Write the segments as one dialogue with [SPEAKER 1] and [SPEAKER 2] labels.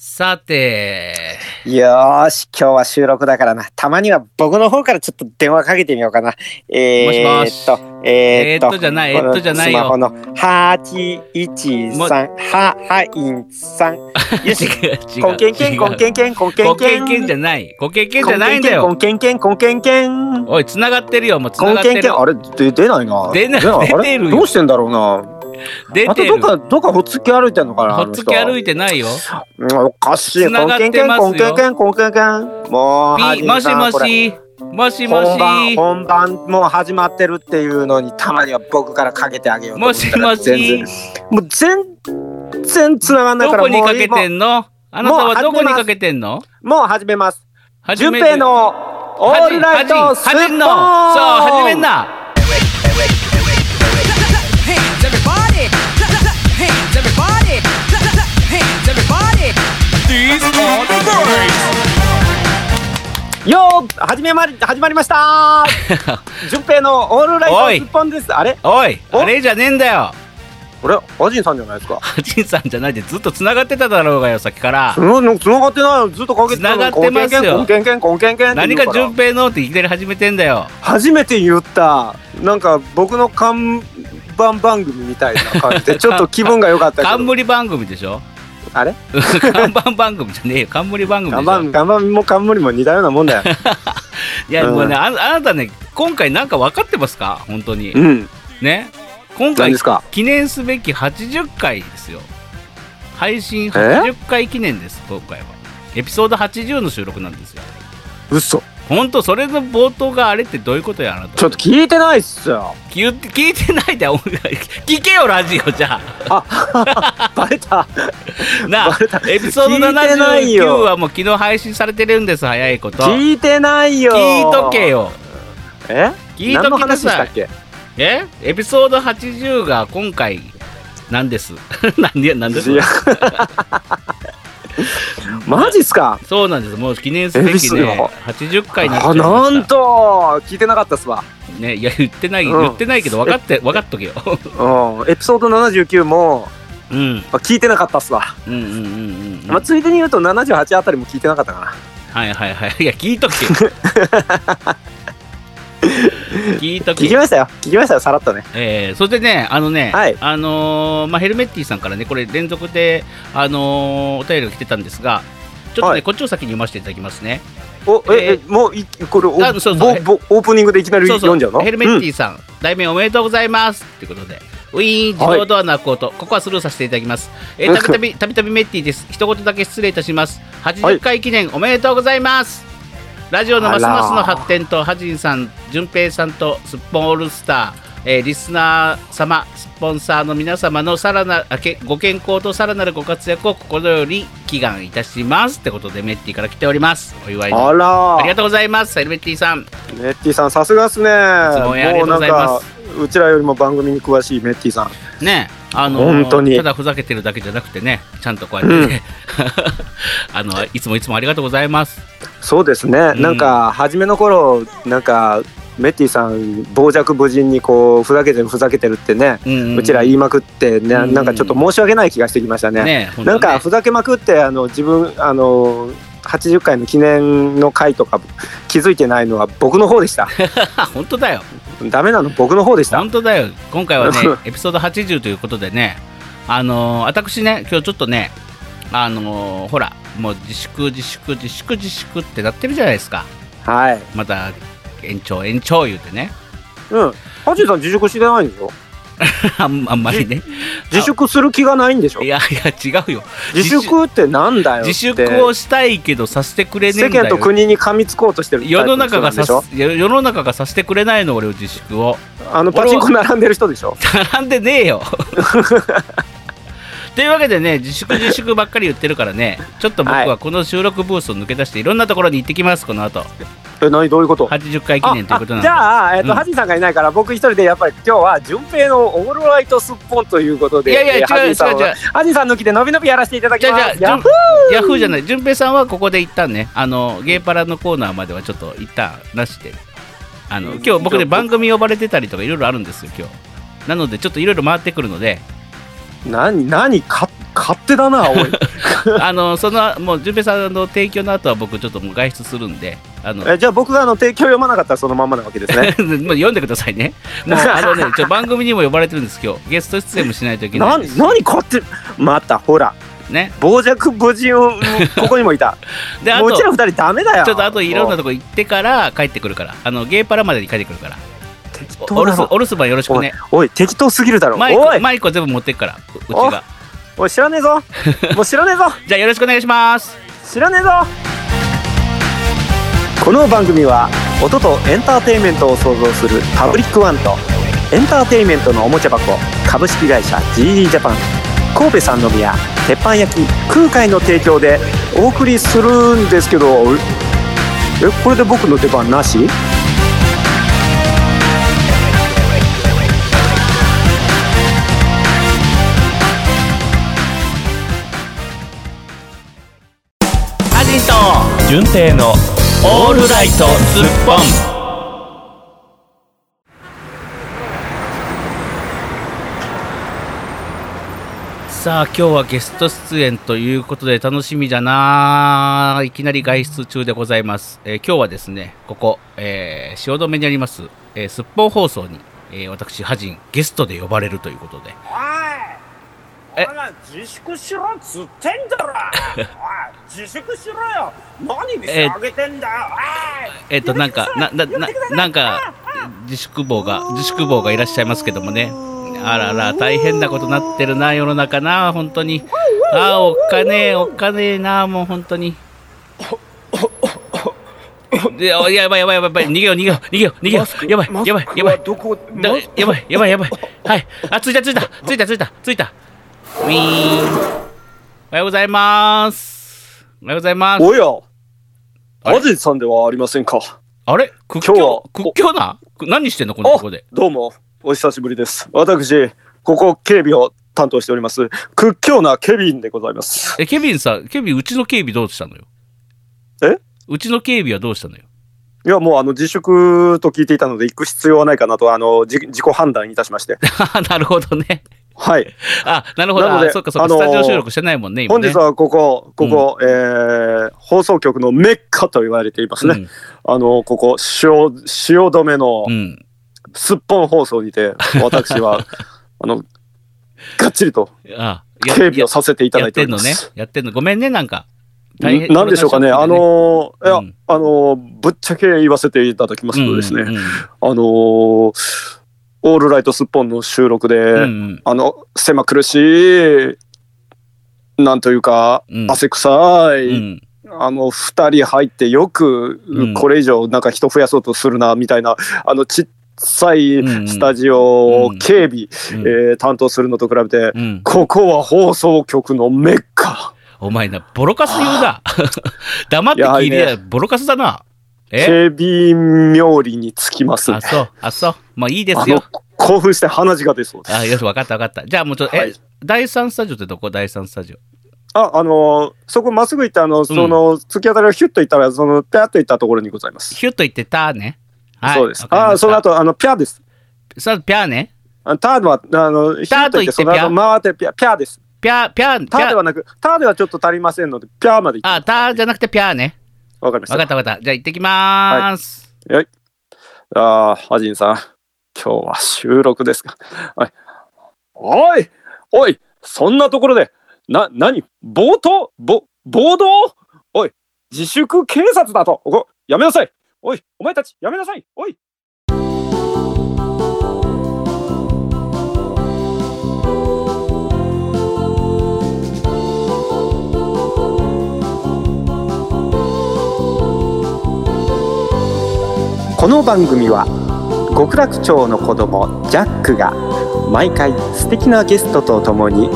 [SPEAKER 1] さて、
[SPEAKER 2] よーし、今日は収録だからな。たまには僕の方からちょっと電話かけてみようかな。えー、
[SPEAKER 1] もしもし
[SPEAKER 2] っと、えー、っと、
[SPEAKER 1] えーっとじゃないえーっとじゃないよ
[SPEAKER 2] スマホの813、
[SPEAKER 1] も
[SPEAKER 2] は、はいん さん。よし、
[SPEAKER 1] 違う。
[SPEAKER 2] こんけんけん、こんけ
[SPEAKER 1] ん。
[SPEAKER 2] んけん、こんけ
[SPEAKER 1] こ
[SPEAKER 2] んけ
[SPEAKER 1] けん
[SPEAKER 2] ん。
[SPEAKER 1] けんじゃない。こけんけんじゃないんだ
[SPEAKER 2] こ
[SPEAKER 1] よ
[SPEAKER 2] ん。けんけん、こんけんけん。
[SPEAKER 1] おい、繋がってるよ。もう繋
[SPEAKER 2] こん
[SPEAKER 1] がっ
[SPEAKER 2] け
[SPEAKER 1] て
[SPEAKER 2] ん
[SPEAKER 1] る
[SPEAKER 2] けん、。あれ、で出ないな。
[SPEAKER 1] 出ない
[SPEAKER 2] あれ
[SPEAKER 1] 出てるよ
[SPEAKER 2] どうしてんだろうな。
[SPEAKER 1] 出
[SPEAKER 2] また
[SPEAKER 1] て
[SPEAKER 2] ど
[SPEAKER 1] る
[SPEAKER 2] っ。か、どっかほっつき歩いてんのかな。
[SPEAKER 1] ほっつき歩
[SPEAKER 2] い
[SPEAKER 1] いてないよ。
[SPEAKER 2] うん、おかしい。
[SPEAKER 1] 繋
[SPEAKER 2] こ
[SPEAKER 1] が
[SPEAKER 2] ん
[SPEAKER 1] っ
[SPEAKER 2] けん
[SPEAKER 1] て
[SPEAKER 2] けん、
[SPEAKER 1] ますよ
[SPEAKER 2] こんけんけん、こんけんけん。もう、
[SPEAKER 1] ピもし
[SPEAKER 2] は
[SPEAKER 1] も
[SPEAKER 2] じめさんこれ
[SPEAKER 1] し。もしも
[SPEAKER 2] 本番
[SPEAKER 1] し。
[SPEAKER 2] 本番もう始まってるっていうのにたまには僕からかけてあげようと思
[SPEAKER 1] も
[SPEAKER 2] った
[SPEAKER 1] し
[SPEAKER 2] ら
[SPEAKER 1] もし。
[SPEAKER 2] 全然もう全然繋がんない
[SPEAKER 1] ど
[SPEAKER 2] から
[SPEAKER 1] こに
[SPEAKER 2] もう
[SPEAKER 1] か
[SPEAKER 2] いい
[SPEAKER 1] け
[SPEAKER 2] も
[SPEAKER 1] てんのあなたはどこに
[SPEAKER 2] もう始めます
[SPEAKER 1] かけてんの
[SPEAKER 2] うもう始めます
[SPEAKER 1] 始
[SPEAKER 2] 順
[SPEAKER 1] め
[SPEAKER 2] 平
[SPEAKER 1] る。
[SPEAKER 2] のオールナイトスッポ
[SPEAKER 1] 始めん
[SPEAKER 2] ン
[SPEAKER 1] の。そう、始めんな。
[SPEAKER 3] hands, everybody. Hands, everybody. Hands, everybody.
[SPEAKER 2] よー始めまり始まりました 順平のオールナイトスッポンですあれ
[SPEAKER 1] おい
[SPEAKER 2] お
[SPEAKER 1] あれじゃねえんだよ
[SPEAKER 2] あれアジンさんじゃないですか
[SPEAKER 1] ハチンさんじゃないでずっと繋がってただろうがよさっきから
[SPEAKER 2] つな繋がってないよずっとかけてたの
[SPEAKER 1] 繋
[SPEAKER 2] に
[SPEAKER 1] がってますよ
[SPEAKER 2] こんけんけんこんけんけんこんけんけんって
[SPEAKER 1] 何
[SPEAKER 2] 言う
[SPEAKER 1] から順平のっていきなり始めてんだよ
[SPEAKER 2] 初めて言ったなんか僕の看板番組みたいな感 じでちょっと気分が良かったけど
[SPEAKER 1] 冠番組でしょ
[SPEAKER 2] あれ
[SPEAKER 1] 看板番組じゃねえよ冠番組で
[SPEAKER 2] 看
[SPEAKER 1] し
[SPEAKER 2] 板
[SPEAKER 1] ょ
[SPEAKER 2] 看板も冠も似たようなも んだよ
[SPEAKER 1] いや
[SPEAKER 2] うん
[SPEAKER 1] もうねああなたね今回なんか分かってますか本当に
[SPEAKER 2] うん
[SPEAKER 1] ね今
[SPEAKER 2] 何
[SPEAKER 1] 回
[SPEAKER 2] ですか
[SPEAKER 1] 記念すべき80回ですよ配信80回記念です今回はエピソード80の収録なんですよ
[SPEAKER 2] 嘘
[SPEAKER 1] ほんとそれの冒頭があれってどういうことやあなた
[SPEAKER 2] ちょっと聞いてないっ すよ
[SPEAKER 1] 聞いて聞いてないでお聞けよラジオじゃ
[SPEAKER 2] バレた
[SPEAKER 1] あ なあ
[SPEAKER 2] バレた
[SPEAKER 1] エピソード
[SPEAKER 2] 聞いてない
[SPEAKER 1] 79
[SPEAKER 2] よ
[SPEAKER 1] はもう昨日配信されてるんです早いこと聞い
[SPEAKER 2] 聞いてないよ
[SPEAKER 1] とけよ
[SPEAKER 2] え
[SPEAKER 1] 聞い
[SPEAKER 2] 何
[SPEAKER 1] と
[SPEAKER 2] の
[SPEAKER 1] きな
[SPEAKER 2] 話でした
[SPEAKER 1] さい
[SPEAKER 2] っけ
[SPEAKER 1] えエピソード80が今回なんです なんでなんで
[SPEAKER 2] いやマジっすか
[SPEAKER 1] そうなんですもう記念すべ
[SPEAKER 2] エピ
[SPEAKER 1] き
[SPEAKER 2] ソード
[SPEAKER 1] ね80回になっちゃ
[SPEAKER 2] あ
[SPEAKER 1] いました
[SPEAKER 2] なんと聞いてなかったっすわ、
[SPEAKER 1] ねいや言ってない、
[SPEAKER 2] うん
[SPEAKER 1] 言ってないけど分かって分かっとけよ
[SPEAKER 2] うん、エピソード79も
[SPEAKER 1] うんうん
[SPEAKER 2] あ聞いてなかったっすわ、
[SPEAKER 1] うんうんうん
[SPEAKER 2] まあ、ついでに言うと78あたりも聞いてなかったかな
[SPEAKER 1] はいはいはいいや聞いとけよ 聞いと
[SPEAKER 2] 聞
[SPEAKER 1] け
[SPEAKER 2] きましたよ聞きましたよさらっとね
[SPEAKER 1] えー、そしてね、あのね、
[SPEAKER 2] はい
[SPEAKER 1] あのーまあ、ヘルメッティさんからね、これ、連続で、あのーお便りが来てたんですが、ちょっとね、
[SPEAKER 2] はい
[SPEAKER 1] こっちを先に読ませていただきますね。
[SPEAKER 2] おえ、
[SPEAKER 1] え
[SPEAKER 2] えもういこれお
[SPEAKER 1] あそうそう
[SPEAKER 2] ぼぼオープニングでいきなり
[SPEAKER 1] そう
[SPEAKER 2] 読
[SPEAKER 1] そ
[SPEAKER 2] んじゃうの
[SPEAKER 1] う、ヘルメッテ
[SPEAKER 2] ィ、
[SPEAKER 1] ィさん、題名おめでとうございますということで、ウィーン、自動ドアの開く音、ここはスルーさせていただきます。えー、たび たび、たびたびメッティです。一言だけ失礼いたします。80回記念、おめでとうございます。ラジオのますますの発展と、ハジンさん、淳平さんと、すっぽんオールスター、えーリスナー様、スポンサーの皆様のさらなあけご健康とさらなるご活躍を心より祈願いたします。ってことで、メッティから来ております。お祝い
[SPEAKER 2] うん
[SPEAKER 1] の。
[SPEAKER 2] あら
[SPEAKER 1] ありがとうございます、ヘルメッティさん。
[SPEAKER 2] メッティさんさすがっすね
[SPEAKER 1] つもありがとうございます
[SPEAKER 2] もうなんかうちらよりも番組に詳しいメッティさん
[SPEAKER 1] ねあの
[SPEAKER 2] 本当に
[SPEAKER 1] ただふざけてるだけじゃなくてねちゃんとこうやってね、 あのいつもいつもありがとうございます
[SPEAKER 2] そうですね、
[SPEAKER 1] うん
[SPEAKER 2] なんか初めの頃なんかメッティさん傍若無人にこうふざけてるふざけてるってね、
[SPEAKER 1] う
[SPEAKER 2] うんちら言いまくってね、
[SPEAKER 1] うん
[SPEAKER 2] なんかちょっと申し訳ない気がしてきましたね
[SPEAKER 1] ね本当
[SPEAKER 2] なん
[SPEAKER 1] ね
[SPEAKER 2] かふざけまくってあの自分あの80回の記念の回とか気づいてないのは僕の方でした
[SPEAKER 1] 本当だよ
[SPEAKER 2] ダメなの僕の方でした
[SPEAKER 1] 本当だよ今回はねエピソード80ということでねあの私ね今日ちょっとねあのほらもう自粛自粛自粛自粛ってなってるじゃないですか
[SPEAKER 2] はい
[SPEAKER 1] また延長延長言うてね
[SPEAKER 2] うんハジンさん自粛してないんでしょ
[SPEAKER 1] あんあんまりね
[SPEAKER 2] 自粛する気がないんでしょ
[SPEAKER 1] いやいや違うよ
[SPEAKER 2] 自粛ってなんだよって
[SPEAKER 1] 自粛をしたいけどさせてくれねえ
[SPEAKER 2] 世
[SPEAKER 1] んだよ
[SPEAKER 2] 間と国に噛みつこうとしてるタイプ
[SPEAKER 1] 世の中が
[SPEAKER 2] 人な
[SPEAKER 1] さ
[SPEAKER 2] んでしょ
[SPEAKER 1] す世世の中がさせてくれないの俺を自粛を
[SPEAKER 2] あのパチンコ並んでる人でしょ
[SPEAKER 1] 並んでねえ よというわけでね自粛自粛ばっかり言ってるからねちょっと僕
[SPEAKER 2] は
[SPEAKER 1] はこの収録ブースを抜け出していろんなところに行ってきますこの後
[SPEAKER 2] え何どういうこと
[SPEAKER 1] 80回記
[SPEAKER 2] あ
[SPEAKER 1] 念ということな
[SPEAKER 2] あ
[SPEAKER 1] ん
[SPEAKER 2] じ
[SPEAKER 1] で
[SPEAKER 2] ゃあ、えっと
[SPEAKER 1] うん
[SPEAKER 2] ハジンさんがいないから僕一人でやっぱり今日は順平のオールライトすっぽんということで
[SPEAKER 1] いやいや
[SPEAKER 2] えーハ
[SPEAKER 1] 違う
[SPEAKER 2] ジンさん
[SPEAKER 1] 違う違う
[SPEAKER 2] はハジンさん抜きでのびのびやらせていただきま
[SPEAKER 1] じ
[SPEAKER 2] す
[SPEAKER 1] ゃあじゃあ
[SPEAKER 2] ヤッフー
[SPEAKER 1] ヤフーじゃない順平さんはここで一旦ねあのゲーパラのコーナーまではちょっと一旦なしであの今日僕ね番組呼ばれてたりとかいろいろあるんですよ今日なのでちょっといろいろ回ってくるので
[SPEAKER 2] 何何か勝手だな、おい。
[SPEAKER 1] あのそのもう純平さんの提供の後は僕ちょっともう外出するんであ のも
[SPEAKER 2] えじゃあ僕があの提供読まなかったらそのまんまなわけですね。
[SPEAKER 1] う読んでください ねもうあのねちょ番組にも呼ばれてるんです今日ゲスト出演もし ないといけない
[SPEAKER 2] な
[SPEAKER 1] です
[SPEAKER 2] 何勝手またほら
[SPEAKER 1] ね
[SPEAKER 2] 傍若無人をここにもいた
[SPEAKER 1] であ
[SPEAKER 2] もう
[SPEAKER 1] と
[SPEAKER 2] うちら二人ダメだよ
[SPEAKER 1] ちょっとあといろんな
[SPEAKER 2] と
[SPEAKER 1] とこ行ってから帰ってくるからあのゲーパラまでに帰ってくるから
[SPEAKER 2] 適
[SPEAKER 1] おお
[SPEAKER 2] 当
[SPEAKER 1] 留守
[SPEAKER 2] だろ
[SPEAKER 1] お留守番よろしくね
[SPEAKER 2] おい適当すぎるだろ
[SPEAKER 1] マイク
[SPEAKER 2] おい
[SPEAKER 1] マイクを全部持ってくからううち
[SPEAKER 2] お
[SPEAKER 1] が
[SPEAKER 2] おい知らねえぞもう知らねえぞ
[SPEAKER 1] じゃあよろしくお願いします
[SPEAKER 2] 知らねえぞこの番組は音とエンターテインメントを創造するパブリックワンとエンターテインメントのおもちゃ箱株式会社 GD ジャパン神戸三宮鉄板焼き空海の提供でお送りするんですけどえこれで僕の出番なし
[SPEAKER 1] アジト
[SPEAKER 4] 純正の
[SPEAKER 1] オールライトスッポンさあ今日はゲスト出演ということで楽しみだないきなり外出中でございます、えー今日はですねここ、えー、汐留にあります、えー、すっぽん放送に、えー、私ハジンゲストで呼ばれるということで
[SPEAKER 5] おいお前自粛しろっつってんだろおい自粛しろよ何見せ上げてんだよおい
[SPEAKER 1] えっ、となんかななななんか自粛棒が自粛棒がいらっしゃいますけどもねあらら大変なことなってるな世の中な本当にあーおっかねえおっかねえなもう本当にでおやばいやばいやばいやばい逃げよう逃げよう逃げよう逃げようやばいやばいやばい
[SPEAKER 5] どこ
[SPEAKER 1] だやばいやばいやばいはいあ着いた着いた着いた着いた着いたウィーンおはようございますおはようございます
[SPEAKER 2] おや
[SPEAKER 1] あれ
[SPEAKER 2] アジさんではありませんか
[SPEAKER 1] あれ屈
[SPEAKER 2] 今日は
[SPEAKER 1] 強屈強なく何してんのこのとこで
[SPEAKER 2] どうもお久しぶりです私ここ警備を担当しております屈強なケビンでございます
[SPEAKER 1] え、ケビンさ、ケビン、うちの警備どうしたのよ
[SPEAKER 2] え
[SPEAKER 1] うちの警備はどうしたのよ
[SPEAKER 2] いや、もうあの自粛と聞いていたので、行く必要はないかなと、あのじ自己判断いたし まして、
[SPEAKER 1] あなるほどね。
[SPEAKER 2] はい、
[SPEAKER 1] あ、なるほど。
[SPEAKER 2] なので
[SPEAKER 1] あそっかそっか、
[SPEAKER 2] あの
[SPEAKER 1] ス
[SPEAKER 2] ー
[SPEAKER 1] タジオ収録してないもんね、今
[SPEAKER 2] 本
[SPEAKER 1] ね。
[SPEAKER 2] 日はここ、ここ、えー放送局のメッカと言われていますね、あのここ、汐汐留の
[SPEAKER 1] うん。うん。
[SPEAKER 2] すっぽん放送にて、私はあのがっちりと
[SPEAKER 1] あ、
[SPEAKER 2] 警備をさせていただ
[SPEAKER 1] やっ
[SPEAKER 2] いてお
[SPEAKER 1] て
[SPEAKER 2] り
[SPEAKER 1] ん
[SPEAKER 2] ま
[SPEAKER 1] のね
[SPEAKER 2] す。。
[SPEAKER 1] やってんの。ごめんね、なんか。大変
[SPEAKER 2] んなんでしょうかね、あ、のいや、
[SPEAKER 1] うん
[SPEAKER 2] あのぶっちゃけ言わせていただきます
[SPEAKER 1] そ
[SPEAKER 2] と
[SPEAKER 1] う
[SPEAKER 2] で
[SPEAKER 1] ですす
[SPEAKER 2] ね、
[SPEAKER 1] ね。
[SPEAKER 2] あのオールライトすっぽんの収録で、
[SPEAKER 1] うんうん。
[SPEAKER 2] あの狭苦しいなんというか、
[SPEAKER 1] うん
[SPEAKER 2] 汗臭
[SPEAKER 1] うんう
[SPEAKER 2] い、
[SPEAKER 1] ん。
[SPEAKER 2] あの2人入ってよく、
[SPEAKER 1] うん
[SPEAKER 2] これ以上なんか人増やそうとするなみたいなあのちっさい
[SPEAKER 1] うん
[SPEAKER 2] スタジオを
[SPEAKER 1] うん
[SPEAKER 2] 警備、えー担当するのと比べて、
[SPEAKER 1] うん、
[SPEAKER 2] ここは放送局のメッカ
[SPEAKER 1] お前な、ボロカス言うな。 黙って聞いて
[SPEAKER 2] いや
[SPEAKER 1] や、ボロカスだな。え
[SPEAKER 2] 警備冥利につきます
[SPEAKER 1] あ、そう、あ、そう。まあいいです
[SPEAKER 2] あ
[SPEAKER 1] よ
[SPEAKER 2] の。興奮して鼻血が出そうです
[SPEAKER 1] あ、よし、わかったわかった。じゃあもうちょっと、
[SPEAKER 2] は
[SPEAKER 1] え
[SPEAKER 2] い、
[SPEAKER 1] 第三スタジオってどこ第三スタジオ。
[SPEAKER 2] ああのそこまっすぐ行ってあのその、突き当たりをヒュッと行ったらそのピャッと行ったところにございます
[SPEAKER 1] ヒュッと言ってたーね。はい、
[SPEAKER 2] そうです。
[SPEAKER 1] わかりま
[SPEAKER 2] ああ、
[SPEAKER 1] した
[SPEAKER 2] その。後、あの、ピャーです。
[SPEAKER 1] さあ、ピャーね。
[SPEAKER 2] あのターでは、あの、
[SPEAKER 1] ターと言って
[SPEAKER 2] ヒュッその
[SPEAKER 1] ピャ
[SPEAKER 2] 後回ってピャ、ピャーです。
[SPEAKER 1] ピャー、ピャー、ピ
[SPEAKER 2] ターで
[SPEAKER 1] ャー。
[SPEAKER 2] はなく、ターではちょっと足りませんので、ピャーまで行
[SPEAKER 1] あ、
[SPEAKER 2] って。
[SPEAKER 1] ターじゃなくてピャーね。
[SPEAKER 2] わかりま
[SPEAKER 1] わかっ
[SPEAKER 2] した
[SPEAKER 1] わかった。じゃあ行ってきまーす。
[SPEAKER 2] た。ああ、アジンさん、今日は収録ですか。はい。おいおいそんなところで、な、なに暴徒ぼ、暴動おい、自粛警察だと。おやめなさいおい、お前たち、やめなさいおいこの番組は極楽町の子供ジャックが毎回素敵なゲストと共に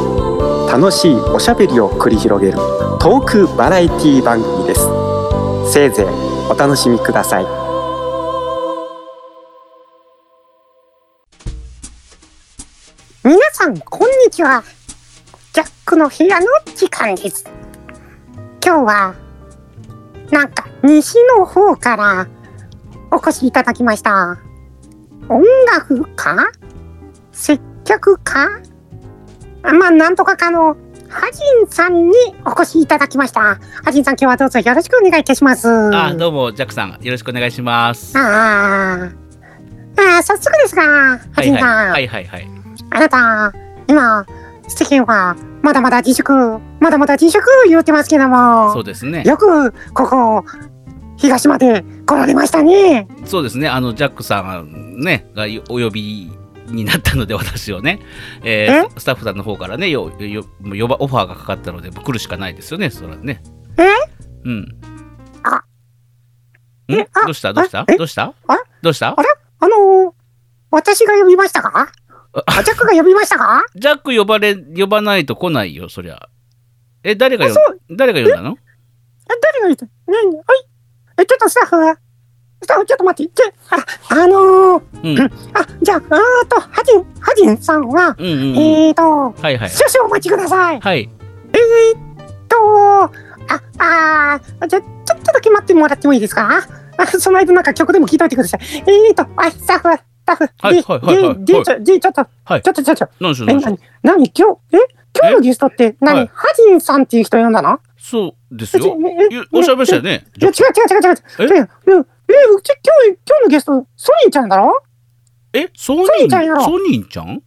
[SPEAKER 2] 楽しいおしゃべりを繰り広げるトークバラエティ番組ですせいぜいお楽しみください
[SPEAKER 6] 皆さんこんにちはジャックの部屋の時間です今日はなんか西の方からお越しいただきました音楽か接客かまあなんとかかのハジンさんにお越しいただきました。ハジンさん、今日はどうぞよろしくお願いいたします。
[SPEAKER 1] あ、どうも、ジャックさん、よろしくお願いします。
[SPEAKER 6] あーあー、早速ですが、ハ
[SPEAKER 1] は
[SPEAKER 6] ジ
[SPEAKER 1] い
[SPEAKER 6] ン
[SPEAKER 1] はい、
[SPEAKER 6] さん、
[SPEAKER 1] はいはいはい。
[SPEAKER 6] あなた、今、世間はまだまだ自粛、まだまだ自粛言ってますけど
[SPEAKER 1] そ
[SPEAKER 6] も
[SPEAKER 1] う、ですね。
[SPEAKER 6] よくここ、東まで来られましたね。
[SPEAKER 1] そうですね。あの、ジャックさんね、がよお呼びになったので、 私をね、えースタッフさんの方からね、よよもう呼ばオファーがかかったので、もう来るしかないですよね、それはね。
[SPEAKER 6] え
[SPEAKER 1] うん。
[SPEAKER 6] あ
[SPEAKER 1] ん
[SPEAKER 6] えあ
[SPEAKER 1] どうしたどうした
[SPEAKER 6] え
[SPEAKER 1] どうした
[SPEAKER 6] あ
[SPEAKER 1] どうした
[SPEAKER 6] あれあのー、私が呼びまし たかあ、ジャックが呼びましたか
[SPEAKER 1] ジャック呼ばれ、呼ばないと来ないよ、そりゃ。え、誰が
[SPEAKER 6] あ、
[SPEAKER 1] 呼
[SPEAKER 6] そう、
[SPEAKER 1] 誰が呼んだの
[SPEAKER 6] え、誰が言った何はい。え、ちょっとスタッフが、スタッフちょっと待って。ちょあ、あのー、
[SPEAKER 1] うん。
[SPEAKER 6] んあ、じゃあ、あーと、ハジン、ハジンさんは、
[SPEAKER 1] うんうんうん。
[SPEAKER 6] えーと、
[SPEAKER 1] はいはい。
[SPEAKER 6] 少々お待ちください。
[SPEAKER 1] はい。
[SPEAKER 6] と、あ、あー、じゃあ、ちょっとだけ待ってもらってもいいですか あ、その間なんか曲でも聴いといてください。えーと、あ、スタッフ、スタッフ、
[SPEAKER 1] はい
[SPEAKER 6] で
[SPEAKER 1] はいはいはい
[SPEAKER 6] で、で、ちょ、で、ちょっと、
[SPEAKER 1] はい
[SPEAKER 6] ちょっと、ちょっと、
[SPEAKER 1] 何でしょう
[SPEAKER 6] え、
[SPEAKER 1] 何でしょう
[SPEAKER 6] なに、なに、今日、え、今日のゲストって、な
[SPEAKER 1] はい
[SPEAKER 6] に、ハジンさんっていう人呼んだの
[SPEAKER 1] そうです
[SPEAKER 6] えち
[SPEAKER 1] よ。
[SPEAKER 6] え
[SPEAKER 1] ゆおっしゃいましたよね。
[SPEAKER 6] いや、違う違う違う違う
[SPEAKER 1] え
[SPEAKER 6] 違う。え、うんえ、うち今日、今日のゲスト、ソニーちゃんだろ
[SPEAKER 1] え、ソニ
[SPEAKER 6] ソニーちゃんや
[SPEAKER 1] ー、
[SPEAKER 6] ろ
[SPEAKER 1] ソニーちゃん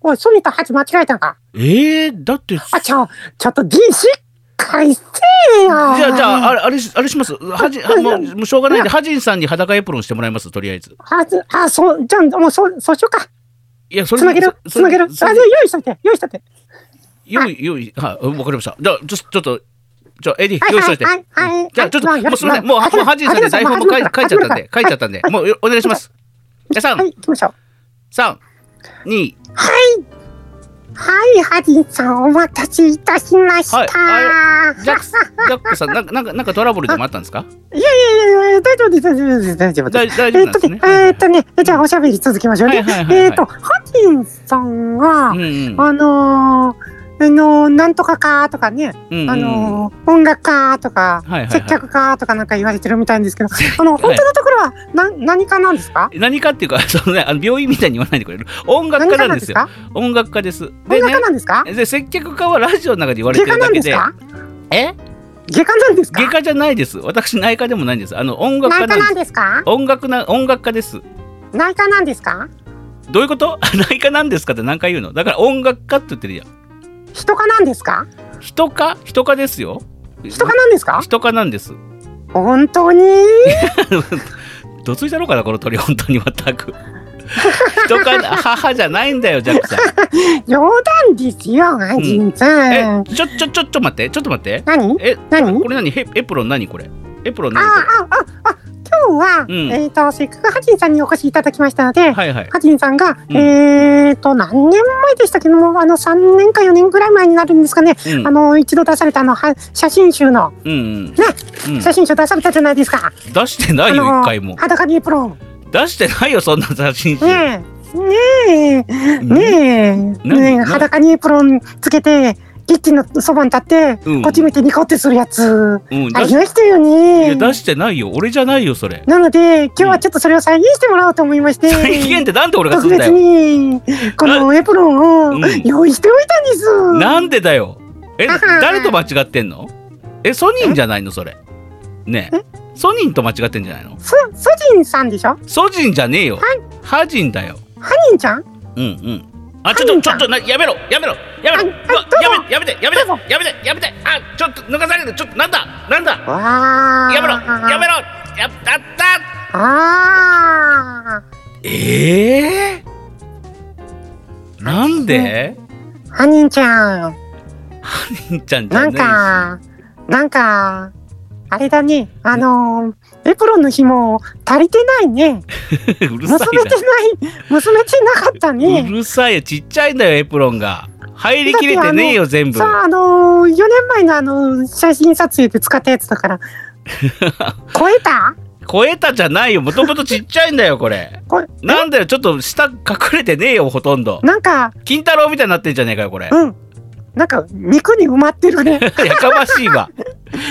[SPEAKER 6] おい、ソニーとハチ間違えたんか。
[SPEAKER 1] えー、だって、
[SPEAKER 6] あ、ちょ、ちょっと、ぎしっかりせえよ。
[SPEAKER 1] じゃあ、じゃあ、あれ、あれし、あれします。はじ、はもう、もうしょうがないんで、ハジンさんに裸エプロンしてもらいます、とりあえず。
[SPEAKER 6] あ、ずあ、そう、じゃあ、もう、そう、そうしようか。
[SPEAKER 1] いや、それ。
[SPEAKER 6] つなげる、
[SPEAKER 1] そ
[SPEAKER 6] つなげる。あ、じ
[SPEAKER 1] そ
[SPEAKER 6] ゃあ用意しといて、用意しといて。
[SPEAKER 1] 用意、用意、はい、うんわかりました。じゃあ、ちょ、ちょっと。じゃあ、エディ
[SPEAKER 6] は、い
[SPEAKER 1] 用意しといて。
[SPEAKER 6] はいはいはい
[SPEAKER 1] うんじゃあ、ちょっと、
[SPEAKER 6] はい
[SPEAKER 1] もう、すみません、
[SPEAKER 6] ま
[SPEAKER 1] もう、
[SPEAKER 6] あ
[SPEAKER 1] はもう、
[SPEAKER 6] は
[SPEAKER 1] ハ
[SPEAKER 6] じ
[SPEAKER 1] ジ
[SPEAKER 6] め
[SPEAKER 1] ンさんで台本も書い、書
[SPEAKER 6] はいじ
[SPEAKER 1] ち
[SPEAKER 6] め
[SPEAKER 1] ゃったんで、書
[SPEAKER 6] はい
[SPEAKER 1] いちゃったんで、
[SPEAKER 6] はい
[SPEAKER 1] もう、よお願いします。じゃあ、
[SPEAKER 6] は
[SPEAKER 1] 三
[SPEAKER 6] い、、行きましょう。
[SPEAKER 1] 三、二、
[SPEAKER 6] はい。はい、ハジンさん、お待たせいたしました。
[SPEAKER 1] はいあジャック、ジ
[SPEAKER 6] い
[SPEAKER 1] ャックさん、なんか、なんか、なんかトラブルでもあったんですか。
[SPEAKER 6] やいやいやいや、大丈夫です、大丈夫です、大丈夫です
[SPEAKER 1] 大。大丈
[SPEAKER 6] え
[SPEAKER 1] 夫
[SPEAKER 6] ー
[SPEAKER 1] な
[SPEAKER 6] っ
[SPEAKER 1] ん
[SPEAKER 6] と
[SPEAKER 1] です
[SPEAKER 6] ね
[SPEAKER 1] ね、。
[SPEAKER 6] えーっとね、じゃあおしゃべり続きましょう
[SPEAKER 1] はい
[SPEAKER 6] ね。
[SPEAKER 1] はいはいはい
[SPEAKER 6] えーっと、ハジンさんが、
[SPEAKER 1] うんうん、
[SPEAKER 6] あのー、あのーなんとかかとかね、
[SPEAKER 1] うんうん、
[SPEAKER 6] あのー音楽家とか、
[SPEAKER 1] はいはいはい
[SPEAKER 6] 接客家とかなんか言われてるみたいんですけど、あの、本当のところは、な、何かなんですか
[SPEAKER 1] 何かっていうか、 そのね、あの病院みたいに言わないでくれる。音楽
[SPEAKER 6] 何
[SPEAKER 1] 家
[SPEAKER 6] か
[SPEAKER 1] な
[SPEAKER 6] なん
[SPEAKER 1] で
[SPEAKER 6] んですす
[SPEAKER 1] よ。
[SPEAKER 6] か
[SPEAKER 1] 音楽家です。
[SPEAKER 6] 音
[SPEAKER 1] で
[SPEAKER 6] 楽
[SPEAKER 1] ね
[SPEAKER 6] 家、なんですか
[SPEAKER 1] で接客家はラジオの中で言われ
[SPEAKER 6] 外
[SPEAKER 1] て
[SPEAKER 6] 科
[SPEAKER 1] る
[SPEAKER 6] な
[SPEAKER 1] だ
[SPEAKER 6] ん
[SPEAKER 1] け
[SPEAKER 6] です
[SPEAKER 1] で。
[SPEAKER 6] か
[SPEAKER 1] え
[SPEAKER 6] 外科なんですか
[SPEAKER 1] 外科じゃないです。私内科でもないんです。あの音楽家な
[SPEAKER 6] 内科
[SPEAKER 1] んで
[SPEAKER 6] な
[SPEAKER 1] す。
[SPEAKER 6] んですか
[SPEAKER 1] 音楽な音楽家です。
[SPEAKER 6] 内科なんですか
[SPEAKER 1] どういうこと 内科なんですかって何回言うのだから音楽家って言ってるやん。
[SPEAKER 6] 人科なんですか
[SPEAKER 1] 人科人科ですよ。
[SPEAKER 6] 人科なんですか
[SPEAKER 1] 人科なんです。
[SPEAKER 6] 本 当に
[SPEAKER 1] どついたろうかなこの鳥本当に全く。 人科母じゃないんだよジャックさん。
[SPEAKER 6] 冗談ですよ、ハジンさ
[SPEAKER 1] え
[SPEAKER 6] ん。
[SPEAKER 1] ちょちょちょちょ待ってちょっと待って。
[SPEAKER 6] 何
[SPEAKER 1] え
[SPEAKER 6] 何
[SPEAKER 1] これ何ヘエプロン何これエプロン何こ
[SPEAKER 6] ああああ今日は、
[SPEAKER 1] うん
[SPEAKER 6] えっ、とせっかくハジンさんにお越しいただきましたので、
[SPEAKER 1] れはいはい。
[SPEAKER 6] ハジンさんが、
[SPEAKER 1] うん
[SPEAKER 6] えっ、と何年前でしたけどもあの3年か4年ぐらい前になるんですかね、
[SPEAKER 1] うん
[SPEAKER 6] あの一度出されたあのは写真集の
[SPEAKER 1] うんうん。
[SPEAKER 6] ね、
[SPEAKER 1] うん
[SPEAKER 6] 写真集出されたじゃないですか、
[SPEAKER 1] 出してないよ
[SPEAKER 6] あの
[SPEAKER 1] 一回も。
[SPEAKER 6] 裸にエプロン
[SPEAKER 1] 出してないよそんな写真集。
[SPEAKER 6] ねえねえねえ
[SPEAKER 1] 何
[SPEAKER 6] ねえ
[SPEAKER 1] 何
[SPEAKER 6] 裸にエプロンつけてキッチンのそばに立って、
[SPEAKER 1] うん
[SPEAKER 6] こっち見てニコってするやつ
[SPEAKER 1] うん出
[SPEAKER 6] あり
[SPEAKER 1] し
[SPEAKER 6] ましたよ
[SPEAKER 1] いや
[SPEAKER 6] ね
[SPEAKER 1] 出してないよ俺じゃないよそれ。
[SPEAKER 6] なので今日はちょっとそれを再現してもらおうと思いまして
[SPEAKER 1] 再現ってなんで俺がす
[SPEAKER 6] 特
[SPEAKER 1] んだ
[SPEAKER 6] 別
[SPEAKER 1] よ。
[SPEAKER 6] にこのエプロン
[SPEAKER 1] う
[SPEAKER 6] を
[SPEAKER 1] ん
[SPEAKER 6] 用意しておいたんです。
[SPEAKER 1] なんでだよ。え
[SPEAKER 6] あはは
[SPEAKER 1] 誰と間違ってんの？えソニーじゃないのそれ。ねえソニーと間違ってんじゃないの？
[SPEAKER 6] そソジンさんでしょ？
[SPEAKER 1] ソジンじゃねえよ
[SPEAKER 6] は。
[SPEAKER 1] ハジンだよ。
[SPEAKER 6] ハニンちゃん？
[SPEAKER 1] うんうん。あちょっとちょっとなやめろやめろやめろ
[SPEAKER 6] ああどう
[SPEAKER 1] う
[SPEAKER 6] ぞ
[SPEAKER 1] わやめやめてやめてやめてやめてあちょっと抜かされるちょっとなんだなんだ
[SPEAKER 6] わあ。
[SPEAKER 1] やめろやめ
[SPEAKER 6] ろ。
[SPEAKER 1] ろやったった
[SPEAKER 6] あ
[SPEAKER 1] ええなんで
[SPEAKER 6] あ。ハニンちゃん、
[SPEAKER 1] りんちゃんじ
[SPEAKER 6] な
[SPEAKER 1] ゃ
[SPEAKER 6] ん
[SPEAKER 1] ね
[SPEAKER 6] かなんかあれだね。あのーエプロンの紐足りてないね。
[SPEAKER 1] えしうる
[SPEAKER 6] 結
[SPEAKER 1] さ
[SPEAKER 6] べて
[SPEAKER 1] い
[SPEAKER 6] ない結べてなかっ
[SPEAKER 1] な
[SPEAKER 6] た
[SPEAKER 1] う
[SPEAKER 6] ね。
[SPEAKER 1] るさいよちっちゃいんだよエプロンが入りきれてねえよ全部
[SPEAKER 6] さああのー、4年前のあの写真撮影で使ったやつだから 超えた
[SPEAKER 1] 超えたじゃないよもともとちっちゃいんだよこれ
[SPEAKER 6] これ
[SPEAKER 1] なんだよちょっと下隠れてねえよほとんど
[SPEAKER 6] なんか
[SPEAKER 1] 金太郎みたいになってんじゃねえかよこれ
[SPEAKER 6] うん。なんか肉に埋まってるね。
[SPEAKER 1] やかましいわ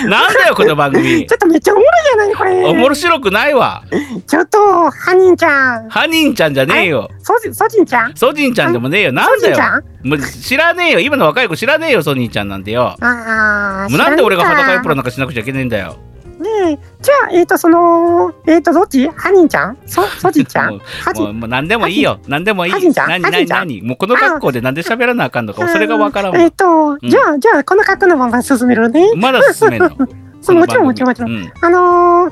[SPEAKER 1] なんだよ、この番組
[SPEAKER 6] ちょ。っとめっちゃおもろいじゃないこれ。
[SPEAKER 1] 面白くないわ。
[SPEAKER 6] ちょっと、ハニンちゃん。
[SPEAKER 1] ハニンちゃんじゃねえよ。
[SPEAKER 6] ソジソジンちゃん
[SPEAKER 1] ソジンちゃんでもねえよ。なんだ
[SPEAKER 6] ソジンちゃ
[SPEAKER 1] よ。もう知らねえよ。今の若い子知らねえよ、ソニーちゃんなんてよ。
[SPEAKER 6] ああ。
[SPEAKER 1] もうなんで俺が裸エプロン
[SPEAKER 6] の
[SPEAKER 1] なんかしなくちゃいけねえんだよ。
[SPEAKER 6] ねえ、じゃあ、えっ、と、その、えっ、と、どっちハニンちゃんソソジンちゃ
[SPEAKER 1] も
[SPEAKER 6] ん
[SPEAKER 1] う
[SPEAKER 6] ハジ
[SPEAKER 1] もうもう何でもいいよ。何でもいい。
[SPEAKER 6] ハジンちゃん
[SPEAKER 1] 何
[SPEAKER 6] ハジ
[SPEAKER 1] 何
[SPEAKER 6] ンちゃん
[SPEAKER 1] 何もうこの格好でなんで喋らなあかんのか、それがわからん
[SPEAKER 6] えっ、
[SPEAKER 1] わ。
[SPEAKER 6] と、
[SPEAKER 1] ん
[SPEAKER 6] じゃあ、じゃあ、この格好のまま進めるね。
[SPEAKER 1] まだ進めんの。
[SPEAKER 6] そうもちろん、もちろん、もちろん。
[SPEAKER 1] ん。
[SPEAKER 6] あのー、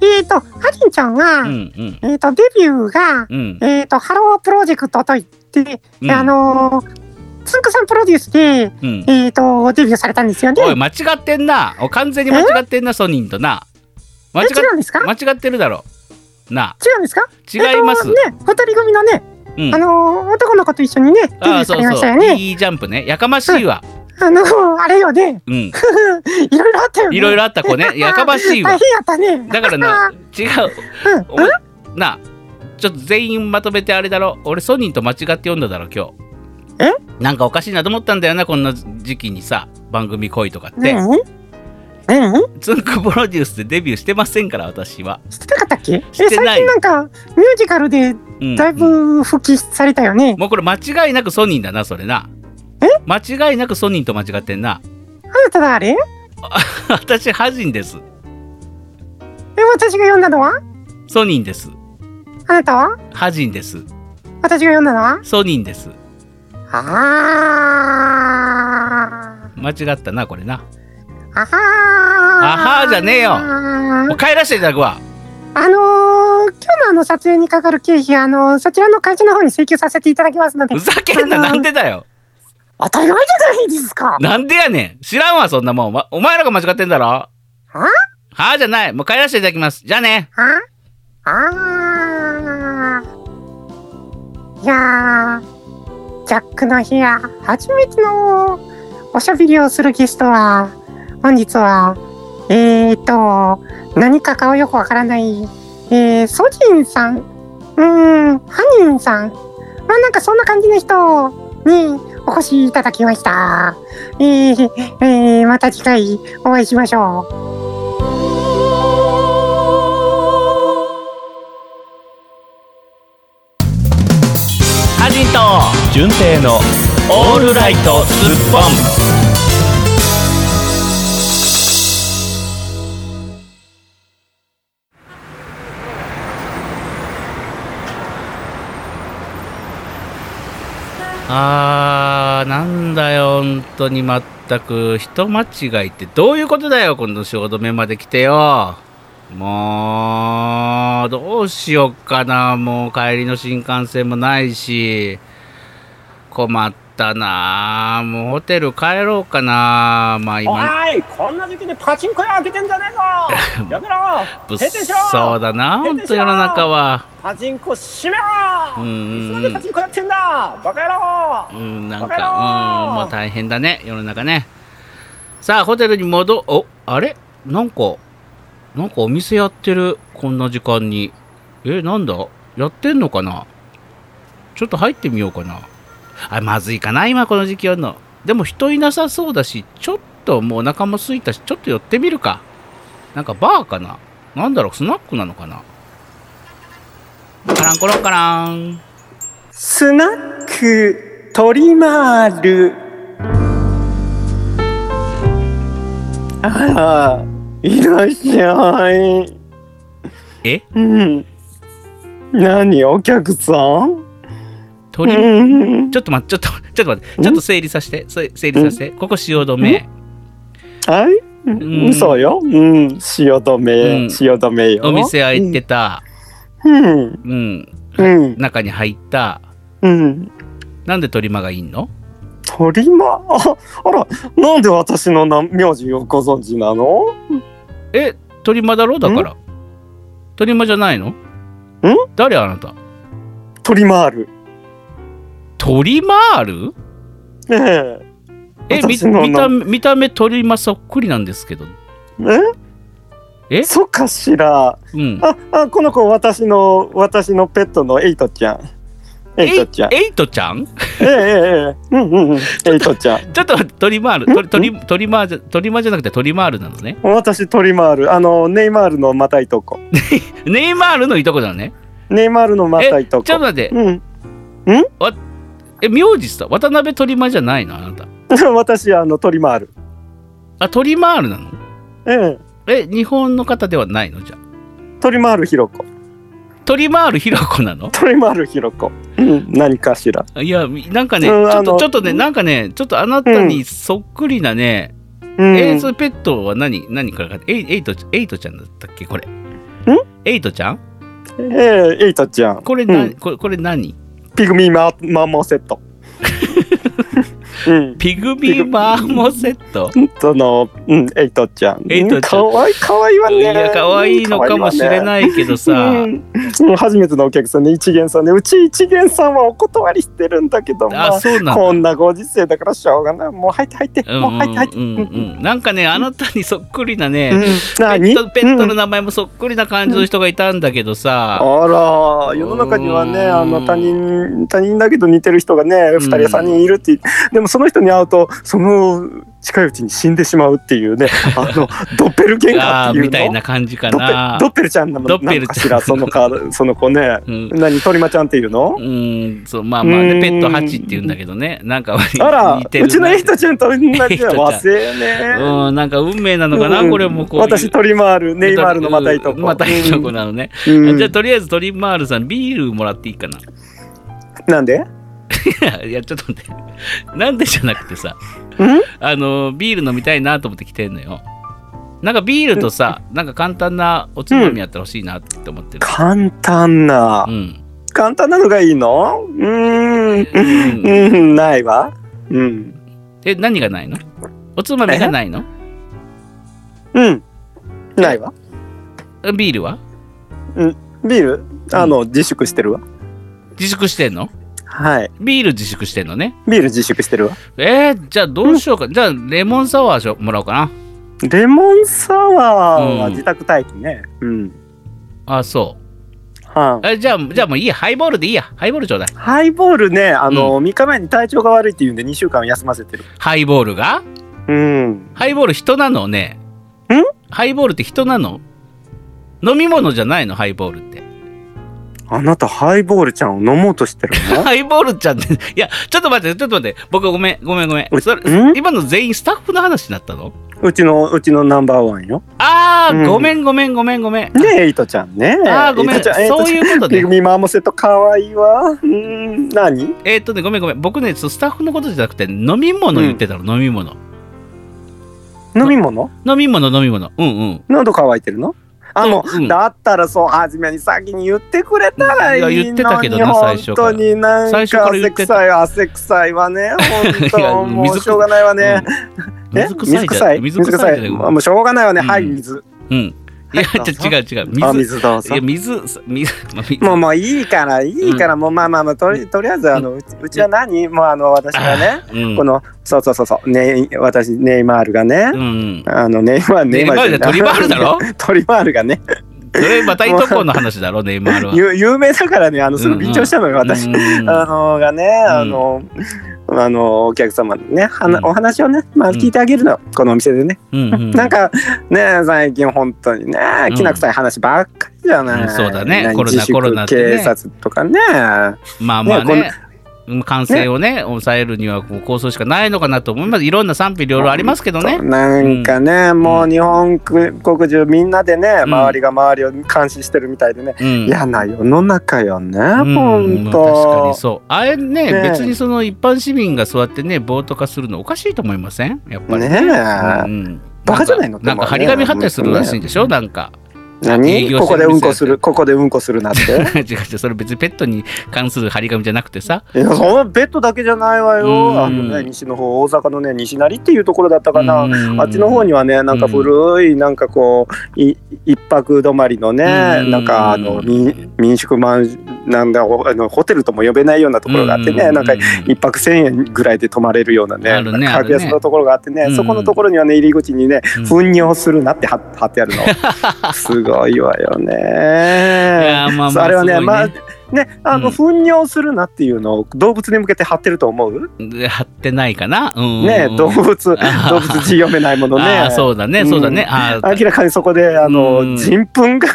[SPEAKER 6] えっ、と、ハジンちゃんが、
[SPEAKER 1] うんうん
[SPEAKER 6] えっ、と、デビューが、
[SPEAKER 1] うん
[SPEAKER 6] えっ、と、ハロープロジェクトといって、
[SPEAKER 1] うん
[SPEAKER 6] あのー、つんくさんプロデュースで、
[SPEAKER 1] うんうん。
[SPEAKER 6] えっ、と、デビューされたんですよね。
[SPEAKER 1] おい、間違ってんな。お完全に間違ってんな、ソニーとな。間違っ
[SPEAKER 6] え違うんですか
[SPEAKER 1] 間違ってるだろ。な
[SPEAKER 6] 違うんですか
[SPEAKER 1] あ違います。
[SPEAKER 6] えっとね、二人組のね、
[SPEAKER 1] うん
[SPEAKER 6] あのー男の子と一緒にね、デビュ
[SPEAKER 1] あ
[SPEAKER 6] ー
[SPEAKER 1] あ、そ
[SPEAKER 6] され
[SPEAKER 1] う
[SPEAKER 6] ましたよ
[SPEAKER 1] そう。
[SPEAKER 6] ね。
[SPEAKER 1] いいジャンプね。やかましいわ。
[SPEAKER 6] あのーあれよね、
[SPEAKER 1] うん。
[SPEAKER 6] いろいろあったよね。
[SPEAKER 1] いろいろあった子ね。やかましい
[SPEAKER 6] 大
[SPEAKER 1] わ。
[SPEAKER 6] 変やったね。
[SPEAKER 1] だからな、違う。
[SPEAKER 6] うん、うん
[SPEAKER 1] お前なあ、ちょっと全員まとめてあれだろ。俺、ソニーと間違って読んだだろ、今日。
[SPEAKER 6] え
[SPEAKER 1] なんかおかしいなと思ったんだよな、こんな時期にさ、番組恋とかって。
[SPEAKER 6] ねえ、ねえ、
[SPEAKER 1] つんくプロデュースでデビューしてませんから、私は。
[SPEAKER 6] 知ってなかったっけえ
[SPEAKER 1] 知っ
[SPEAKER 6] 最
[SPEAKER 1] て
[SPEAKER 6] 近
[SPEAKER 1] ない
[SPEAKER 6] なんかミュージカルで
[SPEAKER 1] うん
[SPEAKER 6] だいぶ復帰されたよね、
[SPEAKER 1] もうこれ間違いなくソニーだな、それな。間違いなくソニーと間違ってんな。
[SPEAKER 6] あなただあれえ
[SPEAKER 1] 私、ハジンです。
[SPEAKER 6] 私が読んだのは
[SPEAKER 1] ソニーです。
[SPEAKER 6] あなたは
[SPEAKER 1] ハジンです。
[SPEAKER 6] 私が読んだのは
[SPEAKER 1] ソニーです。
[SPEAKER 6] あ
[SPEAKER 1] 間違ったな、これな。
[SPEAKER 6] ーあはー
[SPEAKER 1] はーじゃねえよもう帰らせていただくわ。
[SPEAKER 6] あのー、今日のあの撮影にかかる経費あのーそちらの会社の方に請求させていただきますので
[SPEAKER 1] ふざけんな、
[SPEAKER 6] あのー
[SPEAKER 1] なんでだよ。
[SPEAKER 6] 当たり前じゃないですか
[SPEAKER 1] なんでやねん知らんわ、そんなもん。わお前らが間違ってんだろはあじゃない。もう帰らせていただきます。じゃあね。
[SPEAKER 6] ああーいやージャックの部屋初めてのおしゃべりをするゲストは本日はえーと何か顔よくわからないえー、ソジンさんうーんハニンさんまあなんかそんな感じの人にお越しいただきましたえー、えー、また次回お会いしましょう
[SPEAKER 1] ハジンと、純正のオールライトスッポン。あーなんだよ本当にまったく人間違いってどういうことだよこの仕事目まで来てよもうどうしよっかなもう帰りの新幹線もないし困ったなもうホテル帰ろうかなまあ
[SPEAKER 5] お
[SPEAKER 1] 今
[SPEAKER 5] いこんな時期にパチンコ屋開けてんじゃねえ ぞやめろ閉
[SPEAKER 1] 物
[SPEAKER 5] 店しろ
[SPEAKER 1] 騒だな
[SPEAKER 5] 閉
[SPEAKER 1] 本
[SPEAKER 5] 店し
[SPEAKER 1] 当
[SPEAKER 5] ろ
[SPEAKER 1] 世の中は
[SPEAKER 5] パチンコ閉めろ
[SPEAKER 1] う
[SPEAKER 5] いつま
[SPEAKER 1] んう
[SPEAKER 5] で
[SPEAKER 1] ん
[SPEAKER 5] パチンコやってんだバカ野郎
[SPEAKER 1] うん、なん
[SPEAKER 5] バカ野
[SPEAKER 1] か、う
[SPEAKER 5] 郎
[SPEAKER 1] ん、もう大変だね、世の中ね。さあ、ホテルに戻、お、あれなんか、なんかお店やってる、こんな時間に。え、なんだやってんのかなちょっと入ってみようかな。あ、まずいかな、今この時期やるの。でも人いなさそうだし、ちょっともうお腹も空いたし、ちょっと寄ってみるか。なんかバーかななんだろう、スナックなのかなカランコロンカラン。
[SPEAKER 2] スナックトリマールあらいらっしゃい
[SPEAKER 1] え
[SPEAKER 2] うん何お客さん
[SPEAKER 1] 鳥
[SPEAKER 2] うん
[SPEAKER 1] ちょっと待って、ちょっと、 ちょっと待って、ちょっと整理させて、せ整理させて、ここ汐留。
[SPEAKER 2] はい、
[SPEAKER 1] ん
[SPEAKER 2] そうよ、うん、汐留、
[SPEAKER 1] うん
[SPEAKER 2] 汐留よ
[SPEAKER 1] お店開いてた、
[SPEAKER 2] うん
[SPEAKER 1] うん、
[SPEAKER 2] うん
[SPEAKER 1] 中に入った。
[SPEAKER 2] うん
[SPEAKER 1] なんで鳥間がいんの
[SPEAKER 2] トリマーああらなんで私のな名字をご存知なの
[SPEAKER 1] え、鳥間だろだから。鳥間じゃないのん誰あなた
[SPEAKER 2] トリマール
[SPEAKER 1] 鳥マール
[SPEAKER 2] ええ
[SPEAKER 1] え、み
[SPEAKER 2] 私の
[SPEAKER 1] 見た
[SPEAKER 2] 名
[SPEAKER 1] 目、見た目鳥間そっくりなんですけど。
[SPEAKER 2] え
[SPEAKER 1] え
[SPEAKER 2] そっかしら
[SPEAKER 1] うん。
[SPEAKER 2] ああこの子私の私のペットのエイトちゃんエイトちゃん。え
[SPEAKER 1] エイトちゃん
[SPEAKER 2] ええええ。うんうんうん。エイトちゃん。
[SPEAKER 1] ちょっと待って、トリマール。トリトリトリマーじゃ、トリマーじゃなくてトリマールなのね。
[SPEAKER 2] 私、トリマール。あの、ネイマールのまたいとこ。
[SPEAKER 1] ネイマールのいとこなのね。
[SPEAKER 2] ネイマールのまた
[SPEAKER 1] え、
[SPEAKER 2] い
[SPEAKER 1] ちょ
[SPEAKER 2] と
[SPEAKER 1] っ
[SPEAKER 2] こ。
[SPEAKER 1] と待って。
[SPEAKER 2] うん。
[SPEAKER 1] え、名字さ、渡辺トリマーじゃないのあなた。
[SPEAKER 2] 私、あの、トリマール。
[SPEAKER 1] あ、トリマールなの
[SPEAKER 2] え
[SPEAKER 1] え、日本の方ではないのじゃあ。
[SPEAKER 2] え。トリマールひろこ。
[SPEAKER 1] トリマールひろこなの
[SPEAKER 2] トリマールひろこ。うん。何かしら。
[SPEAKER 1] いや、なんかね、ち
[SPEAKER 2] うん
[SPEAKER 1] ょ
[SPEAKER 2] あ
[SPEAKER 1] っと、
[SPEAKER 2] の
[SPEAKER 1] ちょっとね、なんかね、ちょっとあなたにそっくりなね、
[SPEAKER 2] うん。
[SPEAKER 1] えー、それペットは何、何からか、えい、エイト、エイトちゃんだったっけ、これ。んエイトちゃん
[SPEAKER 2] ええエイトちゃん。
[SPEAKER 1] これな、
[SPEAKER 2] うん
[SPEAKER 1] これ、これ何
[SPEAKER 2] ピグミーママンモセット。うん。
[SPEAKER 1] ピグビーマーモセット。
[SPEAKER 2] その、うん、エイトちゃん。
[SPEAKER 1] エイトちゃん
[SPEAKER 2] うんかわいい、かわいいわ
[SPEAKER 1] い
[SPEAKER 2] ね。
[SPEAKER 1] や、可愛いのかもしれ
[SPEAKER 2] い
[SPEAKER 1] ないけどさ、
[SPEAKER 2] わね。うん、うん初めてのお客さんで、一元さんで、うち一元さんはお断りしてるんだけども。
[SPEAKER 1] あ、そうなんだ。
[SPEAKER 2] こんなご時世だからしょうがない。もう入って入って、
[SPEAKER 1] うん
[SPEAKER 2] もう入って入って。
[SPEAKER 1] うんうんうん、なんかねあなたにそっくりな
[SPEAKER 2] う
[SPEAKER 1] ね、
[SPEAKER 2] ん
[SPEAKER 1] ペッ
[SPEAKER 2] 何
[SPEAKER 1] トペット
[SPEAKER 2] うん
[SPEAKER 1] の名前もそっくりな感じの人がいたんだけどさ、
[SPEAKER 2] あら世の中には
[SPEAKER 1] う
[SPEAKER 2] ね
[SPEAKER 1] ーん
[SPEAKER 2] あの他人他人だけど似てる人がね2人
[SPEAKER 1] うん
[SPEAKER 2] 3人いるってでもその人に会うとその近いうちに死んでしまうっ ていうねあのドッペルゲンガー
[SPEAKER 1] あ
[SPEAKER 2] っ
[SPEAKER 1] ー
[SPEAKER 2] ていう
[SPEAKER 1] みたいな
[SPEAKER 2] の
[SPEAKER 1] 感じか
[SPEAKER 2] ドッペ
[SPEAKER 1] な
[SPEAKER 2] ドッペルちゃんなの
[SPEAKER 1] ドッ
[SPEAKER 2] な
[SPEAKER 1] ペ
[SPEAKER 2] の
[SPEAKER 1] ルちゃん
[SPEAKER 2] かしらそのかその子ね
[SPEAKER 1] うん
[SPEAKER 2] 何トリマちゃんっていうの
[SPEAKER 1] うんそうまあまあね
[SPEAKER 2] うん
[SPEAKER 1] ペットハチって言うんだけどねなんか割に
[SPEAKER 2] あら
[SPEAKER 1] 似てる
[SPEAKER 2] うちのエイトちゃんと同じだ
[SPEAKER 1] エイトちゃん
[SPEAKER 2] 和製ね
[SPEAKER 1] うんなんか運命なのかな、
[SPEAKER 2] うん
[SPEAKER 1] これもこういう
[SPEAKER 2] 私トリマールネイマールのまたいとこ
[SPEAKER 1] またいとこなのね、
[SPEAKER 2] うんうん
[SPEAKER 1] じゃあとりあえずトリマールさんビールもらっていいかな
[SPEAKER 2] なんで
[SPEAKER 1] いやちょっと待ってなんでじゃなくてさあのビール飲みたいなと思って来てんのよなんかビールとさなんか簡単なおつまみやったら欲しいなって思ってる
[SPEAKER 2] 簡単な
[SPEAKER 1] うん、
[SPEAKER 2] 簡単なのがいいのう
[SPEAKER 1] う
[SPEAKER 2] ーん
[SPEAKER 1] ん
[SPEAKER 2] うん、ないわ。うん。
[SPEAKER 1] え何がないのおつまみがないの
[SPEAKER 2] うん。ないわ。
[SPEAKER 1] ビールは
[SPEAKER 2] ビールあの、自粛してるわ。
[SPEAKER 1] 自粛してんの
[SPEAKER 2] はい。
[SPEAKER 1] ビール自粛してんのね
[SPEAKER 2] ビール自粛してるわ。
[SPEAKER 1] えー、じゃあどうしようか、じゃあレモンサワーしょもらおうかな
[SPEAKER 2] レモンサワー
[SPEAKER 1] う
[SPEAKER 2] は
[SPEAKER 1] ん
[SPEAKER 2] 自宅待機ね。うん。
[SPEAKER 1] あそう
[SPEAKER 2] は
[SPEAKER 1] えじゃあじゃあもういいやハイボールでいいやハイボールちょうだい
[SPEAKER 2] い。ハイボールね、あの、3日前に体調が悪いって言うんで2週間休ませてる。
[SPEAKER 1] ハイボールが
[SPEAKER 2] うん。
[SPEAKER 1] ハイボール人なのね
[SPEAKER 2] ん
[SPEAKER 1] ハイボールって人なの飲み物じゃないのハイボールって
[SPEAKER 2] あなた、ハイボールちゃんを飲もうとしてる
[SPEAKER 1] ハイボールちゃんって、 いや、ちょっと待って、ちょっと待って、僕ごめん、ごめん、ごめん。
[SPEAKER 2] う
[SPEAKER 1] それ
[SPEAKER 2] ん
[SPEAKER 1] 今の全員スタッフの話になったの
[SPEAKER 2] のうちの、うちのナンバーワンよ。
[SPEAKER 1] あ
[SPEAKER 2] う
[SPEAKER 1] ー、
[SPEAKER 2] ん
[SPEAKER 1] ごめん、ごめん、ごめん、ごめん。
[SPEAKER 2] ねえ、エイトちゃんね。
[SPEAKER 1] あー、ごめ
[SPEAKER 2] エ
[SPEAKER 1] ん、
[SPEAKER 2] イトちゃん、エイ
[SPEAKER 1] そ
[SPEAKER 2] ト
[SPEAKER 1] う
[SPEAKER 2] ちゃん。
[SPEAKER 1] いうこと
[SPEAKER 2] ピ
[SPEAKER 1] ね
[SPEAKER 2] グ。ミマーモセットかわいいわ。うん、何
[SPEAKER 1] えーっとね、ごめん、ごめん。僕ね、そうスタッフのことじゃなくて、飲み物言ってたの、飲み物。
[SPEAKER 2] 飲み物
[SPEAKER 1] 飲み物、飲み物。うんうん。
[SPEAKER 2] 喉乾いてるのあもう、
[SPEAKER 1] うん
[SPEAKER 2] だったらそう初めに先に言ってくれたらいいのに
[SPEAKER 1] いや言ってたけどな最初から
[SPEAKER 2] 本当になんか
[SPEAKER 1] 最初から言っ
[SPEAKER 2] 汗
[SPEAKER 1] てた
[SPEAKER 2] 臭い汗臭いわね 本
[SPEAKER 1] いや
[SPEAKER 2] 当もう
[SPEAKER 1] 水
[SPEAKER 2] しょうがないわね、
[SPEAKER 1] うん
[SPEAKER 2] え
[SPEAKER 1] 水臭いじゃん。水
[SPEAKER 2] 水臭い
[SPEAKER 1] 臭いじゃ
[SPEAKER 2] も
[SPEAKER 1] な
[SPEAKER 2] う
[SPEAKER 1] い。
[SPEAKER 2] もうしょうがないわね、
[SPEAKER 1] うん
[SPEAKER 2] はい水
[SPEAKER 1] うん。いや、
[SPEAKER 2] はい
[SPEAKER 1] じゃ違う違う。
[SPEAKER 2] あ
[SPEAKER 1] 水。
[SPEAKER 2] 水どう
[SPEAKER 1] い
[SPEAKER 2] ぞ
[SPEAKER 1] や、水、す水、まあ水
[SPEAKER 2] もうもういいからいいから、もうまあまあまあとりとりあえずあの、うちうちは何もうあの私がね
[SPEAKER 1] うん
[SPEAKER 2] このそうそうそうそうね私ネイマールがね、
[SPEAKER 1] うん。
[SPEAKER 2] あのネイマール
[SPEAKER 1] ネイマール
[SPEAKER 2] じゃな
[SPEAKER 1] ト
[SPEAKER 2] い
[SPEAKER 1] リマールだろ
[SPEAKER 2] トリマールがね
[SPEAKER 1] それ、またいとこの話だろ、ネイマールは。
[SPEAKER 2] 有有名だからねあのすぐ緊張したのよ、私
[SPEAKER 1] うん
[SPEAKER 2] あのがね、あの、あのお客様にね、はな
[SPEAKER 1] うん
[SPEAKER 2] お話をね、まあ
[SPEAKER 1] うん
[SPEAKER 2] 聞いてあげるの、このお店でね。
[SPEAKER 1] うんうん
[SPEAKER 2] なんかね、最近本当にね、きな臭い話ばっかりじゃない。
[SPEAKER 1] うんそうだね
[SPEAKER 2] 何
[SPEAKER 1] コロナ
[SPEAKER 2] 自粛
[SPEAKER 1] コロナってね
[SPEAKER 2] 警察とかね。
[SPEAKER 1] まあまあ
[SPEAKER 2] ね
[SPEAKER 1] ね、うん感染をね、抑えるにはこう構想しかないのかなと思います。いろんな賛否両論ありますけどね。
[SPEAKER 2] なんかね、もう日本国中みんなでね、
[SPEAKER 1] ん
[SPEAKER 2] 周りが周りを監視してるみたいでね、
[SPEAKER 1] うん。
[SPEAKER 2] 嫌な世の中よね、
[SPEAKER 1] うん
[SPEAKER 2] 本
[SPEAKER 1] まあ確か
[SPEAKER 2] 当
[SPEAKER 1] に。そうあれね
[SPEAKER 2] ね
[SPEAKER 1] 別にその一般市民がそうやってね暴徒化するのおかしいと思いませんやっぱり
[SPEAKER 2] ねえ
[SPEAKER 1] うん
[SPEAKER 2] バカじゃないの
[SPEAKER 1] なんか
[SPEAKER 2] でもね
[SPEAKER 1] 張り紙貼ったりするらしいんでしょ、なんか 営
[SPEAKER 2] 何
[SPEAKER 1] 業してる店
[SPEAKER 2] ここでうんこする、ここでうんこするな って。
[SPEAKER 1] 違う違うそれ別にペットに関する張り紙じゃなくてさ
[SPEAKER 2] いやそのベッドだけじゃないわ
[SPEAKER 1] うん
[SPEAKER 2] よ。あのね西の方大阪のね西成っていうところだったかな。あっちの方に
[SPEAKER 1] は
[SPEAKER 2] はねなんか古いなんかこうい一泊泊まりのね
[SPEAKER 1] うん
[SPEAKER 2] なんかあの民民宿マンションなんだおあのホテルとも呼べないようなところがあってねなんか一泊千円ぐらいで泊まれるようなね
[SPEAKER 1] あるねある
[SPEAKER 2] 格
[SPEAKER 1] ね
[SPEAKER 2] 安のところがあってね
[SPEAKER 1] うん
[SPEAKER 2] そこのところにはね入り口にね
[SPEAKER 1] うん
[SPEAKER 2] 糞尿するなって貼っ 貼ってあるのすごいわよね。
[SPEAKER 1] いやーまあまあ
[SPEAKER 2] あれは
[SPEAKER 1] す
[SPEAKER 2] ね
[SPEAKER 1] ごい
[SPEAKER 2] まあね、あ
[SPEAKER 1] う
[SPEAKER 2] の、
[SPEAKER 1] ん
[SPEAKER 2] 糞尿するなっていうのを動物に向けて貼ってると思う
[SPEAKER 1] で貼ってないかな。うん、
[SPEAKER 2] ね、動
[SPEAKER 1] う
[SPEAKER 2] 物、動物
[SPEAKER 1] あ
[SPEAKER 2] 字読めないもの
[SPEAKER 1] あ
[SPEAKER 2] ね
[SPEAKER 1] ー。そうだね、そうだね。あー
[SPEAKER 2] 明らかにそこで、あ
[SPEAKER 1] う
[SPEAKER 2] の、
[SPEAKER 1] ん
[SPEAKER 2] 人糞が、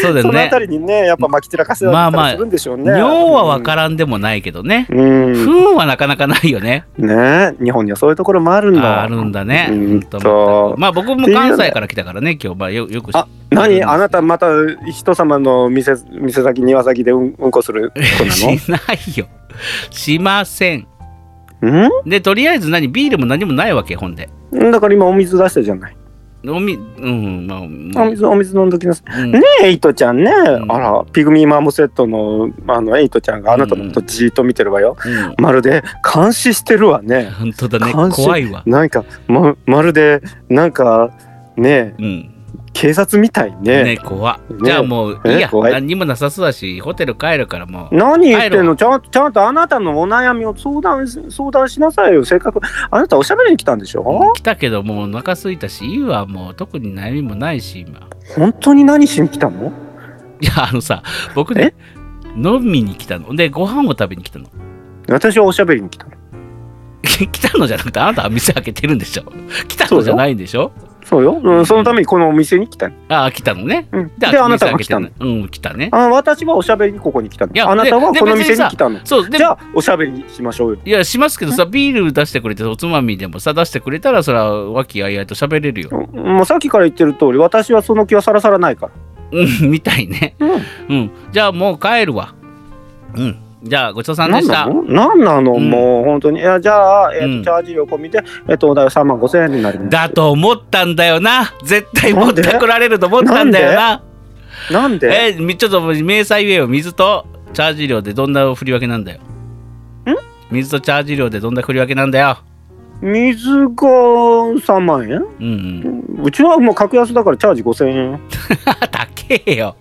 [SPEAKER 1] そうだ
[SPEAKER 2] そ
[SPEAKER 1] よ
[SPEAKER 2] のあ
[SPEAKER 1] ね
[SPEAKER 2] た。りにね、やっぱ巻き散らかせ
[SPEAKER 1] ま
[SPEAKER 2] た
[SPEAKER 1] あま
[SPEAKER 2] り
[SPEAKER 1] あ
[SPEAKER 2] するんでしょうね。
[SPEAKER 1] 尿はわからんでもないけどね。
[SPEAKER 2] うん。
[SPEAKER 1] 糞はなかなかないよね。
[SPEAKER 2] ね日本にはそういうところもあるんだ。
[SPEAKER 1] ああるんだね。
[SPEAKER 2] うん
[SPEAKER 1] ほんと
[SPEAKER 2] と
[SPEAKER 1] まあ僕も関西から来たからね、今日、まあよよく知っ
[SPEAKER 2] あ何あなたまた人様の店店先庭先でうんうんこする子な
[SPEAKER 1] しないよ。しません。
[SPEAKER 2] の
[SPEAKER 1] で、とりあえず何、ビールも何もないわけ、ほんで。
[SPEAKER 2] うんだから今お水出したじゃない
[SPEAKER 1] おみ、うん、まあ、まあ
[SPEAKER 2] お水お水飲んどきなさい
[SPEAKER 1] うん
[SPEAKER 2] ねえエイトちゃんね
[SPEAKER 1] ん
[SPEAKER 2] あらピグミーマムセットのあのエイトちゃんがあなたのことじーっと見てるわよ
[SPEAKER 1] うん
[SPEAKER 2] まるで監視してるわね
[SPEAKER 1] 本当だね、
[SPEAKER 2] 関心
[SPEAKER 1] 怖いわ。
[SPEAKER 2] なんかままるでなんかねえ
[SPEAKER 1] うん、
[SPEAKER 2] 警察みたいね
[SPEAKER 1] ね、怖
[SPEAKER 2] ね
[SPEAKER 1] じゃあもう、いい
[SPEAKER 2] ね
[SPEAKER 1] や、
[SPEAKER 2] 怖い
[SPEAKER 1] 何にもなさそうだし、ホテル帰るからもう。
[SPEAKER 2] 何言ってんのちゃんちゃんとあなたのお悩みを相談し相談しなさいよせっかくあなたおしゃべりに来たんでしょ
[SPEAKER 1] 来たけど、もうお腹空いたし、いいわ、もう、特に悩みもないし、今。
[SPEAKER 2] 本当に何しに来たの
[SPEAKER 1] いや、あのさ、僕ね、飲みに来たの。で、ご飯を食べに来たの。
[SPEAKER 2] 私はおしゃべりに来たの
[SPEAKER 1] 来たのじゃなくて、あなたは店開けてるんでしょ。来たのじゃないんでしょ。
[SPEAKER 2] そうよ、うん、そのためにこのお店に来たの、
[SPEAKER 1] ああ、来たのね。
[SPEAKER 2] うん、であなたが来たの
[SPEAKER 1] 店開けてんうん、来たね。
[SPEAKER 2] あ私はおしゃべりにここに来たの
[SPEAKER 1] いや
[SPEAKER 2] あなたは
[SPEAKER 1] で
[SPEAKER 2] この
[SPEAKER 1] で別
[SPEAKER 2] 店
[SPEAKER 1] にさ
[SPEAKER 2] に来たの
[SPEAKER 1] そう、で
[SPEAKER 2] じゃあおしゃべりしましょうよ
[SPEAKER 1] いや、しますけどさ、ビール出してくれて、おつまみでもさ、出してくれたら、そら、和気あいあいと喋れるよ。
[SPEAKER 2] うんもうさっきから言ってる通り私はその気はさらさらないか
[SPEAKER 1] うん、みたいね。
[SPEAKER 2] ら、うん、
[SPEAKER 1] うん、じゃあもう帰るわ。うん、じゃあごちそうさんで
[SPEAKER 2] 何
[SPEAKER 1] し
[SPEAKER 2] な
[SPEAKER 1] た。
[SPEAKER 2] の何なの、
[SPEAKER 1] うん
[SPEAKER 2] もう本当にいやじゃあ、えーと
[SPEAKER 1] うん
[SPEAKER 2] チャージ料込みで、えー、とお代は3万5千円になります
[SPEAKER 1] だと思ったんだよな。絶対持っ
[SPEAKER 2] なん
[SPEAKER 1] て
[SPEAKER 2] で
[SPEAKER 1] こられると思ったんだよな。
[SPEAKER 2] なん
[SPEAKER 1] え
[SPEAKER 2] で
[SPEAKER 1] ーみちょっと明細言えよ。水とチャージ料でどんな振り分けなんだよ。水とチャージ料でどんな振り分けなんだよ。
[SPEAKER 2] 水が3万円
[SPEAKER 1] うん、うん。
[SPEAKER 2] うちはもう格安だからチャージ5千円
[SPEAKER 1] 高えよ。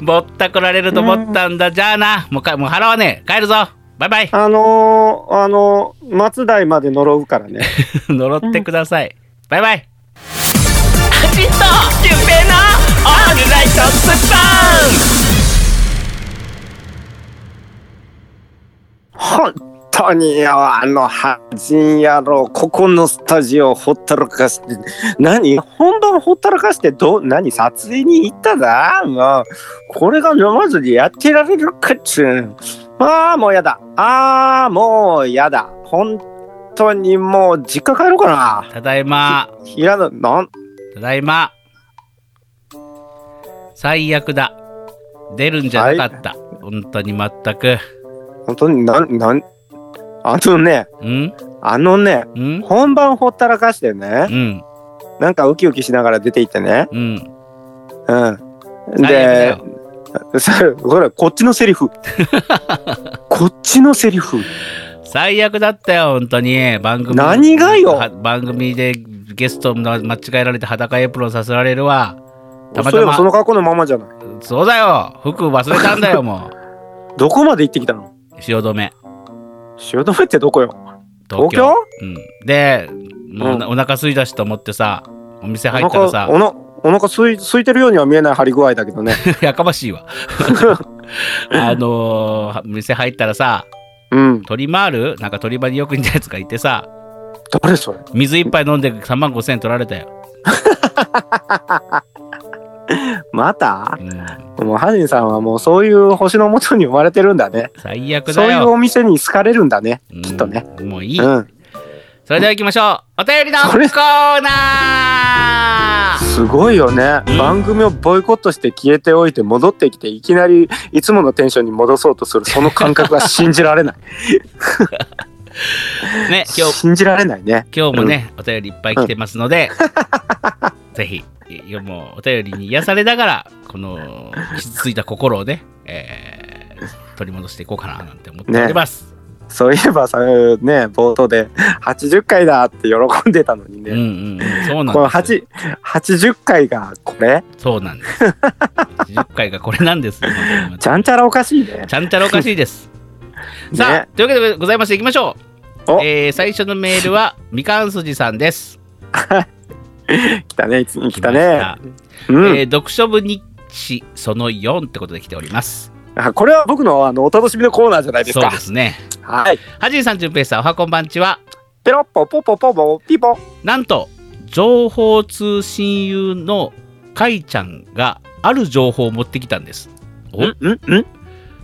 [SPEAKER 1] 持ってこられると思ったんだ。じゃあな。もうかもう払わねえ。帰るぞ。バイバイ。
[SPEAKER 2] あのー、あのー、松代まで呪うからね
[SPEAKER 1] 呪ってください。バイバイ。アシットキュンペイのオールライトスッパン
[SPEAKER 2] 本当によあのハ人野郎ここのスタジオほったらかして何本番ほったらかしてどう何撮影に行っただもうこれが飲まずにやってられるかっちゅうああもうやだああもうやだ本当にもう実家帰ろうかな
[SPEAKER 1] ただいま。
[SPEAKER 2] 平野なん
[SPEAKER 1] ただいま。最悪だ。出るんじゃなかった。本当に全く。
[SPEAKER 2] 本当になんなんあのね
[SPEAKER 1] うん
[SPEAKER 2] あのね
[SPEAKER 1] うん
[SPEAKER 2] 本番ほったらかしてね
[SPEAKER 1] うん
[SPEAKER 2] なんかウキウキしながら出て行ってね
[SPEAKER 1] うん。
[SPEAKER 2] うん
[SPEAKER 1] 最悪だ
[SPEAKER 2] で
[SPEAKER 1] よ
[SPEAKER 2] そほらこっちのセ リフこっちのセリフ
[SPEAKER 1] 最悪だったよ、本当に。番組
[SPEAKER 2] 何がよ
[SPEAKER 1] は番組でゲストの間違えられて裸エプロンさせられるわ。たま
[SPEAKER 2] そ
[SPEAKER 1] た
[SPEAKER 2] ういえば
[SPEAKER 1] ま。
[SPEAKER 2] その格好のままじゃない
[SPEAKER 1] そうだよ。服忘れたんだよ、も
[SPEAKER 2] どこまで行ってきたの
[SPEAKER 1] う。 汐留。
[SPEAKER 2] 汐留ってどこよ
[SPEAKER 1] 東京
[SPEAKER 2] 東京
[SPEAKER 1] うん、で、もうおなお腹空いたしと思ってさお店入ったらさ
[SPEAKER 2] お腹おなお腹すい空いてるようには見えない張り具合だけど ね
[SPEAKER 1] やかましいわあのー、店入ったらさ
[SPEAKER 2] うん
[SPEAKER 1] 鳥回るなんか鳥場によく似たやつがいてさ
[SPEAKER 2] 誰それ
[SPEAKER 1] 水一杯飲んで3万5000円取られたよ、
[SPEAKER 2] また
[SPEAKER 1] うん、
[SPEAKER 2] もうハジンさんはもうそういう星のもとに生まれてるんだね
[SPEAKER 1] 最悪
[SPEAKER 2] そう
[SPEAKER 1] だ
[SPEAKER 2] いう
[SPEAKER 1] よ
[SPEAKER 2] お店に好かれるんだね
[SPEAKER 1] うん
[SPEAKER 2] きっとね
[SPEAKER 1] もういい、
[SPEAKER 2] うん
[SPEAKER 1] それでは行きましょうお便りのコ
[SPEAKER 2] それ
[SPEAKER 1] ーナー
[SPEAKER 2] すごいよね
[SPEAKER 1] うん
[SPEAKER 2] 番組をボイコットして消えておいて戻ってきていきなりいつものテンションに戻そうとするその感覚が信じられない
[SPEAKER 1] ね今日
[SPEAKER 2] 信じられないね
[SPEAKER 1] 今日もね、お便りいっぱい来てますので、 ぜひいやもうお便りに癒されながらこの傷ついた心をね、えー取り戻していこうかななんて思っております、
[SPEAKER 2] そういえばさね冒頭で80回だって喜んでたのにね、
[SPEAKER 1] うんうんうんそう
[SPEAKER 2] この
[SPEAKER 1] なんです
[SPEAKER 2] 8 80回がこれ
[SPEAKER 1] そうなんです 10回がこれなんです
[SPEAKER 2] ちゃんちゃらおかしいね
[SPEAKER 1] ちゃんちゃらおかしい ですさあ、
[SPEAKER 2] ね
[SPEAKER 1] というわけでございましていきましょう
[SPEAKER 2] お、
[SPEAKER 1] えー最初のメールはみかんすじさんです
[SPEAKER 2] 来たねいつ来た
[SPEAKER 1] まし
[SPEAKER 2] ね
[SPEAKER 1] た
[SPEAKER 2] うん、
[SPEAKER 1] えー読書部日誌その4ってことで来ております
[SPEAKER 2] あこれは僕のあのお楽しみのコーナーじゃないで
[SPEAKER 1] そ
[SPEAKER 2] す
[SPEAKER 1] う
[SPEAKER 2] か
[SPEAKER 1] ですね。
[SPEAKER 2] はい
[SPEAKER 1] はじいさん、じゅんぺいさん、おはこんばんちは。
[SPEAKER 2] ペロッポポポポポピポ
[SPEAKER 1] なんと、情報通信友のかいちゃんがある情報を持ってきたんです。お
[SPEAKER 2] んんん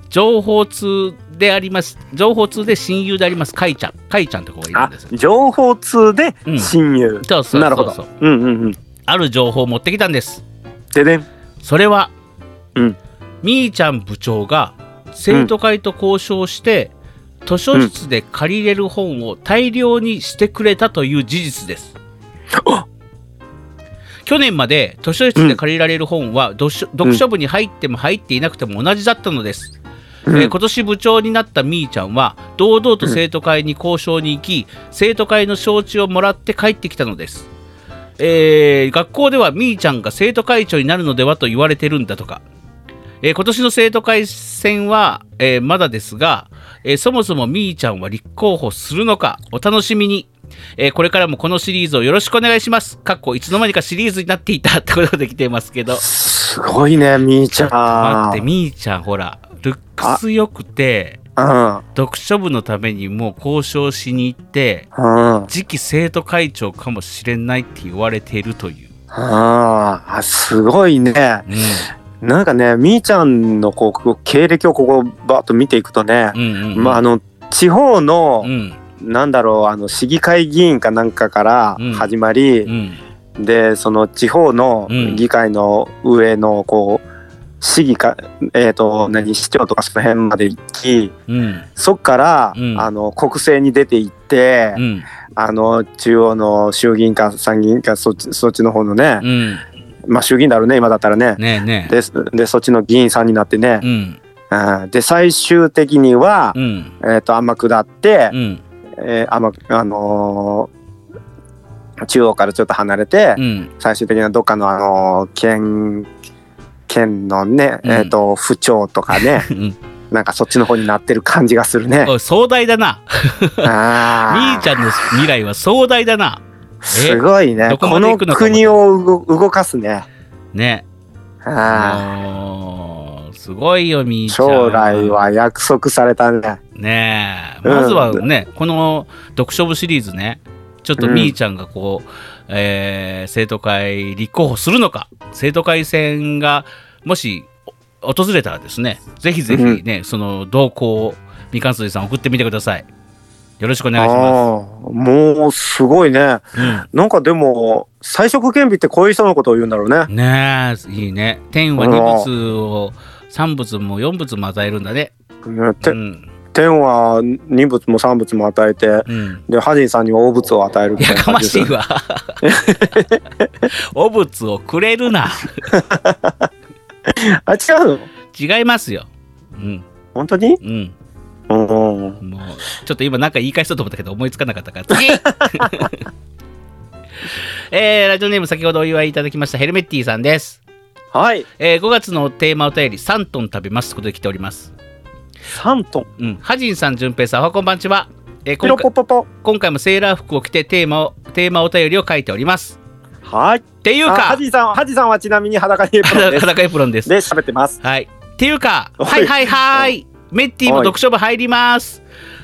[SPEAKER 1] 情報通であります、情報通で親友であります、かいちゃん。かいちゃんって子がいる
[SPEAKER 2] あ
[SPEAKER 1] んです。
[SPEAKER 2] 情報通で
[SPEAKER 1] うん
[SPEAKER 2] 親友、
[SPEAKER 1] そうそうそうそう
[SPEAKER 2] なるほどうんうんうん
[SPEAKER 1] ある情報を持ってきたんです。
[SPEAKER 2] ででん
[SPEAKER 1] それは、
[SPEAKER 2] うん
[SPEAKER 1] みーちゃん部長が生徒会と交渉して、図書室で借りれる本を大量にしてくれたという事実です。
[SPEAKER 2] あ
[SPEAKER 1] 去年まで図書室で借りられる本は読書,、読書部に入っても入っていなくても同じだったのです。えー今年部長になったみーちゃんは堂々と生徒会に交渉に行き、生徒会の承知をもらって帰ってきたのです、えー学校ではみーちゃんが生徒会長になるのではと言われてるんだとか、えー今年の生徒会選は、えーまだですが、えーそもそもみーちゃんは立候補するのかお楽しみに、えーこれからもこのシリーズをよろしくお願いしますかっこいつの間にかシリーズになっていたってことで来てますけど
[SPEAKER 2] すごいねみーちゃん
[SPEAKER 1] 待ってみーちゃんほらルックス良くて読書部のためにもう交渉しに行って
[SPEAKER 2] うんうん
[SPEAKER 1] 次期生徒会長かもしれないって言われているという、
[SPEAKER 2] あーあすごいね
[SPEAKER 1] うん
[SPEAKER 2] なんかねみーちゃんのこうこう経歴をここバーッと見ていくとね、
[SPEAKER 1] うんうんうん、
[SPEAKER 2] まああの地方の
[SPEAKER 1] う、ん
[SPEAKER 2] なんだろうあの市議会議員かなんかから
[SPEAKER 1] うん
[SPEAKER 2] 始まり、
[SPEAKER 1] うん
[SPEAKER 2] でその地方の
[SPEAKER 1] うん
[SPEAKER 2] 議会の上のこう市議かえっ、と何市長とかその辺まで行き
[SPEAKER 1] うん
[SPEAKER 2] そっから、
[SPEAKER 1] うん
[SPEAKER 2] あの国政に出て行って、
[SPEAKER 1] うん
[SPEAKER 2] あの中央の衆議院か参議院かそっちそっちの方のね
[SPEAKER 1] う、ん
[SPEAKER 2] まあ衆議院だろうね今だったらね。
[SPEAKER 1] ねえねえ
[SPEAKER 2] ででそっちの議員さんになってね
[SPEAKER 1] う、ん
[SPEAKER 2] うんで最終的には、
[SPEAKER 1] うん
[SPEAKER 2] えっ、と天下って、
[SPEAKER 1] うん
[SPEAKER 2] えーあまあのー中央からちょっと離れて、
[SPEAKER 1] うん
[SPEAKER 2] 最終的などっかの、あのー県県のね、
[SPEAKER 1] うん
[SPEAKER 2] えー、と府庁とかね
[SPEAKER 1] うん
[SPEAKER 2] なんかそっちの方になってる感じがするね。
[SPEAKER 1] おい壮大だなみ
[SPEAKER 2] あ
[SPEAKER 1] ーちゃんの未来は壮大だな
[SPEAKER 2] すごいね
[SPEAKER 1] どこ
[SPEAKER 2] こ
[SPEAKER 1] まで行
[SPEAKER 2] の
[SPEAKER 1] くのか
[SPEAKER 2] 国を動動かすね。
[SPEAKER 1] ね
[SPEAKER 2] あ
[SPEAKER 1] もうすごいよみー
[SPEAKER 2] ー
[SPEAKER 1] ちゃん
[SPEAKER 2] 将来は約束されたね。
[SPEAKER 1] ねえ
[SPEAKER 2] うん
[SPEAKER 1] まずはね、この読書部シリーズねちょっとみーちゃんがこう、えー生徒会立候補するのか生徒会選がもしお訪れたらですねぜひぜひね、その動向をみかんすじさん送ってみてくださいよろしくお願いしま
[SPEAKER 2] あーもうすごいね。
[SPEAKER 1] す、う
[SPEAKER 2] なんかでも才色兼備ってこういう人のことを言うんだろうね。
[SPEAKER 1] ん、ねえいいね天は二物を三物も四物も与えるんだね
[SPEAKER 2] うん
[SPEAKER 1] う
[SPEAKER 2] て
[SPEAKER 1] ん
[SPEAKER 2] 天は二物も三物も与えて
[SPEAKER 1] うん
[SPEAKER 2] で、ハジンさんには大物を与えるみた
[SPEAKER 1] や
[SPEAKER 2] いな
[SPEAKER 1] か
[SPEAKER 2] 感
[SPEAKER 1] ま
[SPEAKER 2] じ
[SPEAKER 1] しい
[SPEAKER 2] です
[SPEAKER 1] わ お仏をくれるな
[SPEAKER 2] あ、違うの
[SPEAKER 1] 違いますよ。うん
[SPEAKER 2] 本当に
[SPEAKER 1] うん
[SPEAKER 2] うん。
[SPEAKER 1] もうちょっと今なんか言い返そうと思ったけど思いつかなかったから 次えーラジオネーム先ほどお祝いいただきましたヘルメッティさんです、
[SPEAKER 2] はい。
[SPEAKER 1] えー5月のテーマお便り3トン食べますということで来ております
[SPEAKER 2] 三トン。
[SPEAKER 1] うんハジンさん順平さんおはこんばんちは、えー
[SPEAKER 2] ピ
[SPEAKER 1] 今
[SPEAKER 2] ロポ
[SPEAKER 1] 回
[SPEAKER 2] ポポ。
[SPEAKER 1] 今回もセーラー服を着てテーマをテーマお便りを書いております
[SPEAKER 2] はい。っ
[SPEAKER 1] っていうか
[SPEAKER 2] ハジンさん、ハジンさんはちなみに裸にエプロ ンです。
[SPEAKER 1] 裸エプロンです
[SPEAKER 2] で、喋ってます。
[SPEAKER 1] はい。っていうか、
[SPEAKER 2] おい
[SPEAKER 1] はいはいはい。メッティも
[SPEAKER 2] おい
[SPEAKER 1] 読書部入ります。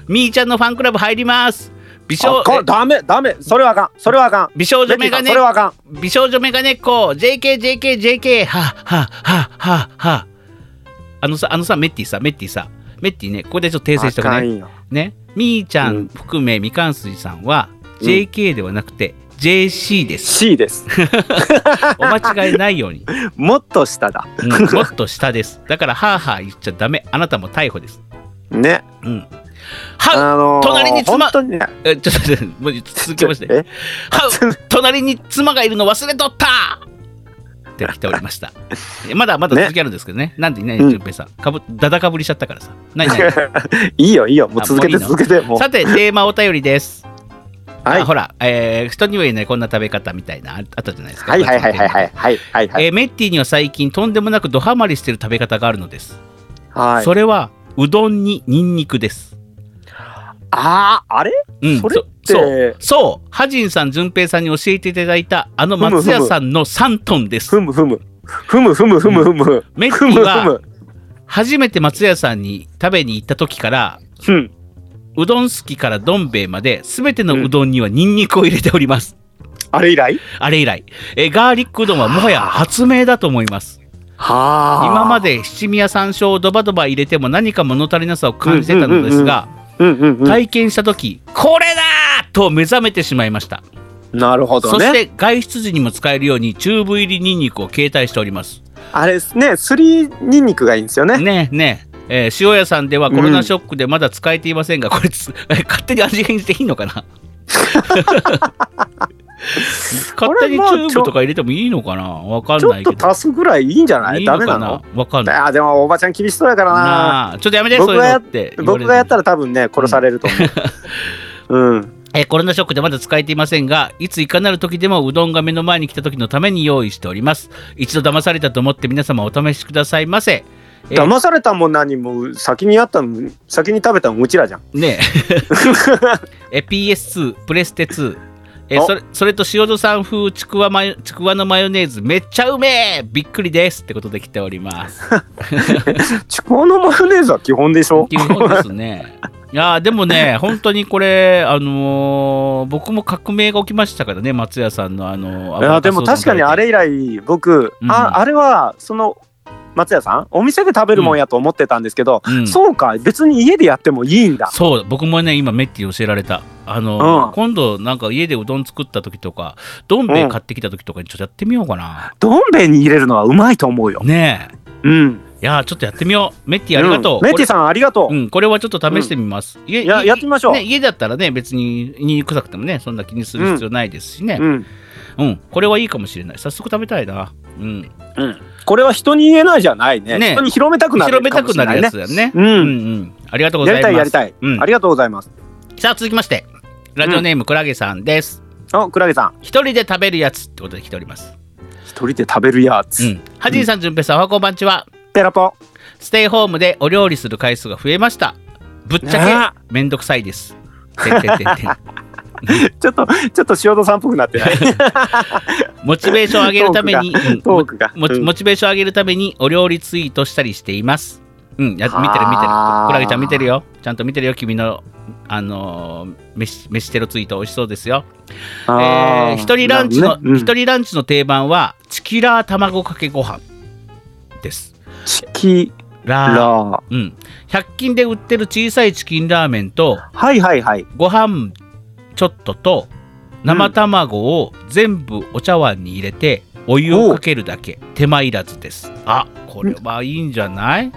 [SPEAKER 1] みーちゃんのファンクラブ入ります。美
[SPEAKER 2] あ
[SPEAKER 1] 少
[SPEAKER 2] か
[SPEAKER 1] え
[SPEAKER 2] ん、ダメ、ダメ。それはあかん。それはあかん。
[SPEAKER 1] 美少女メ
[SPEAKER 2] メッキーさ
[SPEAKER 1] ガ
[SPEAKER 2] ん
[SPEAKER 1] ネ
[SPEAKER 2] それはあかん。
[SPEAKER 1] 美少女メガネっ子 JKJKJK はははははあのさあのさメッティさメッティさメッティねここでちょっと訂正してお
[SPEAKER 2] あか
[SPEAKER 1] くね
[SPEAKER 2] んよ。
[SPEAKER 1] ねみーちゃん含めみかんすじさんは JK ではなくて JC です
[SPEAKER 2] C です。
[SPEAKER 1] お間違いないように、
[SPEAKER 2] もっと下だ。
[SPEAKER 1] うんもっと下ですだからはーはー言っちゃダメあなたも逮捕です
[SPEAKER 2] ね。
[SPEAKER 1] うんは
[SPEAKER 2] あのー、
[SPEAKER 1] 隣に妻
[SPEAKER 2] 本当にね。
[SPEAKER 1] えちょっと待って、もう続きまして。
[SPEAKER 2] え
[SPEAKER 1] は隣に妻がいるの忘れとったって来ておりま した。いやまだまだ
[SPEAKER 2] ね
[SPEAKER 1] 続きあるんですけどね。なんでいない
[SPEAKER 2] うん
[SPEAKER 1] の、淳平さん。かぶ、だだかぶりしちゃったからさ。ないない。
[SPEAKER 2] いいよ、いいよ。もう
[SPEAKER 1] あ
[SPEAKER 2] 続けて
[SPEAKER 1] もういいの
[SPEAKER 2] 続けて。 もう。
[SPEAKER 1] さて、テーマお便りです。
[SPEAKER 2] はい
[SPEAKER 1] あほら、えー人には言えないこんな食べ方みたいな、ああったじゃないですか。
[SPEAKER 2] はいはいはいはいはい。はいはいはい。
[SPEAKER 1] えーメッティには最近とんでもなくドハマりしてる食べ方があるのです。
[SPEAKER 2] はい。
[SPEAKER 1] それは、うどんにニンニクです。
[SPEAKER 2] あー、あれ
[SPEAKER 1] うん、
[SPEAKER 2] それっ
[SPEAKER 1] そそう
[SPEAKER 2] て、
[SPEAKER 1] そう、ハジンさん、淳平さんに教えていただいた、あの松屋さんの3トンです
[SPEAKER 2] ふ。むふむ。ふむふむふむふむ。
[SPEAKER 1] メッテ
[SPEAKER 2] ふむ
[SPEAKER 1] ィ
[SPEAKER 2] ふ
[SPEAKER 1] は
[SPEAKER 2] む。
[SPEAKER 1] 初めて松屋さんに食べに行った時から、
[SPEAKER 2] うん。
[SPEAKER 1] うどん好きからどん兵衛まで、すべてのうどんにはニンニクを入れております。
[SPEAKER 2] あれ以来
[SPEAKER 1] あれ以来、えーガーリックうどんはもはや発明だと思います。
[SPEAKER 2] はあ。
[SPEAKER 1] 今ま。で七味や山椒をドバドバ入れても何か物足りなさを感じてたのですが、
[SPEAKER 2] うんうんうん。
[SPEAKER 1] 体験した時、これだーと目覚めてしまいました。
[SPEAKER 2] なるほど
[SPEAKER 1] そし
[SPEAKER 2] ね。
[SPEAKER 1] て外出時にも使えるようにチューブ入りニンニクを携帯しております。
[SPEAKER 2] あれですね、すりニンニクがいいんですよね。
[SPEAKER 1] ねえねええー塩屋さんではコロナショックでまだ使えていませんが、これつ 勝手に味変していいのかな 勝手にチューブとか入れてもいいのかなわか
[SPEAKER 2] ち
[SPEAKER 1] ん
[SPEAKER 2] ょ
[SPEAKER 1] な
[SPEAKER 2] っ
[SPEAKER 1] いけ
[SPEAKER 2] と
[SPEAKER 1] ど。
[SPEAKER 2] 足すぐらいいいんじゃない
[SPEAKER 1] いい
[SPEAKER 2] ダ
[SPEAKER 1] の
[SPEAKER 2] メ
[SPEAKER 1] か
[SPEAKER 2] な
[SPEAKER 1] な
[SPEAKER 2] の
[SPEAKER 1] わかんない。
[SPEAKER 2] あーでもおばちゃん厳しそうやからな。
[SPEAKER 1] なあちょっとやめて、そ
[SPEAKER 2] 僕
[SPEAKER 1] ういう
[SPEAKER 2] が
[SPEAKER 1] の
[SPEAKER 2] や
[SPEAKER 1] って言われ
[SPEAKER 2] 僕
[SPEAKER 1] る
[SPEAKER 2] がやったら多分ね、殺されると思 う。うん。
[SPEAKER 1] えーコロナショックでまだ使えていませんが、いついかなる時でもうどんが目の前に来た時のために用意しております。一度騙されたと思って皆様お試しくださいませ。えー
[SPEAKER 2] 騙されたも何も先にやったの先に食べたのうちらじゃん。
[SPEAKER 1] ね ええ PS2 プレステ2え
[SPEAKER 2] お
[SPEAKER 1] それそれと塩戸さん風ちくわマヨちくわのマヨネーズめっちゃうめえびっくりですってことで来ております
[SPEAKER 2] ちくわのマヨネーズは基本でしょ
[SPEAKER 1] 基本ですねいやーでも ね本当にこれあのー僕も革命が起きましたからね松屋さんのあの
[SPEAKER 2] いやでも確かにあ
[SPEAKER 1] れ
[SPEAKER 2] れ以来僕、
[SPEAKER 1] うん
[SPEAKER 2] ああれはその松屋さんお店で食べるもんやと思ってたんですけど、
[SPEAKER 1] うん
[SPEAKER 2] そうか別に家でやってもいいんだ。
[SPEAKER 1] そう僕もね今メッティ教えられたあのー
[SPEAKER 2] うん
[SPEAKER 1] 今度なんか家でうどん作った時とかどん兵衛買ってきた時とかにちょっとやってみようかな、
[SPEAKER 2] どん兵衛に入れるのはうまいと思うよ。
[SPEAKER 1] ねえ
[SPEAKER 2] うん。
[SPEAKER 1] いやーちょっとやってみよう。メッティありがとう。
[SPEAKER 2] んメッティ
[SPEAKER 1] こ
[SPEAKER 2] さんありがとう。
[SPEAKER 1] れうん、これはちょっと試してみます。家
[SPEAKER 2] いや
[SPEAKER 1] 家
[SPEAKER 2] やってみましょう
[SPEAKER 1] ね、家だったらね、別にに臭くてもね、そんな気にする必要ないですしね。
[SPEAKER 2] うん。
[SPEAKER 1] うん、これはいいかもしれない。早速食べたいな。うん。
[SPEAKER 2] うん、これは人に言えないじゃないね。
[SPEAKER 1] ね
[SPEAKER 2] 人に広めたくなる
[SPEAKER 1] 広め
[SPEAKER 2] か
[SPEAKER 1] た
[SPEAKER 2] も
[SPEAKER 1] く
[SPEAKER 2] しれ
[SPEAKER 1] なる
[SPEAKER 2] ない
[SPEAKER 1] や
[SPEAKER 2] ね
[SPEAKER 1] つ。だよね。
[SPEAKER 2] うん
[SPEAKER 1] うんうんありがとうござ
[SPEAKER 2] や
[SPEAKER 1] い
[SPEAKER 2] り
[SPEAKER 1] ます。
[SPEAKER 2] たいやりたい、
[SPEAKER 1] うん
[SPEAKER 2] ありがとうございます。
[SPEAKER 1] さあ、続きまして、ラジオネーム、クラゲさんです。
[SPEAKER 2] あ、クラゲさん、
[SPEAKER 1] 一人で食べるやつってことで来ております。
[SPEAKER 2] 一人で食べるやつ。
[SPEAKER 1] うん。はじいさん、じゅんぺいさん、おはこんばんちは。
[SPEAKER 2] ペラポ。
[SPEAKER 1] ステイホームでお料理する回数が増えました。ぶっちゃ
[SPEAKER 2] な
[SPEAKER 1] け、めんどくさいです。てんてんてんてん。
[SPEAKER 2] ちょっと、ちょっと塩戸さんっぽくなって ない。
[SPEAKER 1] モチベーションを上げるために、うん
[SPEAKER 2] トークが。
[SPEAKER 1] モチモチベーションを上げるためにお料理ツイートしたりしています。うん、や見てる見てる。
[SPEAKER 2] はあ
[SPEAKER 1] クラゲちゃん見てるよ。ちゃんと見てるよ、君の、あのー、飯飯テロツイート美味しそうですよ。
[SPEAKER 2] え
[SPEAKER 1] えー一人ランチの、一
[SPEAKER 2] 人
[SPEAKER 1] 人ランチの定番は、チキラー卵かけご飯です。
[SPEAKER 2] チキ
[SPEAKER 1] ラー。
[SPEAKER 2] ラー。
[SPEAKER 1] うん。100均で売ってる小さいチキンラーメンと、
[SPEAKER 2] はいはいはい。
[SPEAKER 1] ご飯ちょっとと、生卵を全部お茶碗に入れて、お湯をかけるだけ手間いらずですあこれはいいんじゃない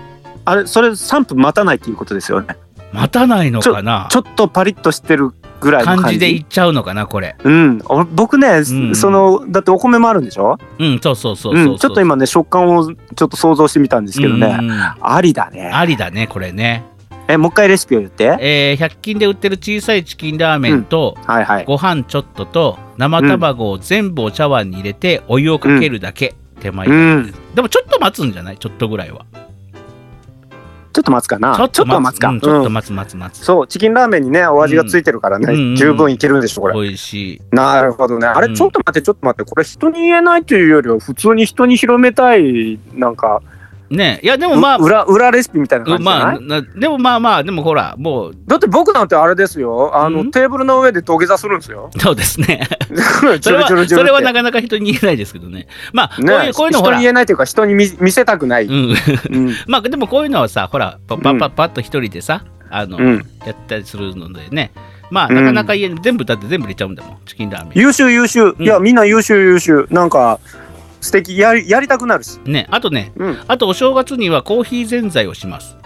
[SPEAKER 2] あれ、それ三分待たないっていうことですよね。
[SPEAKER 1] 待たないのかな
[SPEAKER 2] ちょっとパリッとしてるぐらいの感
[SPEAKER 1] 感
[SPEAKER 2] じ
[SPEAKER 1] じでいっちゃうのかなこれ
[SPEAKER 2] うん、お僕ね、
[SPEAKER 1] ん
[SPEAKER 2] そのだってお米もあるんでしょ
[SPEAKER 1] うんそうそうそうそうそう、
[SPEAKER 2] うん、ちょっと今ね食感をちょっと想像してみたんですけどね、
[SPEAKER 1] うん
[SPEAKER 2] ありだね
[SPEAKER 1] ありだねこれね、
[SPEAKER 2] えもう一回レシピを言って
[SPEAKER 1] えー、100均で売ってる小さいチキンラーメンと、
[SPEAKER 2] はいはい
[SPEAKER 1] ご飯ちょっとと生卵を全部お茶碗に入れてお湯をかけるだけ、手間いら
[SPEAKER 2] う
[SPEAKER 1] ず
[SPEAKER 2] ん
[SPEAKER 1] でもちょっと待つんじゃないちょっとぐらいは
[SPEAKER 2] ちょっと待つかな。ちょっとは待つか。
[SPEAKER 1] うんちょっ
[SPEAKER 2] う
[SPEAKER 1] と
[SPEAKER 2] ん
[SPEAKER 1] 待つ待つ待つ
[SPEAKER 2] そう、チキンラーメンにね、お味がついてるから
[SPEAKER 1] うんうんうん
[SPEAKER 2] ね、十分いけるんでしょ、これ。
[SPEAKER 1] 美味しい。
[SPEAKER 2] なるほどね。あ
[SPEAKER 1] う
[SPEAKER 2] れ、
[SPEAKER 1] ん
[SPEAKER 2] ちょっと待って、ちょっと待って、これ人に言えないというよりは、普通に人に広めたい、なんか、
[SPEAKER 1] ねえいやでも
[SPEAKER 2] う
[SPEAKER 1] まあ、
[SPEAKER 2] 裏、裏レシピみたいな感
[SPEAKER 1] う
[SPEAKER 2] じじゃ
[SPEAKER 1] ま
[SPEAKER 2] な
[SPEAKER 1] あ
[SPEAKER 2] い
[SPEAKER 1] なでもまあまあでもほらもう
[SPEAKER 2] だって僕なんてあれですよ、あ
[SPEAKER 1] う
[SPEAKER 2] の、
[SPEAKER 1] ん。
[SPEAKER 2] テーブルの上で土下座するんですよ
[SPEAKER 1] そうです ね。
[SPEAKER 2] そ
[SPEAKER 1] それはそれはなかなか人に言えないですけどね。まあこういう
[SPEAKER 2] ね、
[SPEAKER 1] こういう
[SPEAKER 2] 人
[SPEAKER 1] のほ
[SPEAKER 2] に
[SPEAKER 1] ら。
[SPEAKER 2] 言えないというか、人に見見せたくない。
[SPEAKER 1] うん、
[SPEAKER 2] うん。
[SPEAKER 1] まあでもこういうのはさほらパパパパッと一人でさあの、
[SPEAKER 2] うん
[SPEAKER 1] やったりするのでねまあなかなか家に全部だって全部入れちゃうんだもんチキンラーメ
[SPEAKER 2] 優秀、優秀。
[SPEAKER 1] ん
[SPEAKER 2] いや、みんな優秀、優秀。なんか、素敵やり、やりたくなるし。
[SPEAKER 1] ン。ねあとね
[SPEAKER 2] うん。
[SPEAKER 1] あとお正月にはコーヒーぜんざいをします。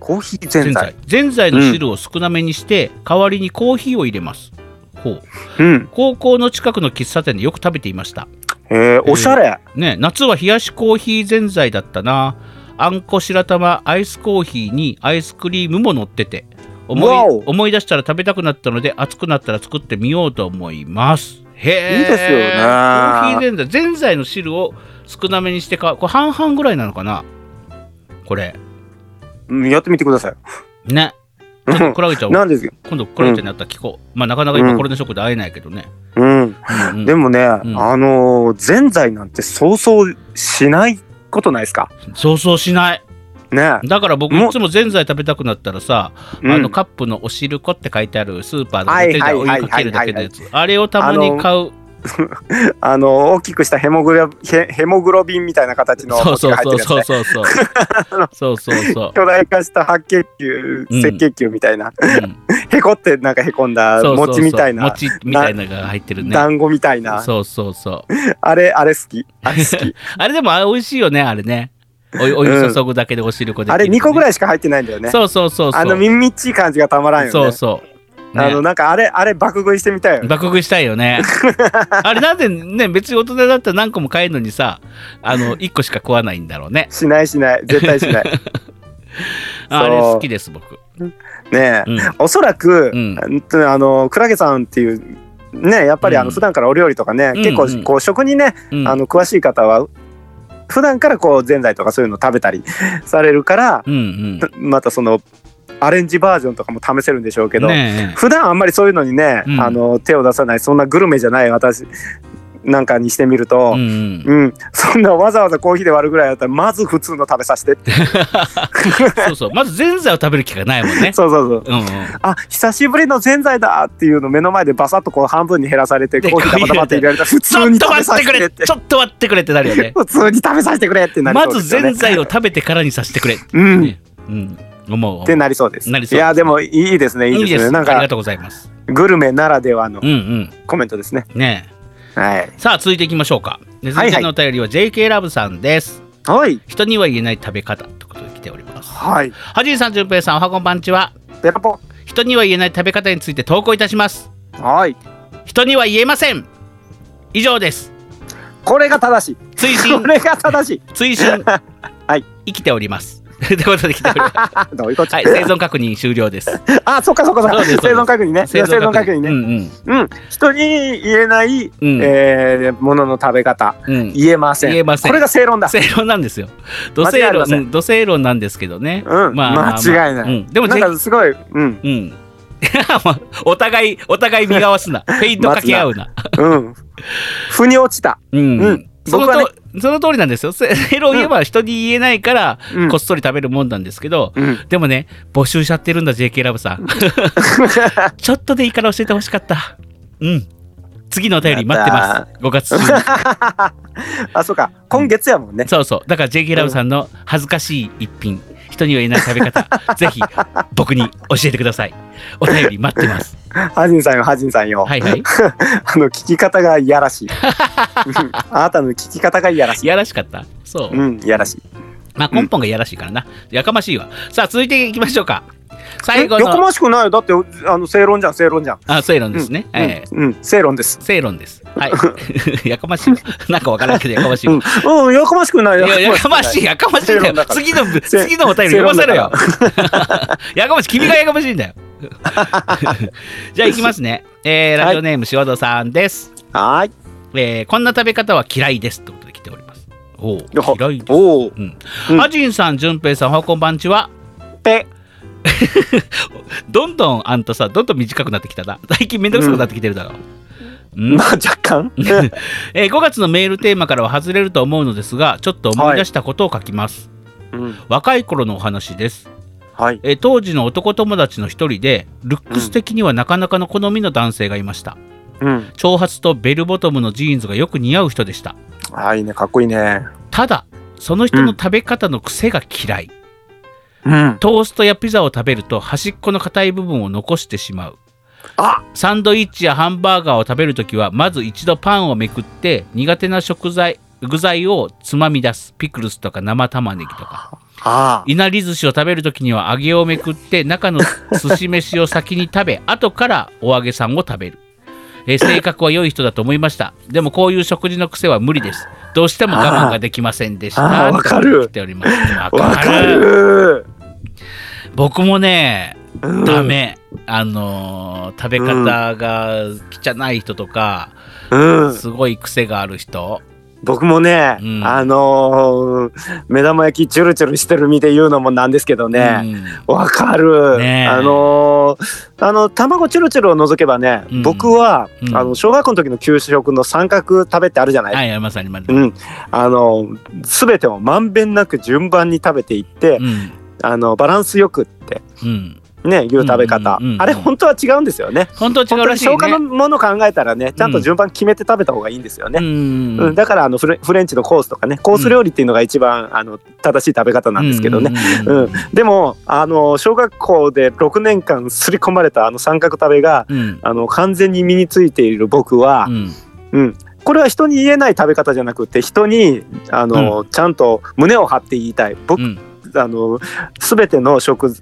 [SPEAKER 2] コーヒー全体。
[SPEAKER 1] ぜんざいの汁を少なめにして、代わりにコーヒーを入れます。ほう
[SPEAKER 2] うん。
[SPEAKER 1] 高校の近くの喫茶店でよく食べていました。
[SPEAKER 2] えー、おしゃれ。
[SPEAKER 1] ね、夏は冷やしコーヒーぜんざいだったなあんこ白玉アイスコーヒーにアイスクリームも乗ってて思
[SPEAKER 2] わ
[SPEAKER 1] い
[SPEAKER 2] お
[SPEAKER 1] 思い出したら食べたくなったので暑くなったら作ってみようと思いますへえ
[SPEAKER 2] いいですよね
[SPEAKER 1] コーヒーぜんざいぜんざいの汁を少なめにしてかこれ半々ぐらいなのかなこれ
[SPEAKER 2] うん、やってみてください。
[SPEAKER 1] ねちょっとクラゲちゃん
[SPEAKER 2] なんですよ。
[SPEAKER 1] 今度クラゲちゃんになったら聞こう、まあなかなか今コロナショックで会えないけどね、
[SPEAKER 2] うん。
[SPEAKER 1] うんうん
[SPEAKER 2] でもね、
[SPEAKER 1] ん
[SPEAKER 2] あのー、ぜんざいなんてそうそうしないことないですか
[SPEAKER 1] そうそうしない
[SPEAKER 2] ね
[SPEAKER 1] だから僕
[SPEAKER 2] も
[SPEAKER 1] いつもぜんざい食べたくなったらさ、
[SPEAKER 2] うん
[SPEAKER 1] あのカップのおしるこって書いてあるスーパーの
[SPEAKER 2] はい
[SPEAKER 1] 売ってるじゃんお湯
[SPEAKER 2] はい
[SPEAKER 1] かけるだけのやつあれをたま
[SPEAKER 2] あの
[SPEAKER 1] に買う
[SPEAKER 2] あの大きくしたヘモグロヘヘモグロビンみたいな形の
[SPEAKER 1] そうそう
[SPEAKER 2] 入って
[SPEAKER 1] そ
[SPEAKER 2] る
[SPEAKER 1] う
[SPEAKER 2] やつ
[SPEAKER 1] そう
[SPEAKER 2] ね
[SPEAKER 1] そうそうそうそうそう、
[SPEAKER 2] 巨大化した白血球
[SPEAKER 1] うん
[SPEAKER 2] 赤血球みたいな、
[SPEAKER 1] うん
[SPEAKER 2] へこってなんかへこんだ
[SPEAKER 1] そうそうそう
[SPEAKER 2] 餅みたいな
[SPEAKER 1] 餅みたいなのが入ってるね
[SPEAKER 2] 団子みたいな
[SPEAKER 1] そうそうそう
[SPEAKER 2] あれあれ好きあれ好き
[SPEAKER 1] あれでもあれ美味しいよねあれねお湯お湯注ぐだけでお汁粉できる、ね
[SPEAKER 2] あれ2個ぐ
[SPEAKER 1] い
[SPEAKER 2] らいしか入ってないんだよね
[SPEAKER 1] そうそうそうそう
[SPEAKER 2] あのみみっちい感じがたまらんよね
[SPEAKER 1] そうそう、ね、
[SPEAKER 2] あのなんかあれあれ爆食いしてみたいよね
[SPEAKER 1] 爆食いしたいよ ねあれなんでね別に大人だったら何個も買えるのにさあ の1個しか食わないんだろうね
[SPEAKER 2] しないしない絶対し ないね
[SPEAKER 1] あ
[SPEAKER 2] そう
[SPEAKER 1] れ好きです僕、
[SPEAKER 2] え、
[SPEAKER 1] うん、
[SPEAKER 2] おそらく、
[SPEAKER 1] うん
[SPEAKER 2] うんとねあのクラゲさんっていうねやっぱりあ
[SPEAKER 1] う
[SPEAKER 2] の
[SPEAKER 1] ん
[SPEAKER 2] 普段からお料理とかね、
[SPEAKER 1] うん
[SPEAKER 2] 結
[SPEAKER 1] う
[SPEAKER 2] 構
[SPEAKER 1] ん
[SPEAKER 2] こう食にね、
[SPEAKER 1] うん
[SPEAKER 2] あの詳しい方は普段からこうぜんざいとかそういうの食べたり されるから、
[SPEAKER 1] うんうん
[SPEAKER 2] またそのアレンジバージョンとかも試せるんでしょうけど、
[SPEAKER 1] ね
[SPEAKER 2] 普段あんまりそういうのにね、
[SPEAKER 1] うん
[SPEAKER 2] あの手を出さないそんなグルメじゃない私なんかにしてみ
[SPEAKER 1] え、
[SPEAKER 2] る
[SPEAKER 1] う
[SPEAKER 2] と
[SPEAKER 1] ん、うん、
[SPEAKER 2] うん、そんなわざわざコーヒーで割るぐらいだったらまず普通の食べさせてって
[SPEAKER 1] そうそうまずぜんざいを食べる気がないもんね
[SPEAKER 2] そうそうそう
[SPEAKER 1] うんうん
[SPEAKER 2] あ久しぶりのぜんざいだっていうの目の前でバサッとこう半分に減らされて
[SPEAKER 1] で
[SPEAKER 2] コーヒーダバダバって入れられたら普
[SPEAKER 1] ち
[SPEAKER 2] 通
[SPEAKER 1] ょっ
[SPEAKER 2] に
[SPEAKER 1] と
[SPEAKER 2] 食べ
[SPEAKER 1] 待
[SPEAKER 2] さ
[SPEAKER 1] って
[SPEAKER 2] せ
[SPEAKER 1] く
[SPEAKER 2] て
[SPEAKER 1] れ
[SPEAKER 2] って
[SPEAKER 1] ちょっと待ってくれってなるよね
[SPEAKER 2] 普通に食べさせてくれ ってなり
[SPEAKER 1] ま
[SPEAKER 2] そうで
[SPEAKER 1] ず
[SPEAKER 2] すよ
[SPEAKER 1] ぜ
[SPEAKER 2] ね
[SPEAKER 1] んざいを食べてからにさせてくれ
[SPEAKER 2] うん、
[SPEAKER 1] ねうん思う思
[SPEAKER 2] っ
[SPEAKER 1] う
[SPEAKER 2] てなりそうです
[SPEAKER 1] なりそうです
[SPEAKER 2] いやでもいいですねいいですねなん
[SPEAKER 1] ありが
[SPEAKER 2] か
[SPEAKER 1] とうございます
[SPEAKER 2] グルメならではの
[SPEAKER 1] うんうん
[SPEAKER 2] コメントですね、
[SPEAKER 1] ね
[SPEAKER 2] はい
[SPEAKER 1] えさあ続いていきましょうかで
[SPEAKER 2] はい
[SPEAKER 1] 続いてのお便りは JK ラブさんです、
[SPEAKER 2] はい
[SPEAKER 1] 人には言えない食べ方ということで来ております
[SPEAKER 2] はい
[SPEAKER 1] はじいさんじゅんぺいさんおはこんばんちは
[SPEAKER 2] ペラポ
[SPEAKER 1] 人には言えない食べ方について投稿いたします
[SPEAKER 2] はい
[SPEAKER 1] 人には言えません以上です
[SPEAKER 2] これが正しい
[SPEAKER 1] 追
[SPEAKER 2] こ
[SPEAKER 1] 伸
[SPEAKER 2] れが正しい
[SPEAKER 1] 追伸
[SPEAKER 2] はい
[SPEAKER 1] 生きております ということで来てお ります
[SPEAKER 2] どういうこと、
[SPEAKER 1] はい生存確認終了 です
[SPEAKER 2] あそっかそっかそっ
[SPEAKER 1] そうで
[SPEAKER 2] か
[SPEAKER 1] すそうです
[SPEAKER 2] 生存確認ね生存確認ね、うん、人に言えない、
[SPEAKER 1] うんうんうん、
[SPEAKER 2] えーものの食べ方
[SPEAKER 1] うん
[SPEAKER 2] 言えません
[SPEAKER 1] 言えません
[SPEAKER 2] これが正論だ
[SPEAKER 1] 正論なんですよ。土星
[SPEAKER 2] 間違いあり
[SPEAKER 1] 論
[SPEAKER 2] ま、せん
[SPEAKER 1] うん土星論なんですけどね。
[SPEAKER 2] うん間違いない
[SPEAKER 1] うんでも、
[SPEAKER 2] なん
[SPEAKER 1] ぜ
[SPEAKER 2] かすごい、うん、
[SPEAKER 1] うん。 まあお互い、お互い見合わ すな。フェイント掛け合うな。
[SPEAKER 2] うん、腑に落ちた、
[SPEAKER 1] うん。
[SPEAKER 2] うん
[SPEAKER 1] その
[SPEAKER 2] 僕は
[SPEAKER 1] とその通りなんですよ。 正正論言えば人に言えないから、
[SPEAKER 2] うん
[SPEAKER 1] こっそり食べるもんなんですけど、
[SPEAKER 2] うん、
[SPEAKER 1] でもね、募集しちゃってるんだ、JK ラブ さん。ちょっとでいいから教えてほしかった。うん。次のお便り待って
[SPEAKER 2] や
[SPEAKER 1] ま
[SPEAKER 2] っ
[SPEAKER 1] す。5月中に
[SPEAKER 2] あそうか今月やもんね、
[SPEAKER 1] そうそう。だから JK ラブさんの恥ずかしい一品、人には言えない食べ 方、ぜひ僕に教えてください。お便り待って ます。
[SPEAKER 2] ハジンさんよハジンさんよ、
[SPEAKER 1] はいはい。
[SPEAKER 2] あの聞き方がいやらしいうんあなたの聞き方がいやらし
[SPEAKER 1] い
[SPEAKER 2] い
[SPEAKER 1] やらしかった。そう。
[SPEAKER 2] うんいやらしい
[SPEAKER 1] まあ根本がいやらしいからな。やかましいわ。さあ続いていきましょうか。
[SPEAKER 2] え
[SPEAKER 1] 最後
[SPEAKER 2] よこ
[SPEAKER 1] の。
[SPEAKER 2] ましくないよだってあの正論じゃん正論じゃん
[SPEAKER 1] あ、正論ですね。えー
[SPEAKER 2] うん、うん、正論です
[SPEAKER 1] 正論です。はい。や かましいわ。なんかわからんけどやかましいわ。
[SPEAKER 2] うん、うん、やかましくない
[SPEAKER 1] いや、やかましい、
[SPEAKER 2] い
[SPEAKER 1] やかましいんだ
[SPEAKER 2] 正論だ
[SPEAKER 1] よ。
[SPEAKER 2] から
[SPEAKER 1] 次の、
[SPEAKER 2] 正
[SPEAKER 1] 次のお便り読ませろよ。 やかましい、君がやかましいんだよ。 じゃあ、いきますね。えーラジオネーム、塩戸さんです。
[SPEAKER 2] はーい
[SPEAKER 1] えーこんな食べ方は嫌いです。ってことで来ております。おお、
[SPEAKER 2] よほ
[SPEAKER 1] 嫌いです。
[SPEAKER 2] おおうん
[SPEAKER 1] アジンさん、淳平さん、おはこんばんちは。
[SPEAKER 2] ぺ
[SPEAKER 1] どんどんあんたさ、どんどん短くなってきたな。 最近めんどくさくなってきてるだろ。うん
[SPEAKER 2] まあ若干
[SPEAKER 1] えー5月のメールテーマからは外れると思うのですが、ちょっと思い出したことを書きます。
[SPEAKER 2] うん
[SPEAKER 1] 若い頃のお話です。
[SPEAKER 2] はい
[SPEAKER 1] えー当時の男友達の一人でルックス的にはなかなかの好みの男性がいました、
[SPEAKER 2] うん
[SPEAKER 1] 長髪とベルボトムのジーンズがよく似合う人でした
[SPEAKER 2] あいいねかっこいいね
[SPEAKER 1] ただその人の食べ方の癖が嫌い、
[SPEAKER 2] うん
[SPEAKER 1] トーストやピザを食べると端っこの硬い部分を残してしまう
[SPEAKER 2] あ
[SPEAKER 1] サンドイッチやハンバーガーを食べるときはまず一度パンをめくって苦手な食材具材をつまみ出すピクルスとか生玉ねぎとか
[SPEAKER 2] あ
[SPEAKER 1] いなり寿司を食べるときには揚げをめくって中の寿司飯を先に食 べ後からお揚げさんを食べる、えー性格は良い人だと思いましたでもこういう食事の癖は無理ですどうしても我慢ができませんでし
[SPEAKER 2] あー
[SPEAKER 1] た
[SPEAKER 2] あーわかる
[SPEAKER 1] って来ておりますわ
[SPEAKER 2] わかる
[SPEAKER 1] 僕もね
[SPEAKER 2] うん
[SPEAKER 1] ダメ、あのー食べ方が汚い人とか、
[SPEAKER 2] うん
[SPEAKER 1] すごい癖がある人、
[SPEAKER 2] 僕もね、
[SPEAKER 1] うん
[SPEAKER 2] あのー目玉焼きチュルチュルしてる身で言うのもなんですけどね。わ、かる、
[SPEAKER 1] ねえ
[SPEAKER 2] あのーあの卵チュルチュルを除けばね、
[SPEAKER 1] うん
[SPEAKER 2] 僕は、
[SPEAKER 1] うん
[SPEAKER 2] あの小学校の時の給食の三角食べってあるじゃな
[SPEAKER 1] う
[SPEAKER 2] い
[SPEAKER 1] ん、はい、まさにまさに。
[SPEAKER 2] うん、あの全てをまんべんなく順番に食べていって、
[SPEAKER 1] うん。
[SPEAKER 2] あのバランスよくって
[SPEAKER 1] うん。
[SPEAKER 2] ねいう食べ方、
[SPEAKER 1] うんうんうんうん
[SPEAKER 2] あれ本当は違うんですよね
[SPEAKER 1] 本当は
[SPEAKER 2] 本
[SPEAKER 1] 違う
[SPEAKER 2] 当
[SPEAKER 1] ら
[SPEAKER 2] に
[SPEAKER 1] しいね。
[SPEAKER 2] 消化のもの考えたらねちゃんと順番決めて食べた方がいいんですよね、
[SPEAKER 1] うん。
[SPEAKER 2] うんだからあのフレフレンチのコースとかねコース料理っていうのが一番あの正しい食べ方なんですけどね、
[SPEAKER 1] うん。うん
[SPEAKER 2] でもあの小学校で6年間すり込まれたあの三角食べが
[SPEAKER 1] うん。
[SPEAKER 2] あの完全に身についている僕は、
[SPEAKER 1] うん
[SPEAKER 2] これは人に言えない食べ方じゃなくて人にあの、ちゃんと胸を張って言いたい僕、
[SPEAKER 1] うん
[SPEAKER 2] あの全ての食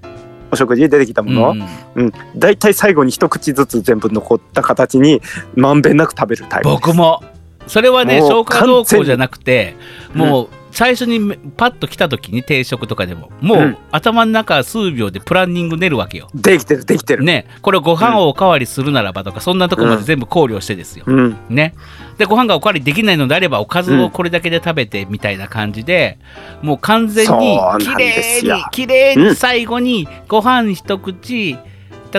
[SPEAKER 2] お食事で出てきたもの、
[SPEAKER 1] うん
[SPEAKER 2] だいたい最後に一口ずつ全部残った形にまんべんなく食べるタイプです
[SPEAKER 1] 僕も。それはね、
[SPEAKER 2] もう
[SPEAKER 1] 消化動向じゃなくて、
[SPEAKER 2] 全に
[SPEAKER 1] もう最初にめパッと来た時に定食とかでも、もう、
[SPEAKER 2] うん
[SPEAKER 1] 頭の中数秒でプランニング練るわけよ。
[SPEAKER 2] できてるできてる、
[SPEAKER 1] ね、これご飯をおかわりするならばとか、そんなとこまで全部考慮してですよ。
[SPEAKER 2] うん
[SPEAKER 1] ね、でご飯がおかわりできないのであればおかずをこれだけで食べてみたいな感じで、もう完全に
[SPEAKER 2] そうなん
[SPEAKER 1] き
[SPEAKER 2] で
[SPEAKER 1] れい
[SPEAKER 2] す
[SPEAKER 1] に
[SPEAKER 2] よ
[SPEAKER 1] きれいうに
[SPEAKER 2] ん
[SPEAKER 1] 最後にご飯一口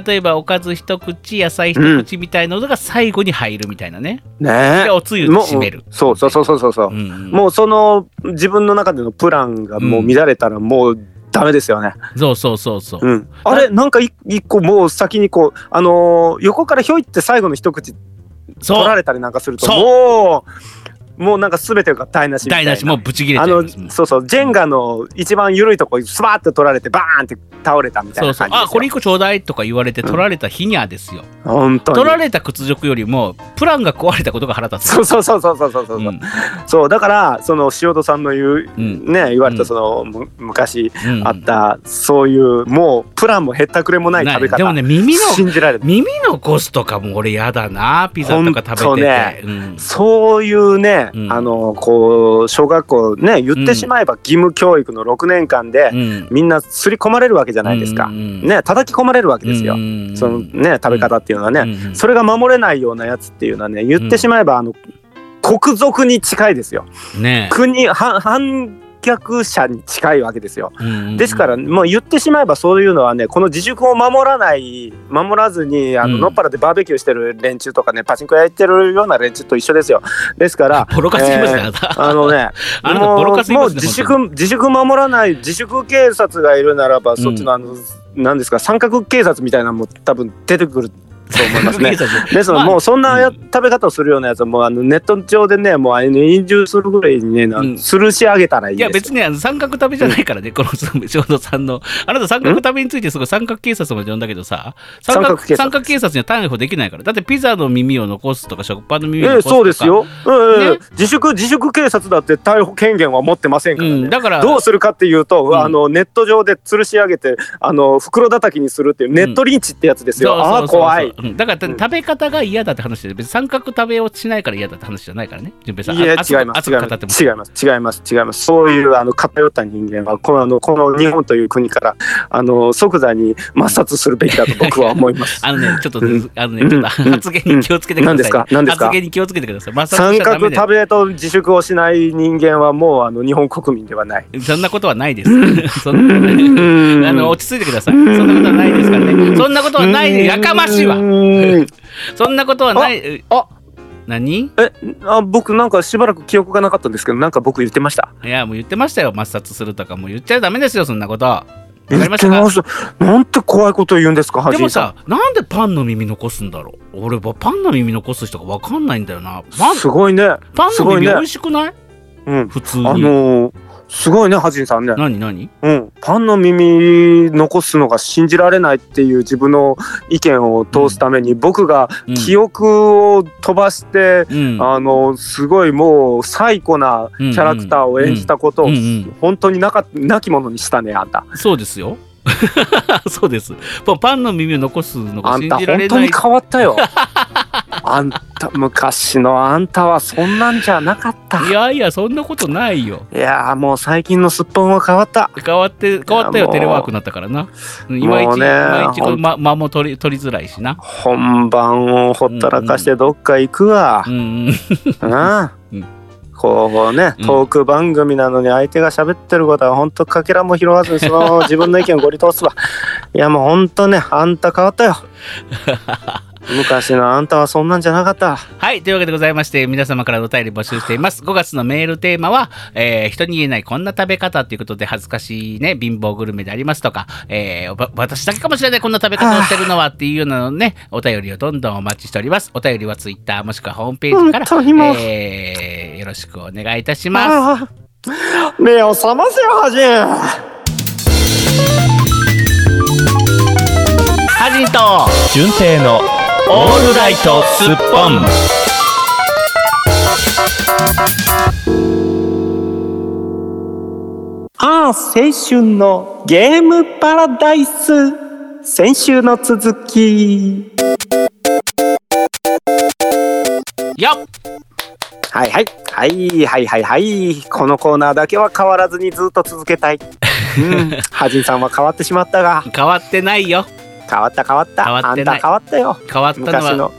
[SPEAKER 1] 例えばおかず一口野菜一口みたいなのが最後に入るみたいなね、
[SPEAKER 2] ね
[SPEAKER 1] でおつゆで
[SPEAKER 2] もう
[SPEAKER 1] 締める、
[SPEAKER 2] そうそうそうそうそうそううん
[SPEAKER 1] うん
[SPEAKER 2] もうその自分の中でのプランがもう乱れたらもうダメですよね、
[SPEAKER 1] そうそうそうそう、
[SPEAKER 2] うん、あれなんかい一個もう先にこうあのー横からひょいって最後の一口
[SPEAKER 1] そ
[SPEAKER 2] 取ら
[SPEAKER 1] う
[SPEAKER 2] れたりなんかすると
[SPEAKER 1] そう
[SPEAKER 2] もうもうなんか全てが台無しみた
[SPEAKER 1] 台
[SPEAKER 2] いな
[SPEAKER 1] 無しもうぶち切れちゃ
[SPEAKER 2] あ
[SPEAKER 1] い
[SPEAKER 2] の
[SPEAKER 1] ますもん
[SPEAKER 2] そうそうジェンガの一番緩いとこスバーッと取られてバーンって倒れたみたい
[SPEAKER 1] そう
[SPEAKER 2] な
[SPEAKER 1] そう
[SPEAKER 2] 感じですよ
[SPEAKER 1] あこれ一個ちょうだいとか言われて取られた日にゃですよ、
[SPEAKER 2] 本当に
[SPEAKER 1] 取られた屈辱よりもプランが壊れたことが腹立つ
[SPEAKER 2] そうそうそうそうそうそうそう、
[SPEAKER 1] うん
[SPEAKER 2] そうだからその塩戸さんの言う、
[SPEAKER 1] うん
[SPEAKER 2] ね言わ
[SPEAKER 1] う
[SPEAKER 2] れ
[SPEAKER 1] ん
[SPEAKER 2] たその、む昔
[SPEAKER 1] うん
[SPEAKER 2] あった、そういうもうプランもへったくれもない食べ方
[SPEAKER 1] でもね耳の
[SPEAKER 2] 信じられない
[SPEAKER 1] 耳残すとかも俺やだなピザとか
[SPEAKER 2] ほ
[SPEAKER 1] 食
[SPEAKER 2] んと
[SPEAKER 1] べて
[SPEAKER 2] ね
[SPEAKER 1] て、うん
[SPEAKER 2] そういうね、
[SPEAKER 1] うん
[SPEAKER 2] あのこう小学校ね言ってしまえば義務教育の6年間で、
[SPEAKER 1] うん
[SPEAKER 2] みんな刷り込まれるわけじゃないですか、
[SPEAKER 1] うん
[SPEAKER 2] ね叩き込まれるわけですよ、
[SPEAKER 1] うん
[SPEAKER 2] そのね食べ方っていうのはね、
[SPEAKER 1] うん
[SPEAKER 2] それが守れないようなやつっていうのはね言ってしまえば、あの国賊に近いですよ
[SPEAKER 1] ね
[SPEAKER 2] 国反反逆者に近いわけですよ
[SPEAKER 1] うん
[SPEAKER 2] ですからもう言ってしまえばそういうのはねこの自粛を守らない守らずにあの
[SPEAKER 1] うん
[SPEAKER 2] のっぱらでバーベキューしてる連中とかねパチンコやってるような連中と一緒ですよですから
[SPEAKER 1] ボロカス言いますね
[SPEAKER 2] えー
[SPEAKER 1] あなた
[SPEAKER 2] あのね
[SPEAKER 1] あなたボロカス言い
[SPEAKER 2] もうも
[SPEAKER 1] ます
[SPEAKER 2] う
[SPEAKER 1] ね。
[SPEAKER 2] 自粛自粛守らない自粛警察がいるならば、そっちのあのなんですか三角警察みたいなのも多分出てくると思いますねですの
[SPEAKER 1] まあ
[SPEAKER 2] でもうそんなや
[SPEAKER 1] うん
[SPEAKER 2] 食べ方をするようなやつはもうあのネット上でねもうあの飲酒するぐらいにねな
[SPEAKER 1] うん
[SPEAKER 2] 吊るし上げたらいい
[SPEAKER 1] い
[SPEAKER 2] ですよ
[SPEAKER 1] や別にあの三角食べじゃないからね、この翔太さんの。あなた三角食べについてすごい三角警察まで呼んだけどさ、三角
[SPEAKER 2] 三角警察
[SPEAKER 1] 三角警察には逮捕できないから。だってピザの耳を残すとか食パンの耳を残
[SPEAKER 2] ええ
[SPEAKER 1] すとか。
[SPEAKER 2] そうですよ、ええ
[SPEAKER 1] ね
[SPEAKER 2] 自粛自粛警察だって逮捕権限は持ってません
[SPEAKER 1] う
[SPEAKER 2] からね、
[SPEAKER 1] ん、だから、
[SPEAKER 2] どうするかっていうと、
[SPEAKER 1] ん
[SPEAKER 2] あのネット上で吊るし上げてあの袋叩きにするっていうネットリンチってやつですよ、
[SPEAKER 1] そうそう
[SPEAKER 2] あ
[SPEAKER 1] そう
[SPEAKER 2] あ
[SPEAKER 1] そう
[SPEAKER 2] 怖い。
[SPEAKER 1] うんだから、食べ方が嫌だって話で、別に三角食べをしないから嫌だって話じゃないからね、順平さん。
[SPEAKER 2] いや
[SPEAKER 1] あ熱く
[SPEAKER 2] 違います
[SPEAKER 1] 熱
[SPEAKER 2] 違い
[SPEAKER 1] く語
[SPEAKER 2] ま
[SPEAKER 1] っても。
[SPEAKER 2] す違います違います違いますそういうあの偏った人間はこのあのこの日本という国からあの即座に抹殺するべきだと僕は思います。
[SPEAKER 1] あの ね、ちょっと
[SPEAKER 2] う
[SPEAKER 1] ね
[SPEAKER 2] ん、
[SPEAKER 1] あのね、ちょっと
[SPEAKER 2] うん
[SPEAKER 1] 発言に気をつけてく
[SPEAKER 2] うん何
[SPEAKER 1] ださ
[SPEAKER 2] です
[SPEAKER 1] いね
[SPEAKER 2] か。何ですか
[SPEAKER 1] 発言に気をつけてください。まさ
[SPEAKER 2] 三角
[SPEAKER 1] だ
[SPEAKER 2] 食
[SPEAKER 1] よ。
[SPEAKER 2] べと自粛をしない人間はもうあの日本国民ではない。
[SPEAKER 1] そんなことはない です。そんなことはない あの落ち着いてください。そんなことはないですからね。そんなことはないで、やかましいわ
[SPEAKER 2] う。ーん
[SPEAKER 1] そんなことはない。
[SPEAKER 2] ああ
[SPEAKER 1] 何
[SPEAKER 2] えあ僕なんかしばらく記憶がなかったんですけどなんか僕言ってました
[SPEAKER 1] いや、もう言ってましたよ。抹殺するとか、もう言っちゃダメですよ、そんなこと。わかりました
[SPEAKER 2] 言って
[SPEAKER 1] か
[SPEAKER 2] ましたなんて怖いこと言うんですかハ
[SPEAKER 1] で
[SPEAKER 2] ジ
[SPEAKER 1] も
[SPEAKER 2] ンさ
[SPEAKER 1] さ、なんでパンの耳残すんだろう俺はパンの耳残す人がわかんないんだよな。パン
[SPEAKER 2] んすごいね
[SPEAKER 1] パン
[SPEAKER 2] す
[SPEAKER 1] の
[SPEAKER 2] ごい
[SPEAKER 1] 耳
[SPEAKER 2] ね
[SPEAKER 1] 美味しくない
[SPEAKER 2] うん
[SPEAKER 1] 普通に。
[SPEAKER 2] あのーすごいねハジンさんね
[SPEAKER 1] 何何
[SPEAKER 2] うんパンの耳残すのが信じられないっていう自分の意見を通すために僕が
[SPEAKER 1] うん
[SPEAKER 2] 記憶を飛ばして
[SPEAKER 1] うん。
[SPEAKER 2] あのーすごいもう最古なキャラクターを演じたこと
[SPEAKER 1] う
[SPEAKER 2] を
[SPEAKER 1] んうん
[SPEAKER 2] 本当になかなきものにしたねあんた
[SPEAKER 1] そうですよ。 そうです。もうパンの耳を残すのが
[SPEAKER 2] あん
[SPEAKER 1] 信
[SPEAKER 2] た
[SPEAKER 1] じられ
[SPEAKER 2] 本当
[SPEAKER 1] な
[SPEAKER 2] に
[SPEAKER 1] い。
[SPEAKER 2] 変わったよ。 あんた昔のあんたはそんなんじゃなかった。
[SPEAKER 1] いやいや、そんなことないよ。
[SPEAKER 2] いやーもう最近のすっぽんは変わった。
[SPEAKER 1] 変わって、変わった
[SPEAKER 2] いや
[SPEAKER 1] よ、
[SPEAKER 2] もう
[SPEAKER 1] テレワークになったからな。うんいまい
[SPEAKER 2] も
[SPEAKER 1] ち、
[SPEAKER 2] う
[SPEAKER 1] い
[SPEAKER 2] ね
[SPEAKER 1] まいちこれ、
[SPEAKER 2] ほん
[SPEAKER 1] ま、間も取り、取りづらいしな。
[SPEAKER 2] 本番をほったらかしてどっか行くわ
[SPEAKER 1] う。んうん。
[SPEAKER 2] うん。こうね
[SPEAKER 1] うん
[SPEAKER 2] トーク番組なのに相手が喋ってることは本当かけらも拾わずにその自分の意見をご利通す わいやもう本当ねあんた変わ ったよ昔のあんたはそんなんじゃなかった
[SPEAKER 1] はい。というわけでございまして、皆様からお便り募集しています。5月のメールテーマは、えー人に言えないこんな食べ方ということで、恥ずかしいね、貧乏グルメでありますとか、えーわ私だけかもしれない、こんな食べ方をしてるのはっていうようなのね、お便りをどんどんお待ちしております。お便りはツイッターもしくはホームページから、
[SPEAKER 2] 本当にもう
[SPEAKER 1] えーよろしくお願いいたします。
[SPEAKER 2] ああ目を覚ませよハジン
[SPEAKER 1] ハジンと、
[SPEAKER 4] 純正のオールライトスッポン
[SPEAKER 2] ああ青春のゲームパラダイス先週の続き
[SPEAKER 1] よっ
[SPEAKER 2] はいはいはいはいはいはいこのコーナーだけは変わらずにずっと続け たいうんハジンさんは変わってしまったが
[SPEAKER 1] 変わってないよ。
[SPEAKER 2] 変わった変わった
[SPEAKER 1] 変わって
[SPEAKER 2] あ
[SPEAKER 1] ない
[SPEAKER 2] んた変わったよ
[SPEAKER 1] 変わったの
[SPEAKER 2] 昔
[SPEAKER 1] は、
[SPEAKER 2] の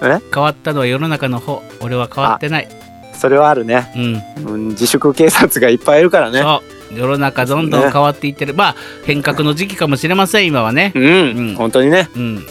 [SPEAKER 1] 変わったのは世の中の方。俺は変わってない。
[SPEAKER 2] それはあるね、
[SPEAKER 1] うん。
[SPEAKER 2] うん、自粛警察がいっぱいいるからね
[SPEAKER 1] そう世の中どんどん変わっていってる、まあ変革の時期かもしれません今はね
[SPEAKER 2] う、ん、
[SPEAKER 1] うん
[SPEAKER 2] 本当にね
[SPEAKER 1] うん、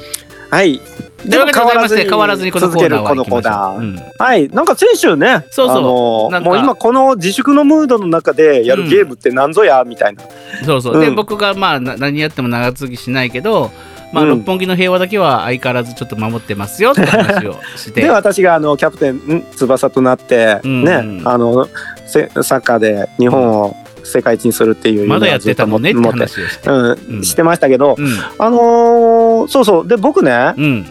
[SPEAKER 2] はい
[SPEAKER 1] というわけでございまして変わらずにこの
[SPEAKER 2] 続
[SPEAKER 1] コ
[SPEAKER 2] け
[SPEAKER 1] ー
[SPEAKER 2] る
[SPEAKER 1] ナーは
[SPEAKER 2] こ
[SPEAKER 1] 行
[SPEAKER 2] の
[SPEAKER 1] き
[SPEAKER 2] コー
[SPEAKER 1] ましょ
[SPEAKER 2] ナー、
[SPEAKER 1] う、うん、
[SPEAKER 2] はい、なんか先週ね、
[SPEAKER 1] そうそう
[SPEAKER 2] あの
[SPEAKER 1] なんか
[SPEAKER 2] もう今この自粛のムードの中でやるゲームってなんぞや、みたいな。
[SPEAKER 1] そうそう、で
[SPEAKER 2] うん
[SPEAKER 1] 僕がまあな何やっても長続きしないけどまあ、
[SPEAKER 2] うん
[SPEAKER 1] 六本木の平和だけは相変わらずちょっと守ってますよって話をして
[SPEAKER 2] で私があのキャプテンん翼となって、
[SPEAKER 1] うん
[SPEAKER 2] ね、あのせサッカーで日本を世界一にするっていう
[SPEAKER 1] まだやってたのねって
[SPEAKER 2] 夢をずっ
[SPEAKER 1] 話をして
[SPEAKER 2] と持って、
[SPEAKER 1] う
[SPEAKER 2] うんん、してましたけど、
[SPEAKER 1] うん
[SPEAKER 2] あのーそうそうで僕ね、
[SPEAKER 1] うん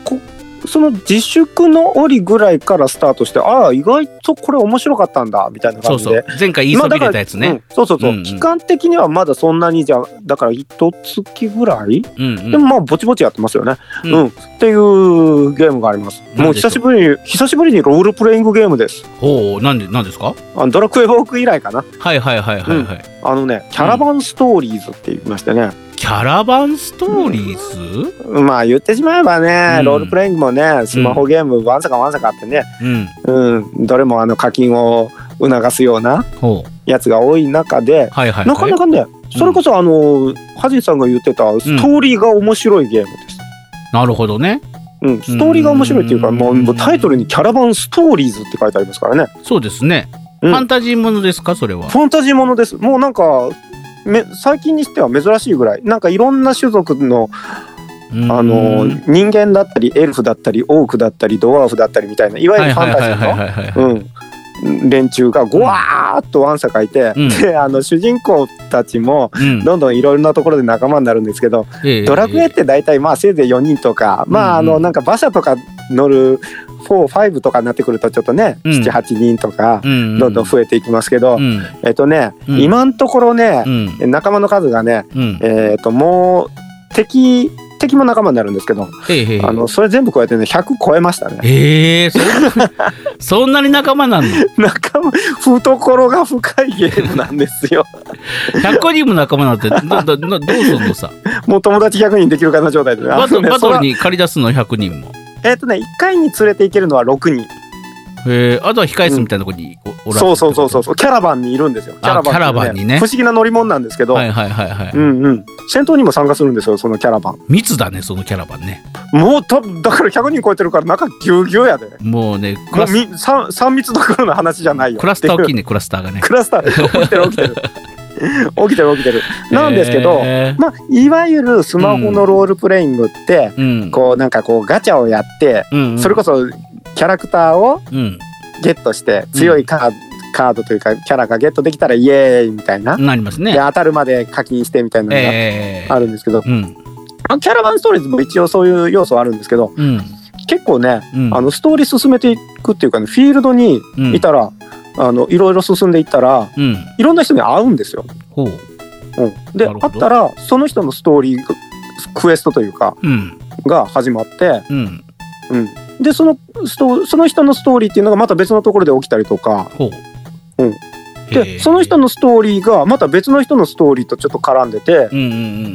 [SPEAKER 2] その自粛の折ぐらいからスタートして、ああ意外とこれ面白かったんだみたいな
[SPEAKER 1] そ
[SPEAKER 2] 感
[SPEAKER 1] う
[SPEAKER 2] じで。
[SPEAKER 1] そう前回言いそびれたやつ
[SPEAKER 2] まあだ
[SPEAKER 1] ね、
[SPEAKER 2] からうんそうそうそう、
[SPEAKER 1] うんうん
[SPEAKER 2] 期間的にはまだそんなにじゃだから一月ぐらい
[SPEAKER 1] うんうん
[SPEAKER 2] でもまあぼちぼちやってますよね。
[SPEAKER 1] う
[SPEAKER 2] うんん、っていうゲームがあります。もう久しぶりに久しぶりにロールプレイングゲームです。
[SPEAKER 1] ほうなんでなんですか
[SPEAKER 2] あのドラクエウォーク以来かな。
[SPEAKER 1] はいはいはいはいはい、
[SPEAKER 2] あのねキャラバンストーリーズって言いましてね。
[SPEAKER 1] キャラバンストーリーズ
[SPEAKER 2] まあ言ってしまえばね、
[SPEAKER 1] うん
[SPEAKER 2] ロールプレイングもねスマホゲームわんさかわんさかあってね、
[SPEAKER 1] うん
[SPEAKER 2] うん、どれもあの課金を促すような
[SPEAKER 1] ほう
[SPEAKER 2] やつが多い中
[SPEAKER 1] はい
[SPEAKER 2] で。
[SPEAKER 1] はいはい
[SPEAKER 2] なかなかね、それこそあの、ハジンさんが言ってたストーリーが面白いゲームです。
[SPEAKER 1] なるほどね
[SPEAKER 2] うん、ストーリーが面白いっていうか、
[SPEAKER 1] うん
[SPEAKER 2] もうもうタイトルにキャラバンストーリーズって書いてありますからね。
[SPEAKER 1] そうですね。
[SPEAKER 2] うん
[SPEAKER 1] ファンタジーものですか、それは。
[SPEAKER 2] ファンタジーものです。もうなんか、め最近にしては珍しいぐらいなんかいろんな種族のあ
[SPEAKER 1] あ
[SPEAKER 2] の人間だったりエルフだったりオークだったりドワーフだったりみたいないわゆ
[SPEAKER 1] はい
[SPEAKER 2] るフ
[SPEAKER 1] は
[SPEAKER 2] ァ
[SPEAKER 1] い
[SPEAKER 2] ン
[SPEAKER 1] はいはい
[SPEAKER 2] タ
[SPEAKER 1] はいはい
[SPEAKER 2] ジーのうん連中がゴワーっとわんさかいて、
[SPEAKER 1] うん
[SPEAKER 2] であの主人公たちも
[SPEAKER 1] うん
[SPEAKER 2] どんどんいろんなところで仲間になるんですけど、
[SPEAKER 1] ええ
[SPEAKER 2] ドラクエって大体まあせいぜい4人とか、まああ
[SPEAKER 1] うんう
[SPEAKER 2] の
[SPEAKER 1] ん
[SPEAKER 2] なんか馬車とか乗る45とかになってくるとちょっとね、
[SPEAKER 1] うん
[SPEAKER 2] 78人とか
[SPEAKER 1] うん
[SPEAKER 2] どんどん増えていきますけど、
[SPEAKER 1] うん
[SPEAKER 2] えっとね、
[SPEAKER 1] うん
[SPEAKER 2] 今のところね
[SPEAKER 1] う、ん
[SPEAKER 2] 仲間の数がね、
[SPEAKER 1] うん
[SPEAKER 2] えっともう敵敵も仲間になるんですけど、
[SPEAKER 1] ええええ
[SPEAKER 2] あのそれ全部超えてね100超えましたね。
[SPEAKER 1] ええそんな そんなに仲間なんの
[SPEAKER 2] 仲間懐が深いゲームなんですよ。
[SPEAKER 1] 100人も仲間なんてなななどうすん のさ
[SPEAKER 2] もう友達100人できるかな状態で。
[SPEAKER 1] バ
[SPEAKER 2] あの
[SPEAKER 1] ト
[SPEAKER 2] ね
[SPEAKER 1] バト
[SPEAKER 2] それ
[SPEAKER 1] ル
[SPEAKER 2] は
[SPEAKER 1] に借り出すの100人も
[SPEAKER 2] えっとね1回に連れていけるのは6人。
[SPEAKER 1] ええあとは控え室みたいなとこにおおら
[SPEAKER 2] そうそうそうそううそうキャラバンにいるんですよ。
[SPEAKER 1] あキャラバンにね
[SPEAKER 2] 不思議な乗り物なんですけど、、
[SPEAKER 1] はいはいはいはいう
[SPEAKER 2] んうん。戦闘にも参加するんですよそのキャラバン。
[SPEAKER 1] 密だねそのキャラバンね
[SPEAKER 2] もうただから100人超えてるから中ギュうギュうやで。
[SPEAKER 1] もうねク
[SPEAKER 2] も
[SPEAKER 1] ラ
[SPEAKER 2] う
[SPEAKER 1] ス
[SPEAKER 2] み三三密どころの話じゃないよ。
[SPEAKER 1] クラスター大きい
[SPEAKER 2] い。
[SPEAKER 1] ねクラスターがね
[SPEAKER 2] クラスター起きてる起きてる。 起きてる起きてる。 なんですけど、
[SPEAKER 1] ええ
[SPEAKER 2] まあいわゆるスマホのロールプレイングって、
[SPEAKER 1] うん
[SPEAKER 2] こうなんかこうガチャをやって、
[SPEAKER 1] うん
[SPEAKER 2] それこそキャラクターを
[SPEAKER 1] うん
[SPEAKER 2] ゲットして強いカード、カードというかキャラがゲットできたらイエーイみたいな。
[SPEAKER 1] なります
[SPEAKER 2] で
[SPEAKER 1] ね
[SPEAKER 2] 当たるまで課金してみたいなの
[SPEAKER 1] ええ
[SPEAKER 2] があるんですけど、
[SPEAKER 1] うん
[SPEAKER 2] あキャラバンストーリーズも一応そういう要素はあるんですけど
[SPEAKER 1] うん
[SPEAKER 2] 結構ね、
[SPEAKER 1] うん
[SPEAKER 2] あのストーリー進めていくっていうかねフィールドに
[SPEAKER 1] うん
[SPEAKER 2] いたら、あのいろいろ進んでいったら
[SPEAKER 1] うん
[SPEAKER 2] いろんな人に会うんですよ。
[SPEAKER 1] ほう
[SPEAKER 2] うん、で
[SPEAKER 1] なるほど
[SPEAKER 2] 会ったらその人のストーリークエストというか
[SPEAKER 1] うん
[SPEAKER 2] が始まって、
[SPEAKER 1] うん
[SPEAKER 2] うん、でそのストその人のストーリーっていうのがまた別のところで起きたりとか
[SPEAKER 1] ほう
[SPEAKER 2] うん
[SPEAKER 1] へ
[SPEAKER 2] で
[SPEAKER 1] ー
[SPEAKER 2] その人のストーリーがまた別の人のストーリーとちょっと絡んでて
[SPEAKER 1] う、んうん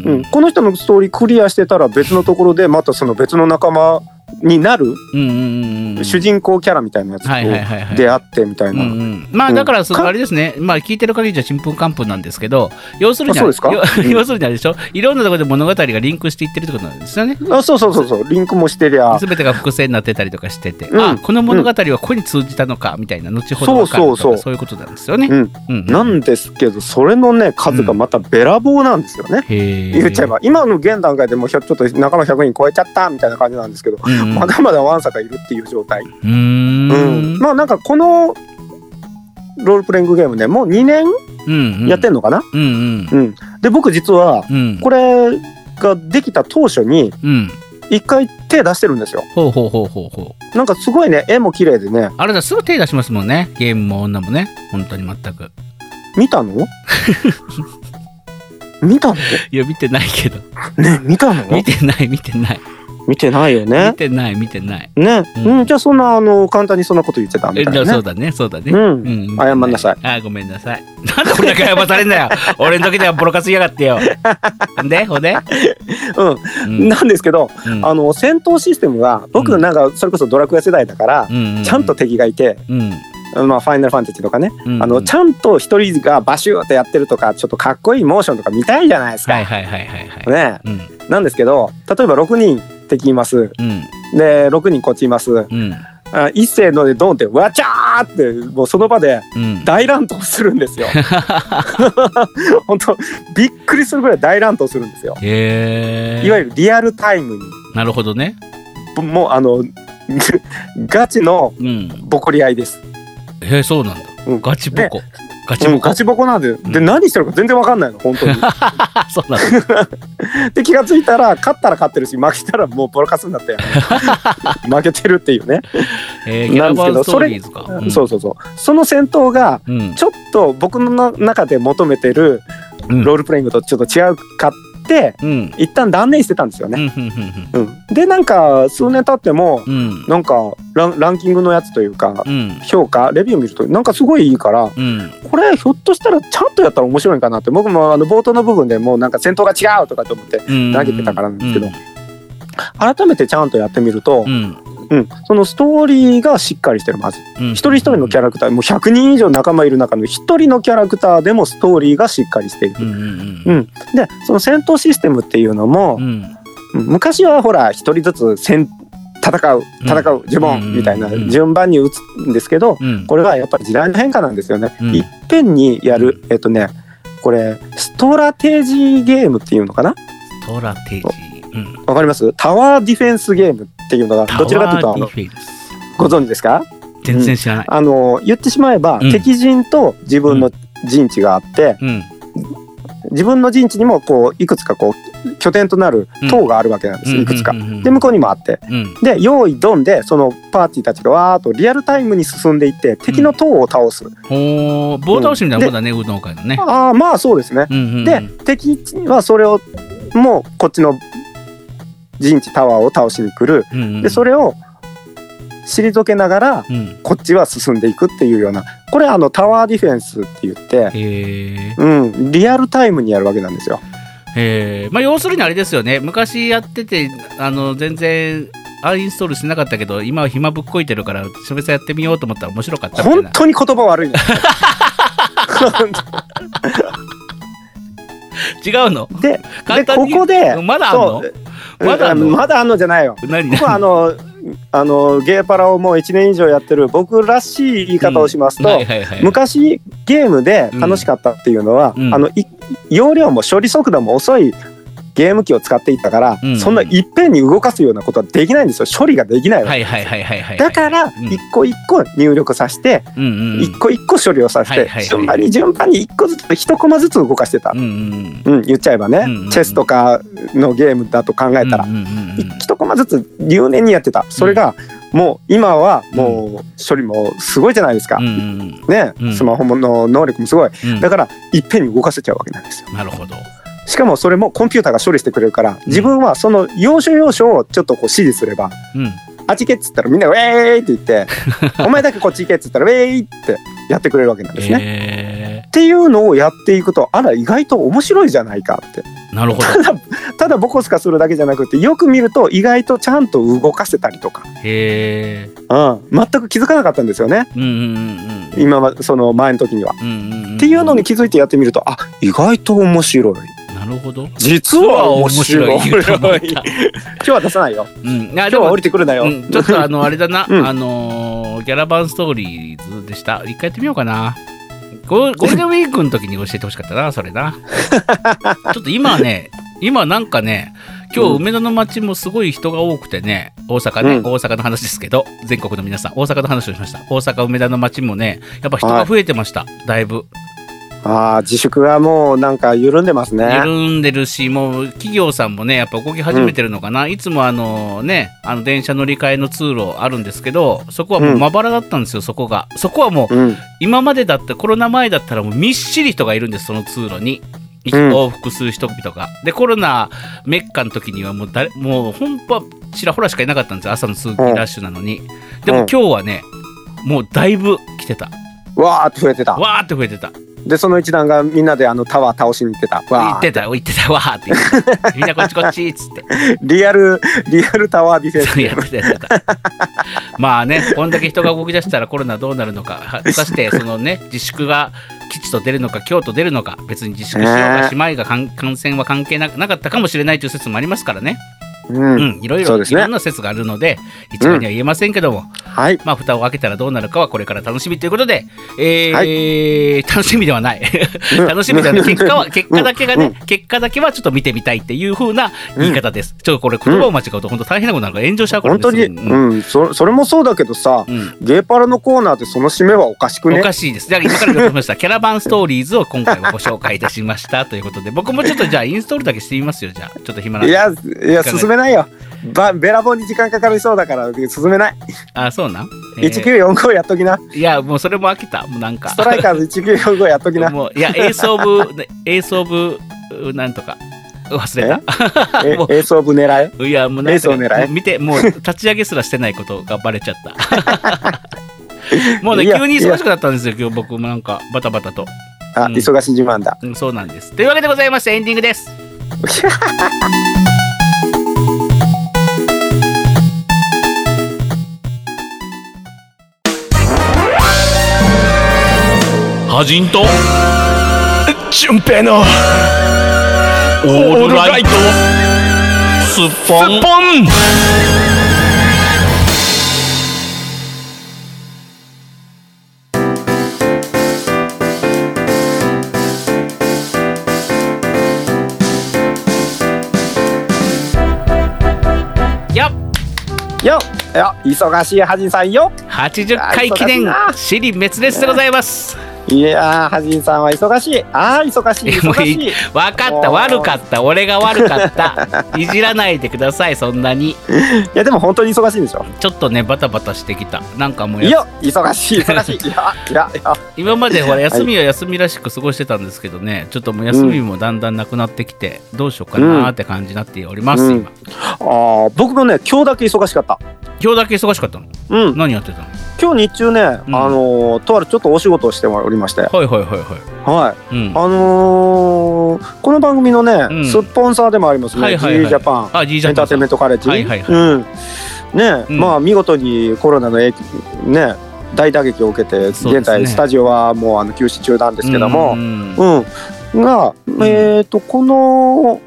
[SPEAKER 1] う
[SPEAKER 2] うんん、この人のストーリークリアしてたら別のところでまたその別の仲間になる
[SPEAKER 1] うんうんうんうん
[SPEAKER 2] 主人公キャラみたいなやつと
[SPEAKER 1] はいはいはいはい
[SPEAKER 2] 出会ってみたい
[SPEAKER 1] うんう
[SPEAKER 2] な。
[SPEAKER 1] ん、まあ
[SPEAKER 2] うん
[SPEAKER 1] だからその
[SPEAKER 2] か
[SPEAKER 1] あれですね、まあ、聞いてる限りじゃちんぷんかんぷんなんですけど要するに
[SPEAKER 2] あそうですか
[SPEAKER 1] よ
[SPEAKER 2] うん
[SPEAKER 1] 要するにあれでしょいろんなところで物語がリンクしていってるってことなんですよね
[SPEAKER 2] あそうそうそうそうリンクもしてりゃ
[SPEAKER 1] 全てが伏線になってたりとかしてて、
[SPEAKER 2] うん
[SPEAKER 1] あこの物語はここに通じたのかみたいな後ほど分かるとか
[SPEAKER 2] そうそうそう
[SPEAKER 1] そういうことなんですよね。
[SPEAKER 2] うん
[SPEAKER 1] うん
[SPEAKER 2] なんですけどそれのね数がまたべらぼうなんですよね。
[SPEAKER 1] へー
[SPEAKER 2] 言っちゃえば今の現段階でもうひょちょっと仲間100人超えちゃったみたいな感じなんですけど、
[SPEAKER 1] うん
[SPEAKER 2] まだまだワンサがいるっていう状態、
[SPEAKER 1] うーん
[SPEAKER 2] うんまあなんかこのロールプレイングゲームねもう2年
[SPEAKER 1] うんうん
[SPEAKER 2] やってんのかな、
[SPEAKER 1] うんうん
[SPEAKER 2] うんで僕実は
[SPEAKER 1] うん
[SPEAKER 2] これができた当初に
[SPEAKER 1] うん
[SPEAKER 2] 一回手出してるんですよ
[SPEAKER 1] ほうほうほうほうほう
[SPEAKER 2] なんかすごいね絵も綺麗でね
[SPEAKER 1] あれだすぐ手出しますもんねゲームも女もね本当に全く
[SPEAKER 2] 見 たの見たの
[SPEAKER 1] いや見てないけど
[SPEAKER 2] ね見たの
[SPEAKER 1] 見てない見てない
[SPEAKER 2] 見てないよね
[SPEAKER 1] 見てない見てない
[SPEAKER 2] ね、
[SPEAKER 1] うん
[SPEAKER 2] うん、じゃあそんなあの簡単にそんなこと言ってたみ
[SPEAKER 1] え
[SPEAKER 2] たい
[SPEAKER 1] じゃ
[SPEAKER 2] な
[SPEAKER 1] あ
[SPEAKER 2] ね
[SPEAKER 1] そうだねそうだね
[SPEAKER 2] うん
[SPEAKER 1] うん
[SPEAKER 2] 謝んなさい
[SPEAKER 1] あごめんなさいなんで俺だけ謝されんだよ俺の時ではボロカス言いやがってよほんでほんでうん
[SPEAKER 2] なんですけど、
[SPEAKER 1] うん
[SPEAKER 2] あの戦闘システムが僕なんかそれこそドラクエ世代だから、
[SPEAKER 1] うん
[SPEAKER 2] ちゃんと敵がいて、
[SPEAKER 1] うん
[SPEAKER 2] まあ、ファイナルファンタジーとかね、
[SPEAKER 1] うん
[SPEAKER 2] あのちゃんと一人がバシューってやってるとかちょっとかっこいいモーションとか見たいじゃないですか。
[SPEAKER 1] はいはいはいはいはい
[SPEAKER 2] ね、
[SPEAKER 1] うん
[SPEAKER 2] なんですけど例えば6人敵います
[SPEAKER 1] うん
[SPEAKER 2] で6人こっちいます
[SPEAKER 1] うん
[SPEAKER 2] あ一斉のでドンってわちゃーってもうその場で
[SPEAKER 1] うん
[SPEAKER 2] 大乱闘するんですよ。 本当びっくりするぐらい大乱闘するんですよ。
[SPEAKER 1] へえ
[SPEAKER 2] いわゆるリアルタイムに
[SPEAKER 1] なるほどね
[SPEAKER 2] もうあの ガチの
[SPEAKER 1] うん
[SPEAKER 2] ボコり合いです。
[SPEAKER 1] へえそうなんだ
[SPEAKER 2] うん
[SPEAKER 1] ガチボコガチ
[SPEAKER 2] う
[SPEAKER 1] ボ
[SPEAKER 2] ん、
[SPEAKER 1] コ
[SPEAKER 2] ガチボコなんで、で
[SPEAKER 1] うん
[SPEAKER 2] 何してるか全然わかんないの本 当に
[SPEAKER 1] あ そうなんだ
[SPEAKER 2] で気がついたら勝ったら勝ってるし負けたらもうボロカスになって 負けてるっていうね、
[SPEAKER 1] えー キャラバンストーリーズか
[SPEAKER 2] そうそうそうその戦闘が
[SPEAKER 1] うんうん
[SPEAKER 2] ちょっと僕のな中で求めてる
[SPEAKER 1] うん
[SPEAKER 2] ロールプレイングとちょっと違うかって
[SPEAKER 1] うん
[SPEAKER 2] 一旦断念してたんですよ
[SPEAKER 1] う
[SPEAKER 2] ね、
[SPEAKER 1] んうんうん
[SPEAKER 2] うんでなんか数年経っても
[SPEAKER 1] うん
[SPEAKER 2] なんかランランキングのやつというか
[SPEAKER 1] うん
[SPEAKER 2] 評価レビュー見るとなんかすごいいいから
[SPEAKER 1] うん
[SPEAKER 2] これひょっとしたらちゃんとやったら面白いんかなって僕もあの冒頭の部分でもうなんか戦闘が違うとかと思って
[SPEAKER 1] うん
[SPEAKER 2] 投げてたからなんですけど改めてちゃんとやってみると
[SPEAKER 1] う、ん
[SPEAKER 2] うん、そのストーリーがしっかりしてるまず
[SPEAKER 1] うん
[SPEAKER 2] 一人一人のキャラクターもう100人以上仲間いる中の一人のキャラクターでもストーリーがしっかりしている。
[SPEAKER 1] うんうん
[SPEAKER 2] うんでその戦闘システムっていうのも
[SPEAKER 1] う、ん
[SPEAKER 2] 昔はほら一人ずつ戦戦う戦う呪
[SPEAKER 1] うん
[SPEAKER 2] 文みたいな
[SPEAKER 1] うん
[SPEAKER 2] 順番に打つんですけど、
[SPEAKER 1] うん
[SPEAKER 2] これはやっぱり時代の変化なんですよね。
[SPEAKER 1] うん
[SPEAKER 2] いっぺんにやる、えっとねこれストラテジーゲームっていうのかな
[SPEAKER 1] ストラテジーうん
[SPEAKER 2] わかりますタワーディフェンスゲームっていうのがどちらかというと
[SPEAKER 1] タ
[SPEAKER 2] あ
[SPEAKER 1] ワ
[SPEAKER 2] の
[SPEAKER 1] ーディフェンス
[SPEAKER 2] ご存知ですか
[SPEAKER 1] 全然知らない
[SPEAKER 2] あの言ってしまえば、
[SPEAKER 1] うん
[SPEAKER 2] 敵陣と自分の陣地があって
[SPEAKER 1] うん
[SPEAKER 2] 自分の陣地にもこういくつかこう拠点となる塔があるわけなんです、いくつか。で向こうにもあって
[SPEAKER 1] うんうん
[SPEAKER 2] で用意ドンでそのパーティーたちがわーっとリアルタイムに進んでいって敵の塔を倒す、
[SPEAKER 1] ほー棒倒しみたいなことだね運動会のね
[SPEAKER 2] ああまあそうですね
[SPEAKER 1] うんうんうん
[SPEAKER 2] で敵はそれをもうこっちの陣地タワーを倒しに来る
[SPEAKER 1] うんうん
[SPEAKER 2] でそれを退けながら
[SPEAKER 1] うん
[SPEAKER 2] こっちは進んでいくっていうようなこれあのタワーディフェンスって言って、
[SPEAKER 1] へー
[SPEAKER 2] うん、リアルタイムにやるわけなんですよ。
[SPEAKER 1] えーまあ、要するにあれですよね昔やっててあの全然アンインストールしてなかったけど今は暇ぶっこいてるから久々やってみようと思ったら面白かったみたい
[SPEAKER 2] 本
[SPEAKER 1] な
[SPEAKER 2] 当に言葉悪いの
[SPEAKER 1] 違うの
[SPEAKER 2] で
[SPEAKER 1] 簡
[SPEAKER 2] で
[SPEAKER 1] 単
[SPEAKER 2] こ
[SPEAKER 1] に
[SPEAKER 2] こで
[SPEAKER 1] まだあんの
[SPEAKER 2] そう
[SPEAKER 1] まだあんの
[SPEAKER 2] うんまだあんのじゃないよ。
[SPEAKER 1] 何
[SPEAKER 2] 僕はあのあのゲーパラをもう1年以上やってる僕らしい言い方をしますと、
[SPEAKER 1] はいはいはい
[SPEAKER 2] 昔ゲームで楽しかったっていうのは、
[SPEAKER 1] うん
[SPEAKER 2] あのい容量も処理速度も遅いゲーム機を使っていたから、
[SPEAKER 1] うん
[SPEAKER 2] そんないっぺんに動かすようなことはできないんですよ処理ができないわけ、
[SPEAKER 1] はいはいはいはいはい
[SPEAKER 2] だから
[SPEAKER 1] うん
[SPEAKER 2] 一個一個入力させて、
[SPEAKER 1] うんうん
[SPEAKER 2] 一個一個処理をさせて、
[SPEAKER 1] はいはいはい
[SPEAKER 2] 順番に順番に一個ずつ一コマずつ動かしてた
[SPEAKER 1] うんう、ん
[SPEAKER 2] うん言っちゃえばね、
[SPEAKER 1] うんうん
[SPEAKER 2] チェスとかのゲームだと考えたら、
[SPEAKER 1] うんうんうんうん
[SPEAKER 2] 一コマずつ入念にやってたそれがもう今はもう処理もすごいじゃないですか、
[SPEAKER 1] うんうんうん
[SPEAKER 2] ね、
[SPEAKER 1] うん
[SPEAKER 2] スマホの能力もすごい
[SPEAKER 1] うん
[SPEAKER 2] だからいっぺんに動かせちゃうわけなんですよ
[SPEAKER 1] なるほど
[SPEAKER 2] しかもそれもコンピューターが処理してくれるから自分はその要所要所をちょっとこう指示すれば
[SPEAKER 1] うん
[SPEAKER 2] 「あっち行け」っつったらみんな「ウェーイ!」って 言って「お前だけこっち行け」っつったら「ウェーイ!」ってやってくれるわけなんですね。
[SPEAKER 1] え
[SPEAKER 2] っていうのをやっていくとあら意外と面白いじゃないかって
[SPEAKER 1] ーなるほど。
[SPEAKER 2] ただボコスカするだけじゃなくてよく見ると意外とちゃんと動かせたりとか、
[SPEAKER 1] へえ。
[SPEAKER 2] うん、全く気づかなかったんですよね
[SPEAKER 1] うんうんうん
[SPEAKER 2] 今はその前の時には。
[SPEAKER 1] うん。うんうんん
[SPEAKER 2] っていうのに。気づいてやってみるとあ意外と面白い
[SPEAKER 1] なるほど。
[SPEAKER 2] 実は面白い
[SPEAKER 1] 面白 い
[SPEAKER 2] 今日は出さないよ
[SPEAKER 1] うん。いやで
[SPEAKER 2] 今日は
[SPEAKER 1] も
[SPEAKER 2] 降りてくるなよ、
[SPEAKER 1] うん、ちょっとあのあれだな、
[SPEAKER 2] うん
[SPEAKER 1] あのーギャラバンストーリーズでした一回やってみようかなゴーゴールデンウィークの時に教えてほしかったなそれな ちょっと今ね今なんかね今日梅田の街もすごい人が多くてね大阪ね、
[SPEAKER 2] うん
[SPEAKER 1] 大阪の話ですけど全国の皆さん大阪の話をしました大阪梅田の街もねやっぱ人が増えてました、だいぶ
[SPEAKER 2] あー自粛がもうなんか緩んでますね
[SPEAKER 1] 緩んでるし、もう企業さんもね、やっぱ動き始めてるのかな、いつもあのね、あの電車乗り換えの通路あるんですけど、そこはもうまばらだったんですよ、そこが。そこはもう、
[SPEAKER 2] うん
[SPEAKER 1] 今までだって、コロナ前だったら、もうみっしり人がいるんです、その通路に。
[SPEAKER 2] ん
[SPEAKER 1] 往復する人々が。で、コロナメッカの時にはもう誰、もう本当はちらほらしかいなかったんですよ、朝の通勤ラッシュなのに。でも
[SPEAKER 2] うん
[SPEAKER 1] 今日はね、もうだいぶ来てた。
[SPEAKER 2] わーっと増えてた
[SPEAKER 1] わーって増えてた。
[SPEAKER 2] でその一団がみんなであのタワー倒しに行ってた
[SPEAKER 1] 行
[SPEAKER 2] わ
[SPEAKER 1] っ
[SPEAKER 2] ー
[SPEAKER 1] てた、行ってた、わーって言って た。みんなこっちこっちっつって。
[SPEAKER 2] リアルリアルタワーディフェンス
[SPEAKER 1] そうやってたやってたまあねこんだけ人が動き出したらコロナどうなるのかは果たしてそのね自粛が吉と出るのか京と出るのか別に自粛しようが
[SPEAKER 2] ね
[SPEAKER 1] しまいが感感染は関係ななかったかもしれないという説もありますからね、
[SPEAKER 2] う
[SPEAKER 1] うん
[SPEAKER 2] ん、
[SPEAKER 1] いろい
[SPEAKER 2] そ
[SPEAKER 1] ろ、
[SPEAKER 2] うです
[SPEAKER 1] い
[SPEAKER 2] ね
[SPEAKER 1] ろんな説があるので一概には言えませんけども、
[SPEAKER 2] はい
[SPEAKER 1] まあ蓋を開けたらどうなるかはこれから楽しみということで、えー
[SPEAKER 2] は
[SPEAKER 1] 楽しみではない楽しみではない結果は結果だけがね、結果だけはちょっと見てみたいっていう風な言い方です、ちょっとこれ言葉を間違うと本当大変なことになるから炎上しちゃうから
[SPEAKER 2] 本
[SPEAKER 1] です
[SPEAKER 2] 当に、うん、そそれもそうだけどさ、
[SPEAKER 1] うん
[SPEAKER 2] ゲーパラのコーナーってその締めはおかしくね
[SPEAKER 1] おかしいです。じゃあ今から出ました。キャラバンストーリーズを今回はご紹介いたしましたということ で、僕もちょっとじゃあインストールだけしてみますよ。じゃあちょっと暇なん
[SPEAKER 2] い
[SPEAKER 1] で。
[SPEAKER 2] やいや進めないよばべらぼうに時間かかりそうだから進めない、
[SPEAKER 1] あ、そうなん。えー
[SPEAKER 2] 1945やっときない
[SPEAKER 1] やもうそれも飽きた。もうなんか
[SPEAKER 2] ス。トライカーズ1945やっと きな
[SPEAKER 1] もういやエースオブねエースオブうなんとか忘れ
[SPEAKER 2] え
[SPEAKER 1] もう
[SPEAKER 2] エースオブ狙い
[SPEAKER 1] た。いやもうなん
[SPEAKER 2] エースを狙
[SPEAKER 1] も
[SPEAKER 2] え
[SPEAKER 1] う見てもう立ち上げすらしてないことがバレちゃった。 もうね
[SPEAKER 2] いや
[SPEAKER 1] 急に忙しくなったんですよ。今日僕もなんかバタバタと。
[SPEAKER 2] あ、
[SPEAKER 1] うん
[SPEAKER 2] 忙しい自慢だ
[SPEAKER 1] うんそうなんです。というわけでございましてエンディングです。
[SPEAKER 4] はじんとじゅんぺいのオールライトスッポン
[SPEAKER 1] やっ
[SPEAKER 2] よっいや忙しいはじんさんよ
[SPEAKER 1] 80回記念
[SPEAKER 2] あ忙しいな
[SPEAKER 1] 尻滅裂でございます。
[SPEAKER 2] いやーはじんさんは忙しいあー忙し い
[SPEAKER 1] いやも
[SPEAKER 2] 忙
[SPEAKER 1] うい
[SPEAKER 2] し
[SPEAKER 1] い
[SPEAKER 2] い
[SPEAKER 1] 分かった
[SPEAKER 2] もう
[SPEAKER 1] 悪かった俺が悪かったいじらないでくださいそんなに
[SPEAKER 2] いやでも本当に忙しいんでしょ
[SPEAKER 1] ちょっとねバタバタしてきたなんかもう
[SPEAKER 2] い
[SPEAKER 1] や
[SPEAKER 2] や忙しい忙し いいやいやいや
[SPEAKER 1] 今までほら休みは休みらしく過ごしてたんですけどねちょっともう休みもだんだんなくなってきて、どうしようかなーって感じになっております、
[SPEAKER 2] うん
[SPEAKER 1] 今
[SPEAKER 2] あー僕もね今日だけ忙しかった
[SPEAKER 1] 今日だけ忙しかったの
[SPEAKER 2] うん
[SPEAKER 1] 何やってたの
[SPEAKER 2] 今日日中ね、
[SPEAKER 1] うん
[SPEAKER 2] あのーとあるちょっとお仕事をしておりまして、
[SPEAKER 1] はいはいはいは
[SPEAKER 2] はい
[SPEAKER 1] い、うん、
[SPEAKER 2] あのーこの番組のね、
[SPEAKER 1] うん
[SPEAKER 2] スポンサーでもありますね、
[SPEAKER 1] はいはいはい
[SPEAKER 2] G ジャパン
[SPEAKER 1] あじいち
[SPEAKER 2] エ
[SPEAKER 1] ゃ
[SPEAKER 2] ン
[SPEAKER 1] ん
[SPEAKER 2] ターテインメントカレッジ、
[SPEAKER 1] はいはいは
[SPEAKER 2] うんね、
[SPEAKER 1] うん
[SPEAKER 2] まあ見事にコロナの影ね大打撃を受けて、
[SPEAKER 1] そうですね
[SPEAKER 2] 現在スタジオはもうあの休止中なんですけど
[SPEAKER 1] う
[SPEAKER 2] も、
[SPEAKER 1] ん
[SPEAKER 2] うんが、えっ、とこの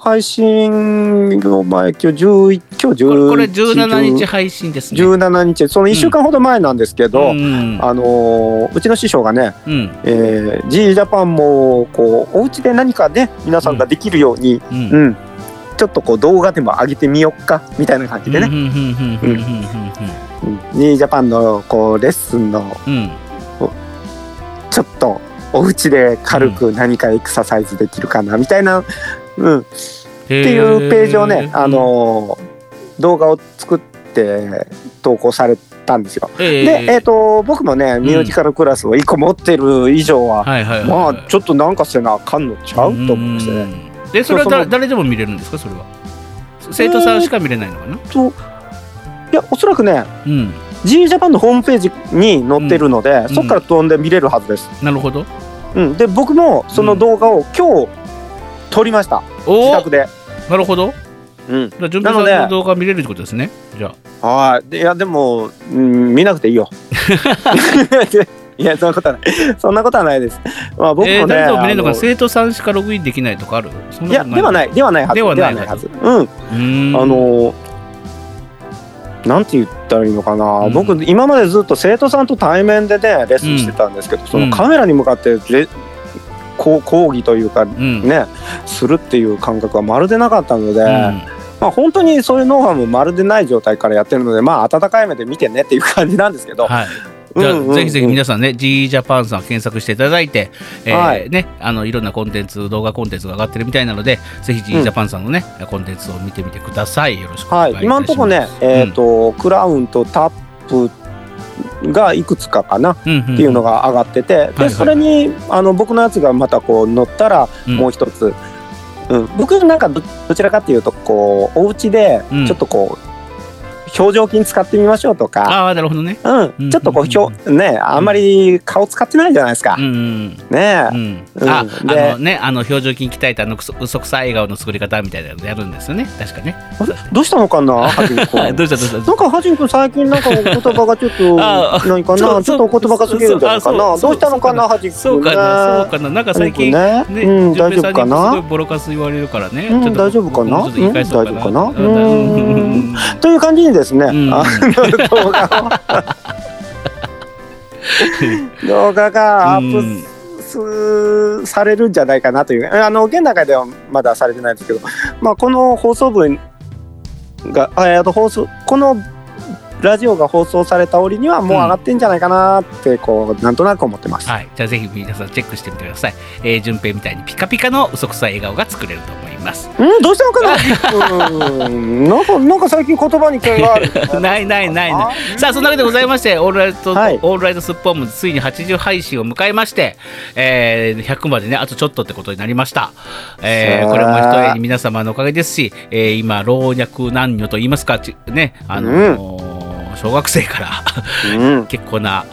[SPEAKER 2] 配信の前今日11今日
[SPEAKER 1] これ
[SPEAKER 2] 11
[SPEAKER 1] これ17日配信ですね
[SPEAKER 2] 17日その1週間ほど前なんですけど、
[SPEAKER 1] うん
[SPEAKER 2] あのーうちの師匠がね、
[SPEAKER 1] うん
[SPEAKER 2] えー、G ジャパンもこうお家で何かね皆さんができるように、
[SPEAKER 1] う
[SPEAKER 2] うんんちょっとこう動画でも上げてみよっかみたいな感じで
[SPEAKER 1] う
[SPEAKER 2] ね、
[SPEAKER 1] んうんうんうんうん
[SPEAKER 2] うん G ジャパンのこうレッスンの
[SPEAKER 1] うんうん
[SPEAKER 2] ちょっとお家で軽く何かエクササイズできるかなみたいな、うん、って
[SPEAKER 1] って
[SPEAKER 2] いうページをね、あのー動画を作って投稿されたんですよ。
[SPEAKER 1] え
[SPEAKER 2] で、えー、と僕もねミュージカルクラスを1個持ってる以上は、
[SPEAKER 1] はいはいはい、
[SPEAKER 2] まあちょっとなんかせなあかんのちゃうと思いましてね。
[SPEAKER 1] ね。で、それはだ誰でも見れるんですか、それは。生徒さんしか見れないのかな。
[SPEAKER 2] といやおそらくね
[SPEAKER 1] うん、
[SPEAKER 2] G ジャパンのホームページに載ってるので、
[SPEAKER 1] ん
[SPEAKER 2] そこから飛んで見れるはずです、
[SPEAKER 1] なるほど。
[SPEAKER 2] うん、で僕もその動画を今日、撮りました自
[SPEAKER 1] お
[SPEAKER 2] 宅
[SPEAKER 1] お
[SPEAKER 2] で
[SPEAKER 1] なるほど
[SPEAKER 2] うん
[SPEAKER 1] じゃあ順平さん
[SPEAKER 2] なの
[SPEAKER 1] の
[SPEAKER 2] で
[SPEAKER 1] 動画見れるってことですねじゃ
[SPEAKER 2] はいでいやでも、うん、見なくていいよ いやそんなことはないそんなことはないですまあ
[SPEAKER 1] あ、
[SPEAKER 2] 僕もね、
[SPEAKER 1] えー誰と見れるの
[SPEAKER 2] あ
[SPEAKER 1] か
[SPEAKER 2] の
[SPEAKER 1] 生徒さんしかログインできないとかあるそん
[SPEAKER 2] いやではないいではないは
[SPEAKER 1] で
[SPEAKER 2] ずで
[SPEAKER 1] は
[SPEAKER 2] は
[SPEAKER 1] な
[SPEAKER 2] ないい
[SPEAKER 1] は
[SPEAKER 2] は
[SPEAKER 1] ず
[SPEAKER 2] ずうん
[SPEAKER 1] うーん
[SPEAKER 2] あのなんて言ったらいいのかな、
[SPEAKER 1] うん
[SPEAKER 2] 僕今までずっと生徒さんと対面でねレッスンしてたんですけど、そのカメラに向かってレこう講義というかね、
[SPEAKER 1] うん、
[SPEAKER 2] するっていう感覚はまるでなかったので、
[SPEAKER 1] うん
[SPEAKER 2] まあ本当にそういうノウハウもまるでない状態からやってるのでまあ温かい目で見てねっていう感じなんですけど、
[SPEAKER 1] はい。じゃあ、
[SPEAKER 2] うんうんうん
[SPEAKER 1] ぜひぜひ皆さんね、G ジャパンさん検索していただいて、えー
[SPEAKER 2] はい
[SPEAKER 1] ね、あのいろんなコンテンツ、動画コンテンツが上がってるみたいなので、ぜひ G ジャパンさんのね、コンテンツを見てみてください。よろしくお
[SPEAKER 2] は
[SPEAKER 1] 願い
[SPEAKER 2] い
[SPEAKER 1] いたします。
[SPEAKER 2] 今のところね、えっ、とクラウンとタップがいくつかかな
[SPEAKER 1] うん、うんうん
[SPEAKER 2] っていうのが上がってて、
[SPEAKER 1] いはい
[SPEAKER 2] でそれにあの僕のやつがまたこう乗ったら
[SPEAKER 1] うん
[SPEAKER 2] もう一つ、うん僕なんかどどちらかっていうとこうお家で
[SPEAKER 1] うん
[SPEAKER 2] ちょっとこう、表情筋使ってみましょうとか、
[SPEAKER 1] ああ、なるほどね。
[SPEAKER 2] うん
[SPEAKER 1] うん
[SPEAKER 2] ちょっとこう表ねあんまり顔使ってないじゃないですか、
[SPEAKER 1] うんうん
[SPEAKER 2] ね
[SPEAKER 1] う
[SPEAKER 2] え、
[SPEAKER 1] ん、
[SPEAKER 2] うん
[SPEAKER 1] あ、あ
[SPEAKER 2] で
[SPEAKER 1] のね、あの表情筋鍛えたあのくそ嘘くさい笑顔の作り方みたいなのやるんですよね、確かね。
[SPEAKER 2] どうしたのかなはじめくん
[SPEAKER 1] どうしたどうした
[SPEAKER 2] なんかはじめくん最近なんかお言葉がちょっ
[SPEAKER 1] あ
[SPEAKER 2] と何かなち
[SPEAKER 1] そ
[SPEAKER 2] ょ
[SPEAKER 1] う
[SPEAKER 2] っとお言葉が過ぎるんじゃないか
[SPEAKER 1] そう
[SPEAKER 2] な
[SPEAKER 1] あそ
[SPEAKER 2] ど
[SPEAKER 1] う
[SPEAKER 2] うしたのかなはじめくんね
[SPEAKER 1] そうかな、そうかな、なんか最近、
[SPEAKER 2] はじめくんねうん
[SPEAKER 1] 順
[SPEAKER 2] 大
[SPEAKER 1] 平
[SPEAKER 2] 丈
[SPEAKER 1] さん
[SPEAKER 2] 夫
[SPEAKER 1] に
[SPEAKER 2] か
[SPEAKER 1] もす
[SPEAKER 2] な
[SPEAKER 1] ごいボロカス言われるからね。
[SPEAKER 2] うん
[SPEAKER 1] ちょっと
[SPEAKER 2] 大丈夫かな
[SPEAKER 1] 僕もちょっと言い返そうかな。
[SPEAKER 2] うん大丈夫かなうん
[SPEAKER 1] う
[SPEAKER 2] という感じにですね、
[SPEAKER 1] ん
[SPEAKER 2] あの動画を 動画がアップすされるんじゃないかなというあの現段階ではまだされてないんですけど、まあ、この放送分があえーと放送このラジオが放送された折にはもう上がってんじゃないかなってこうなんとなく思ってます。
[SPEAKER 1] はい、じゃあぜひ皆さんチェックしてみてください。えー、順平みたいにピカピカの嘘くさい笑顔が作れると思い ます。
[SPEAKER 2] うんどうしたのかなうんなんかなんか最近言葉に毛がある
[SPEAKER 1] ないないないなさあそんなわけでございまして「オールライト、
[SPEAKER 2] はい
[SPEAKER 1] オールライトスッポン」もついに80配信を迎えまして、えー100までねあとちょっとってことになりました、えー
[SPEAKER 2] さあ
[SPEAKER 1] これも一重に皆様のおかげですし、えー今老若男女と言いますかちねあのー小学生から
[SPEAKER 2] うん
[SPEAKER 1] 結構な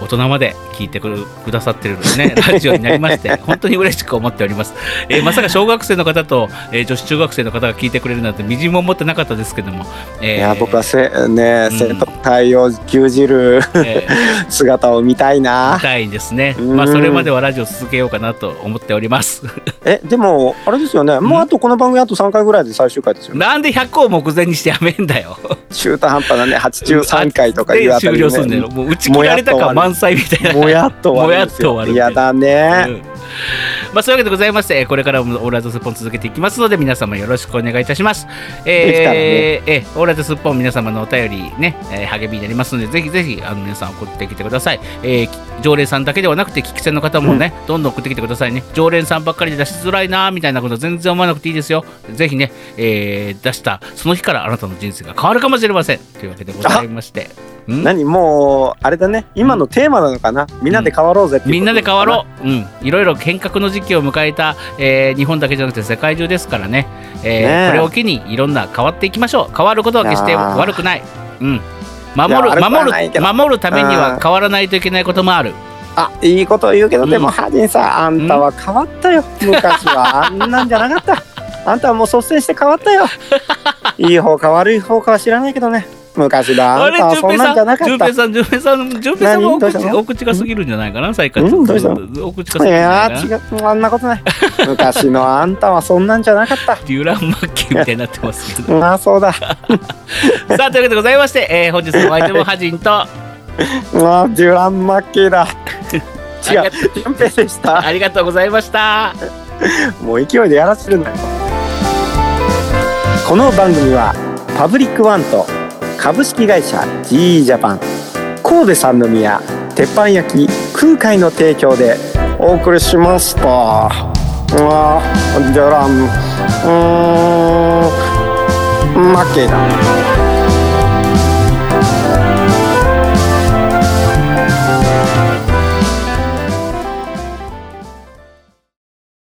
[SPEAKER 1] 大人まで聞いてくるくださってるのでね ラジオになりまして本当に嬉しく思っております、えーまさか小学生の方と、えー女子中学生の方が聞いてくれるなんてみじんも思ってなかったですけども、えー
[SPEAKER 2] いや僕はせね
[SPEAKER 1] うん
[SPEAKER 2] 生徒会を牛耳る
[SPEAKER 1] えー
[SPEAKER 2] 姿を見たい
[SPEAKER 1] 見
[SPEAKER 2] な。
[SPEAKER 1] たいですね
[SPEAKER 2] うん
[SPEAKER 1] まあそれまではラジオ続けようかなと思っております
[SPEAKER 2] えでもあれですよね。もうあとこの番組あと3回ぐらいで最終回ですよね。
[SPEAKER 1] なんで100を目前にしてやめんだよ
[SPEAKER 2] 中途半端なね83回とかいうあ
[SPEAKER 1] で
[SPEAKER 2] た
[SPEAKER 1] 終
[SPEAKER 2] り
[SPEAKER 1] 了す
[SPEAKER 2] で
[SPEAKER 1] んだよ
[SPEAKER 2] ね。
[SPEAKER 1] もう打ち切られた感満載みたいな
[SPEAKER 2] もやっと終わるんですよ。
[SPEAKER 1] もやっと終わる
[SPEAKER 2] やだね。
[SPEAKER 1] うんまあ、そういうわけでございまして、えーこれからもオールライトスッポン続けていきますので、皆様よろしくお願いいたします。
[SPEAKER 2] できたらね
[SPEAKER 1] えーえーオールライトスッポン、皆様のお便りね、えー励みになりますので、ぜひぜひあの皆さん送ってきてください、えーき常連さんだけではなくて、聞き手の方もね、どんどん送ってきてくださいね。常連さんばっかりで出しづらいなーみたいなこと全然思わなくていいですよ。ぜひね、えー出したその日からあなたの人生が変わるかもしれません。というわけでございまして。ん
[SPEAKER 2] 何もうあれだね。今のテーマなのかな。みんなで変わろうぜっていうこと
[SPEAKER 1] みんなで変わ
[SPEAKER 2] なの
[SPEAKER 1] ろ
[SPEAKER 2] か
[SPEAKER 1] う、うん、いろいろ変革の時期を迎えた、えー日本だけじゃなくて世界中ですからね,、えー
[SPEAKER 2] ねえ
[SPEAKER 1] これを機にいろんな変わっていきましょう変わることは決して
[SPEAKER 2] あー
[SPEAKER 1] 悪くない、うん、
[SPEAKER 2] いや
[SPEAKER 1] 守る
[SPEAKER 2] 悪くは
[SPEAKER 1] 守
[SPEAKER 2] ないけ
[SPEAKER 1] る
[SPEAKER 2] ど
[SPEAKER 1] 守るために
[SPEAKER 2] う
[SPEAKER 1] は
[SPEAKER 2] ん
[SPEAKER 1] 変わらないといけないこともある
[SPEAKER 2] な。あいいこと言うけど、
[SPEAKER 1] うん
[SPEAKER 2] でもハジンさんあんたは変わったよ。昔 はあんなんじゃなかった。あんたはもう率先して変わった よ。いい方か悪い方かは知らないけどね。昔のあんたはそんなんじゃなか
[SPEAKER 1] 順
[SPEAKER 2] った
[SPEAKER 1] 平。さん順平さん順平さんもお
[SPEAKER 2] 何どうした
[SPEAKER 1] 口
[SPEAKER 2] の
[SPEAKER 1] お口が過ぎるんじゃないかな最下
[SPEAKER 2] うんどうした
[SPEAKER 1] お口が過
[SPEAKER 2] い
[SPEAKER 1] ぎるんじゃないか
[SPEAKER 2] や
[SPEAKER 1] な
[SPEAKER 2] ー違うあんなこと ない昔のあんたはそんなんじゃなかった
[SPEAKER 1] デュランマッキーみたいになってますけど
[SPEAKER 2] まあそうだ
[SPEAKER 1] さあというわけでございまして、えー本日のお相手もハジンと
[SPEAKER 2] まあデュラン・マッキ ーだ違
[SPEAKER 1] あ
[SPEAKER 2] う順平でした
[SPEAKER 1] ありがとうございました
[SPEAKER 2] もう勢いでやらせるんだよこの番組はパブリックワンと株式会社 GE ジャパン神戸三宮鉄板焼き空海の提供でお送りしましたあーデュランうーんマッキーだ